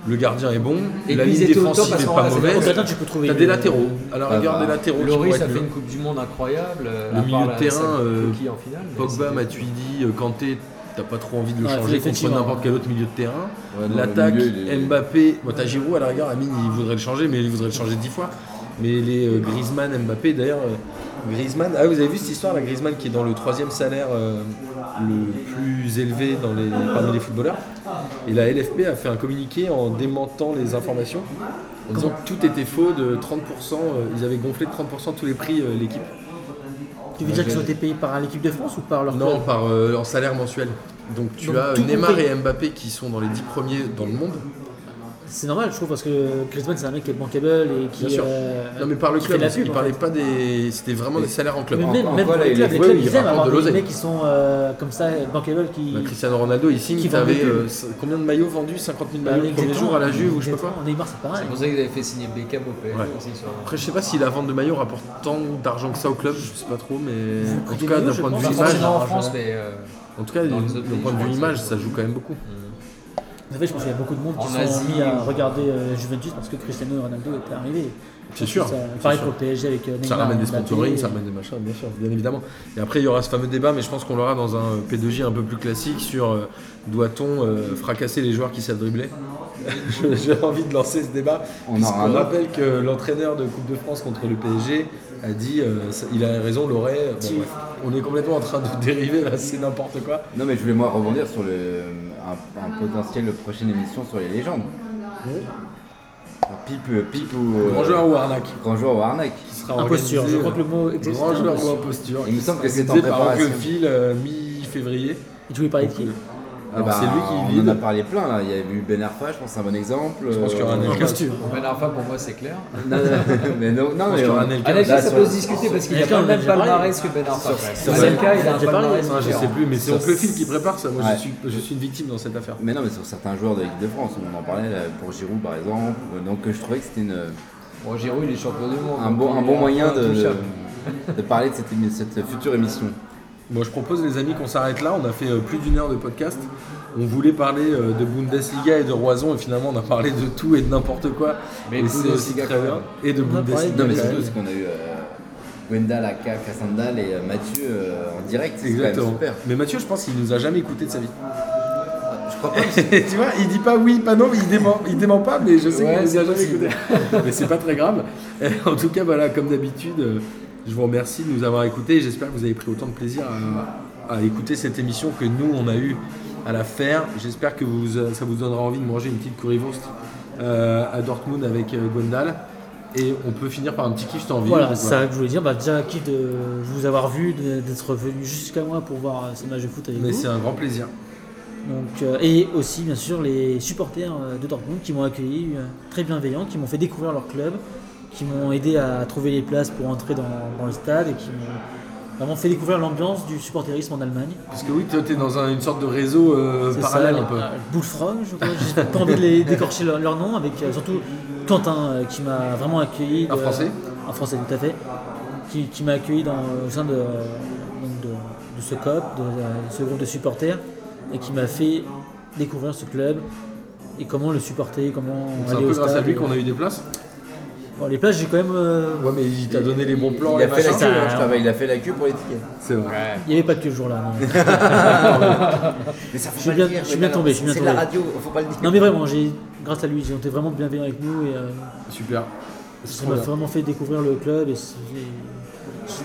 S1: Le gardien est bon,
S4: Et
S1: la
S4: puis, ils
S1: ligne
S4: étaient au top
S1: défensive
S4: à ce
S1: n'est pas
S4: moment-là, c'est-à-dire
S1: mauvaise.
S3: au gardien, tu peux trouver
S1: T'as
S3: une- Ah bah.
S1: des latéraux. À la
S2: Ça
S1: rigueur,
S2: va.
S1: des latéraux. qui
S4: Loris
S1: pourraient
S4: a
S1: être
S4: fait
S1: nuls.
S4: une Coupe du Monde incroyable. euh,
S1: Le
S4: à
S1: milieu
S4: part
S1: de
S4: la-
S1: terrain,
S4: celle de
S1: euh,
S4: Coquille en finale, mais
S1: Pogba,
S4: c'était-
S1: Matuidi, euh, Kanté, t'as pas trop envie de le
S3: Ouais,
S1: changer contre
S3: effectivement.
S1: n'importe quel autre milieu de terrain.
S2: Ouais, non,
S1: L'attaque,
S2: le milieu, il est-
S1: Mbappé, bon, t'as Giroud à la rigueur, Amine il voudrait le changer, mais il voudrait le changer dix fois. Mais les euh, Griezmann, Mbappé, d'ailleurs, euh, Griezmann, ah vous avez vu cette histoire, la Griezmann qui est dans le troisième salaire euh, le plus élevé dans les, parmi les footballeurs. Et la LFP a fait un communiqué en démentant les informations, en disant que tout était faux de 30%, euh, ils avaient gonflé de 30% tous les prix euh, l'équipe.
S3: Tu veux dire qu'ils ont été payés par l'équipe de France ou par leur
S1: Non,
S3: club
S1: par euh, en salaire mensuel. Donc tu
S3: Donc,
S1: as
S3: tout
S1: Neymar
S3: compris.
S1: et Mbappé qui sont dans les 10 premiers dans le monde.
S3: C'est normal, je trouve, parce que Griezmann, c'est un mec qui est bankable et qui.
S1: Bien sûr.
S3: euh,
S1: non mais par le
S3: qui
S1: club,
S3: fait de la
S1: parce qu'il
S3: pub, en
S1: parlait
S3: fait.
S1: pas des. C'était vraiment des salaires en club.
S3: Mais
S2: En-
S3: même,
S2: en
S3: même
S2: quoi,
S3: pour
S2: là,
S3: les
S2: il
S3: clubs,
S2: est
S3: les
S1: joué,
S3: clubs,
S1: il
S3: ils aiment
S1: rapporte
S3: avoir
S1: de
S3: des
S1: l'oseille.
S3: mecs qui sont euh, comme ça, bankables, qui.
S1: Bah, Cristiano Ronaldo ici,
S3: Qui
S1: il
S3: vendent
S1: avait
S3: des pubs.
S1: euh, c- combien de maillots vendus 50 000
S3: Bah,
S1: maillots le premier
S3: exactement,
S1: jour à la Juve ou je sais pas quoi.
S3: exactement. Neymar, c'est pareil.
S4: C'est pour ça qu'ils avaient fait signer Beckham au PSG
S1: Ouais.
S4: aussi. Sur...
S1: Après je sais pas si la vente de maillots rapporte tant d'argent que ça au club, je sais pas trop, mais en tout
S3: coûtez
S1: cas
S3: mieux,
S1: d'un
S3: je
S1: point de
S3: pense.
S1: vue
S3: Enfin,
S1: image,
S4: forcément en France, mais euh,
S1: en tout cas
S4: dans les autres
S1: d'un
S4: pays,
S1: point de
S4: je
S1: vue
S4: crois que
S1: image,
S4: c'est-
S1: ça joue quand même beaucoup.
S3: En fait, je pense qu'il y a beaucoup de monde qui
S4: En
S3: sont
S4: Asie,
S3: mis à
S4: ou-
S3: regarder euh, Juventus parce que Cristiano et Ronaldo étaient arrivés.
S1: C'est sûr,
S3: Ça-
S1: c'est
S3: Pareil
S1: sûr.
S3: pour le PSG avec euh, Neymar.
S1: Ça ramène des
S3: Mbappé.
S1: sponsorings, ça ramène des machins, bien sûr, bien évidemment. Et après, il y aura ce fameux débat, mais je pense qu'on l'aura dans un euh, P2J un peu plus classique sur euh, doit-on euh, fracasser les joueurs qui savent dribbler [laughs] Je- J'ai envie de lancer ce débat.
S2: On
S1: puisqu'on
S2: aura un autre.
S1: rappelle que l'entraîneur de Coupe de France contre le PSG a dit, euh, ça- il a raison, l'aurait. Bon, bref, on est complètement en train de [laughs] dériver, là, c'est n'importe quoi.
S2: Non, mais je voulais moi rebondir sur le, un, un potentiel prochaine émission sur les légendes. Pipe, euh, pipe ou. euh,
S1: Grand joueur ou arnaque
S2: Grand joueur ou arnaque.
S1: Qui sera
S3: Imposture,
S1: organisé, euh,
S3: je crois que le mot existe. hein.
S1: Grand joueur ou
S3: imposture.
S1: imposture.
S2: Il me semble que c'est en
S1: organisé par
S2: préparation.
S1: Oncle Phil, euh, mi-février.
S3: Et tu voulais parler de qui
S2: Ah
S1: Alors,
S2: bah,
S1: c'est lui qui
S2: On en a
S1: lead.
S2: parlé plein là. Il y a eu Ben Arfa, je pense, que c'est un bon exemple.
S1: Je pense qu'il y aura un
S2: Euh,
S1: exemple.
S3: Imposture.
S4: Ben Arfa, pour moi, c'est clair.
S2: Non, non, [laughs] mais non, non, mais.
S1: qu'il y aura
S2: on-
S1: un Elka.
S4: Anelka,
S2: Là,
S4: ça
S2: sur-
S4: peut se discuter parce qu'il n'y a
S3: Anelka,
S4: pas le
S3: on a
S4: même
S3: déjà parlé.
S4: palmarès que Ben Arfa.
S1: sur-
S4: Anelka, il a un
S3: J'ai parlé,
S4: palmarès
S1: Non, je
S4: différent.
S1: sais plus, mais c'est
S2: Ça,
S1: Oncle Phil qui prépare ça. Moi,
S2: Ouais.
S1: je, suis, je suis une victime dans cette affaire.
S2: Mais non, mais sur certains joueurs de l'équipe de France, on en parlait là, pour Giroud par exemple. Euh, Donc je trouvais que c'était une-
S4: Bon, Giroud, il est champion du monde.
S2: un
S4: donc
S2: bon,
S4: il
S2: un
S4: est
S2: bon moyen de,
S4: intouchable.
S2: de parler de cette, émi- cette future émission.
S1: Moi, je propose, les amis, qu'on s'arrête là. On a fait euh, plus d'une heure de podcast. On voulait parler euh, de Bundesliga et de Roison, et finalement, on a parlé de tout et de n'importe quoi.
S4: Mais
S1: et c'est
S4: Bundesliga
S1: aussi très
S4: quand
S1: bien.
S4: même.
S1: Et de
S3: On a parlé
S1: Bundesliga.
S2: Non, mais
S1: quand
S2: surtout
S1: même.
S2: parce qu'on a eu euh, Gwenda, Aka, Cassandal et euh, Mathieu euh, en direct. C'est quand même
S1: Exactement.
S2: super.
S1: Mais Mathieu, je pense qu'il nous a jamais écouté de sa vie.
S2: Je crois pas.
S1: [laughs] tu vois, il dit pas oui, pas non, mais il dément, il dément pas, mais je sais
S4: Ouais,
S1: qu'il nous a
S4: c'est
S1: jamais
S4: possible.
S1: écouté. mais c'est pas très grave. Euh, En tout cas, voilà, comme d'habitude, euh, je vous remercie de nous avoir écoutés. J'espère que vous avez pris autant de plaisir à, à écouter cette émission que nous, on a eu à la faire. J'espère que vous, euh, ça vous donnera envie de manger une petite currywurst euh, à Dortmund avec euh, Gwendal. Et on peut finir par un petit kiff, t'as envie
S3: Voilà,
S1: ou pas
S3: c'est ça que je voulais dire. Bah, déjà, qui de vous avoir vu, de- d'être venu jusqu'à moi pour voir euh, ce match de foot avec
S1: Mais
S3: vous.
S1: c'est un grand plaisir.
S3: Donc, euh, et aussi, bien sûr, les supporters euh, de Dortmund qui m'ont accueilli euh, très bienveillants, qui m'ont fait découvrir leur club, qui m'ont aidé à trouver les places pour entrer dans, dans le stade et qui m'ont vraiment fait découvrir l'ambiance du supporterisme en Allemagne.
S1: Parce que oui, toi, t'es dans un- une sorte de réseau euh,
S3: C'est
S1: parallèle
S3: ça,
S1: un peu.
S3: euh, Bullfrog, je crois. J'ai pas envie de les décorcher leur, leur nom, avec euh, surtout Quentin euh, qui m'a vraiment accueilli.
S1: Un Français
S3: Un Français, tout à fait. Qui, qui m'a accueilli dans, au sein de, euh, donc de, de ce COP, de, de ce groupe de supporters, et qui m'a fait découvrir ce club et comment le supporter, comment
S1: C'est un
S3: aller
S1: peu
S3: au
S1: grâce à
S3: stade. euh,
S1: lui qu'on a eu des places.
S3: Bon, les plages, j'ai quand même. euh,
S1: Ouais, mais il t'a donné les bons plans,
S2: il, a
S1: les
S2: fait la
S1: machins.
S2: queue, hein, je
S3: ça-
S2: travaille, il a fait la queue pour les tickets.
S1: C'est vrai.
S3: Il n'y avait pas que le jour-là. non.
S2: Mais ça, faut
S3: Je suis
S2: pas
S3: bien-
S2: le dire,
S3: je suis
S2: Gwenda,
S3: bien tombé, je suis bien
S2: C'est de la
S3: tombé.
S2: radio, faut pas le dire.
S3: non, mais vraiment, j'ai, grâce à lui, ils ont été vraiment bienveillants avec nous et. euh,
S1: Super.
S3: Ça m'a vraiment fait découvrir le club et c'est- et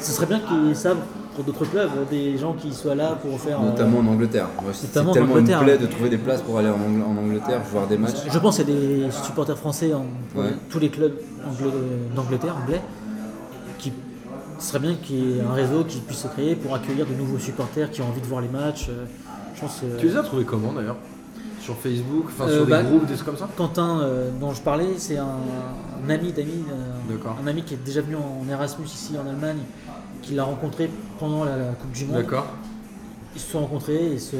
S3: ce serait bien qu'ils savent pour d'autres clubs, hein, des gens qui soient là pour faire. euh,
S2: Notamment en Angleterre. Moi, c'est
S3: Notamment en
S2: tellement une
S3: Angleterre.
S2: plaie de trouver des places pour aller en Angl- en Angleterre, voir des matchs.
S3: je pense à des supporters français en pour
S2: Ouais.
S3: tous les clubs anglo- d'Angleterre, anglais, qui ce serait bien qu'il y ait un réseau qui puisse se créer pour accueillir de nouveaux supporters qui ont envie de voir les matchs. euh, Je pense que
S1: Tu les as trouvés comment d'ailleurs Sur Facebook Enfin,
S3: Euh,
S1: sur des
S3: bah-
S1: groupes, des trucs comme ça
S3: Quentin euh, dont je parlais, c'est un, un ami d'amis, euh,
S1: D'accord.
S3: un ami qui est déjà venu en Erasmus ici en Allemagne, qui l'a rencontré pendant la, la Coupe du Monde.
S1: D'accord.
S3: Ils se sont rencontrés et ce,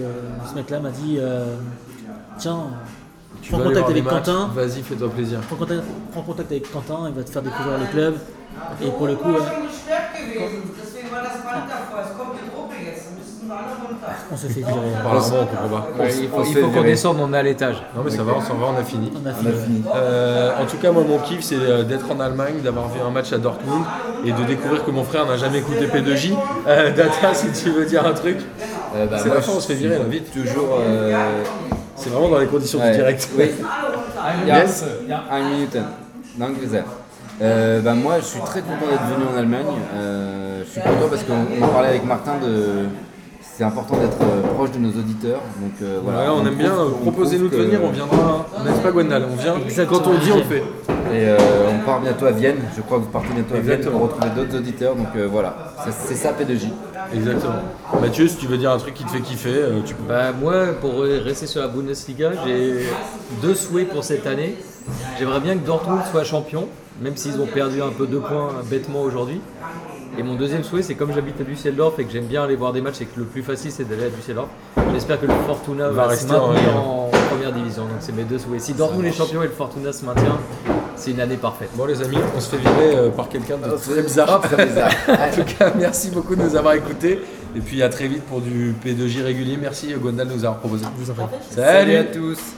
S3: ce mec-là m'a dit euh, Tiens, euh,
S1: Tu
S3: prends
S1: vas aller
S3: contact
S1: voir les
S3: avec
S1: matchs,
S3: Quentin,
S1: Vas-y, fais-toi plaisir.
S3: prends contact, prends contact avec Quentin, il va te faire découvrir le club. Et pour le coup, euh,
S5: Deswegen war das Band davor. Es kommt die Truppe jetzt. Dann müssten wir alle runter.
S3: on se fait virer.
S1: Parle avant, on comprend pas.
S4: Ouais, il faut,
S2: on se
S4: il
S2: fait
S4: faut qu'on
S2: virer.
S4: descende, on est à l'étage.
S1: Non, mais ça va, on s'en va, on a fini.
S3: On a
S2: On a
S3: fini.
S2: fini.
S1: Euh, en tout cas, moi, mon kiff, c'est euh, d'être en Allemagne, d'avoir vu un match à Dortmund et de découvrir que mon frère n'a jamais écouté P2J. Euh, Data, si tu veux dire un truc,
S2: Euh, bah,
S1: C'est
S2: moi,
S1: la fin,
S2: je
S1: on se fait virer,
S2: suis
S1: là, vite.
S2: Toujours. euh,
S1: c'est vraiment dans les conditions
S2: ouais.
S1: du direct.
S2: Oui,
S1: Yes.
S2: un minute. D'Angleterre. Euh, bah, moi, je suis très content d'être venu en Allemagne. Euh, je suis content parce qu'on on en parlait avec Martin de. C'est important d'être euh, proche de nos auditeurs. Donc, euh, voilà,
S1: Voilà, on aime bien.
S2: prouve-
S1: euh,
S2: on
S1: Proposez-nous de
S2: prouve que-
S1: venir, on viendra. hein. N'est-ce pas, Gwendal On vient.
S3: Exactement.
S1: Quand on dit, on le fait.
S2: Et euh, on part bientôt à Vienne. Je crois que vous partez bientôt à Vienne
S1: Exactement.
S2: pour retrouver d'autres auditeurs. Donc euh, voilà, Ça, c'est ça
S1: [laughs]
S2: P2J.
S1: Exactement. Mathieu, si tu veux dire un truc qui te fait kiffer, euh, tu peux.
S4: Bah, moi, pour rester sur la Bundesliga, j'ai deux souhaits pour cette année. J'aimerais bien que Dortmund soit champion, même s'ils ont perdu un peu deux points bêtement aujourd'hui. Et mon deuxième souhait, c'est comme j'habite à Düsseldorf et que j'aime bien aller voir des matchs et que le plus facile c'est d'aller à Düsseldorf, j'espère que le Fortuna
S1: Va
S4: va,
S1: rester
S4: se maintenir
S1: en-
S4: en première division. Donc c'est mes deux souhaits. Si Dortmund est champion et le Fortuna se maintient, c'est une année parfaite.
S1: Bon les amis, on se fait virer euh, par quelqu'un de très bizarre.
S2: Très bizarre.
S1: [laughs] en tout cas, merci beaucoup de nous avoir écoutés. Et puis à très vite pour du P2J régulier. Merci euh, Gondal de nous avoir proposé.
S3: Je vous en prie.
S1: Salut
S2: tous.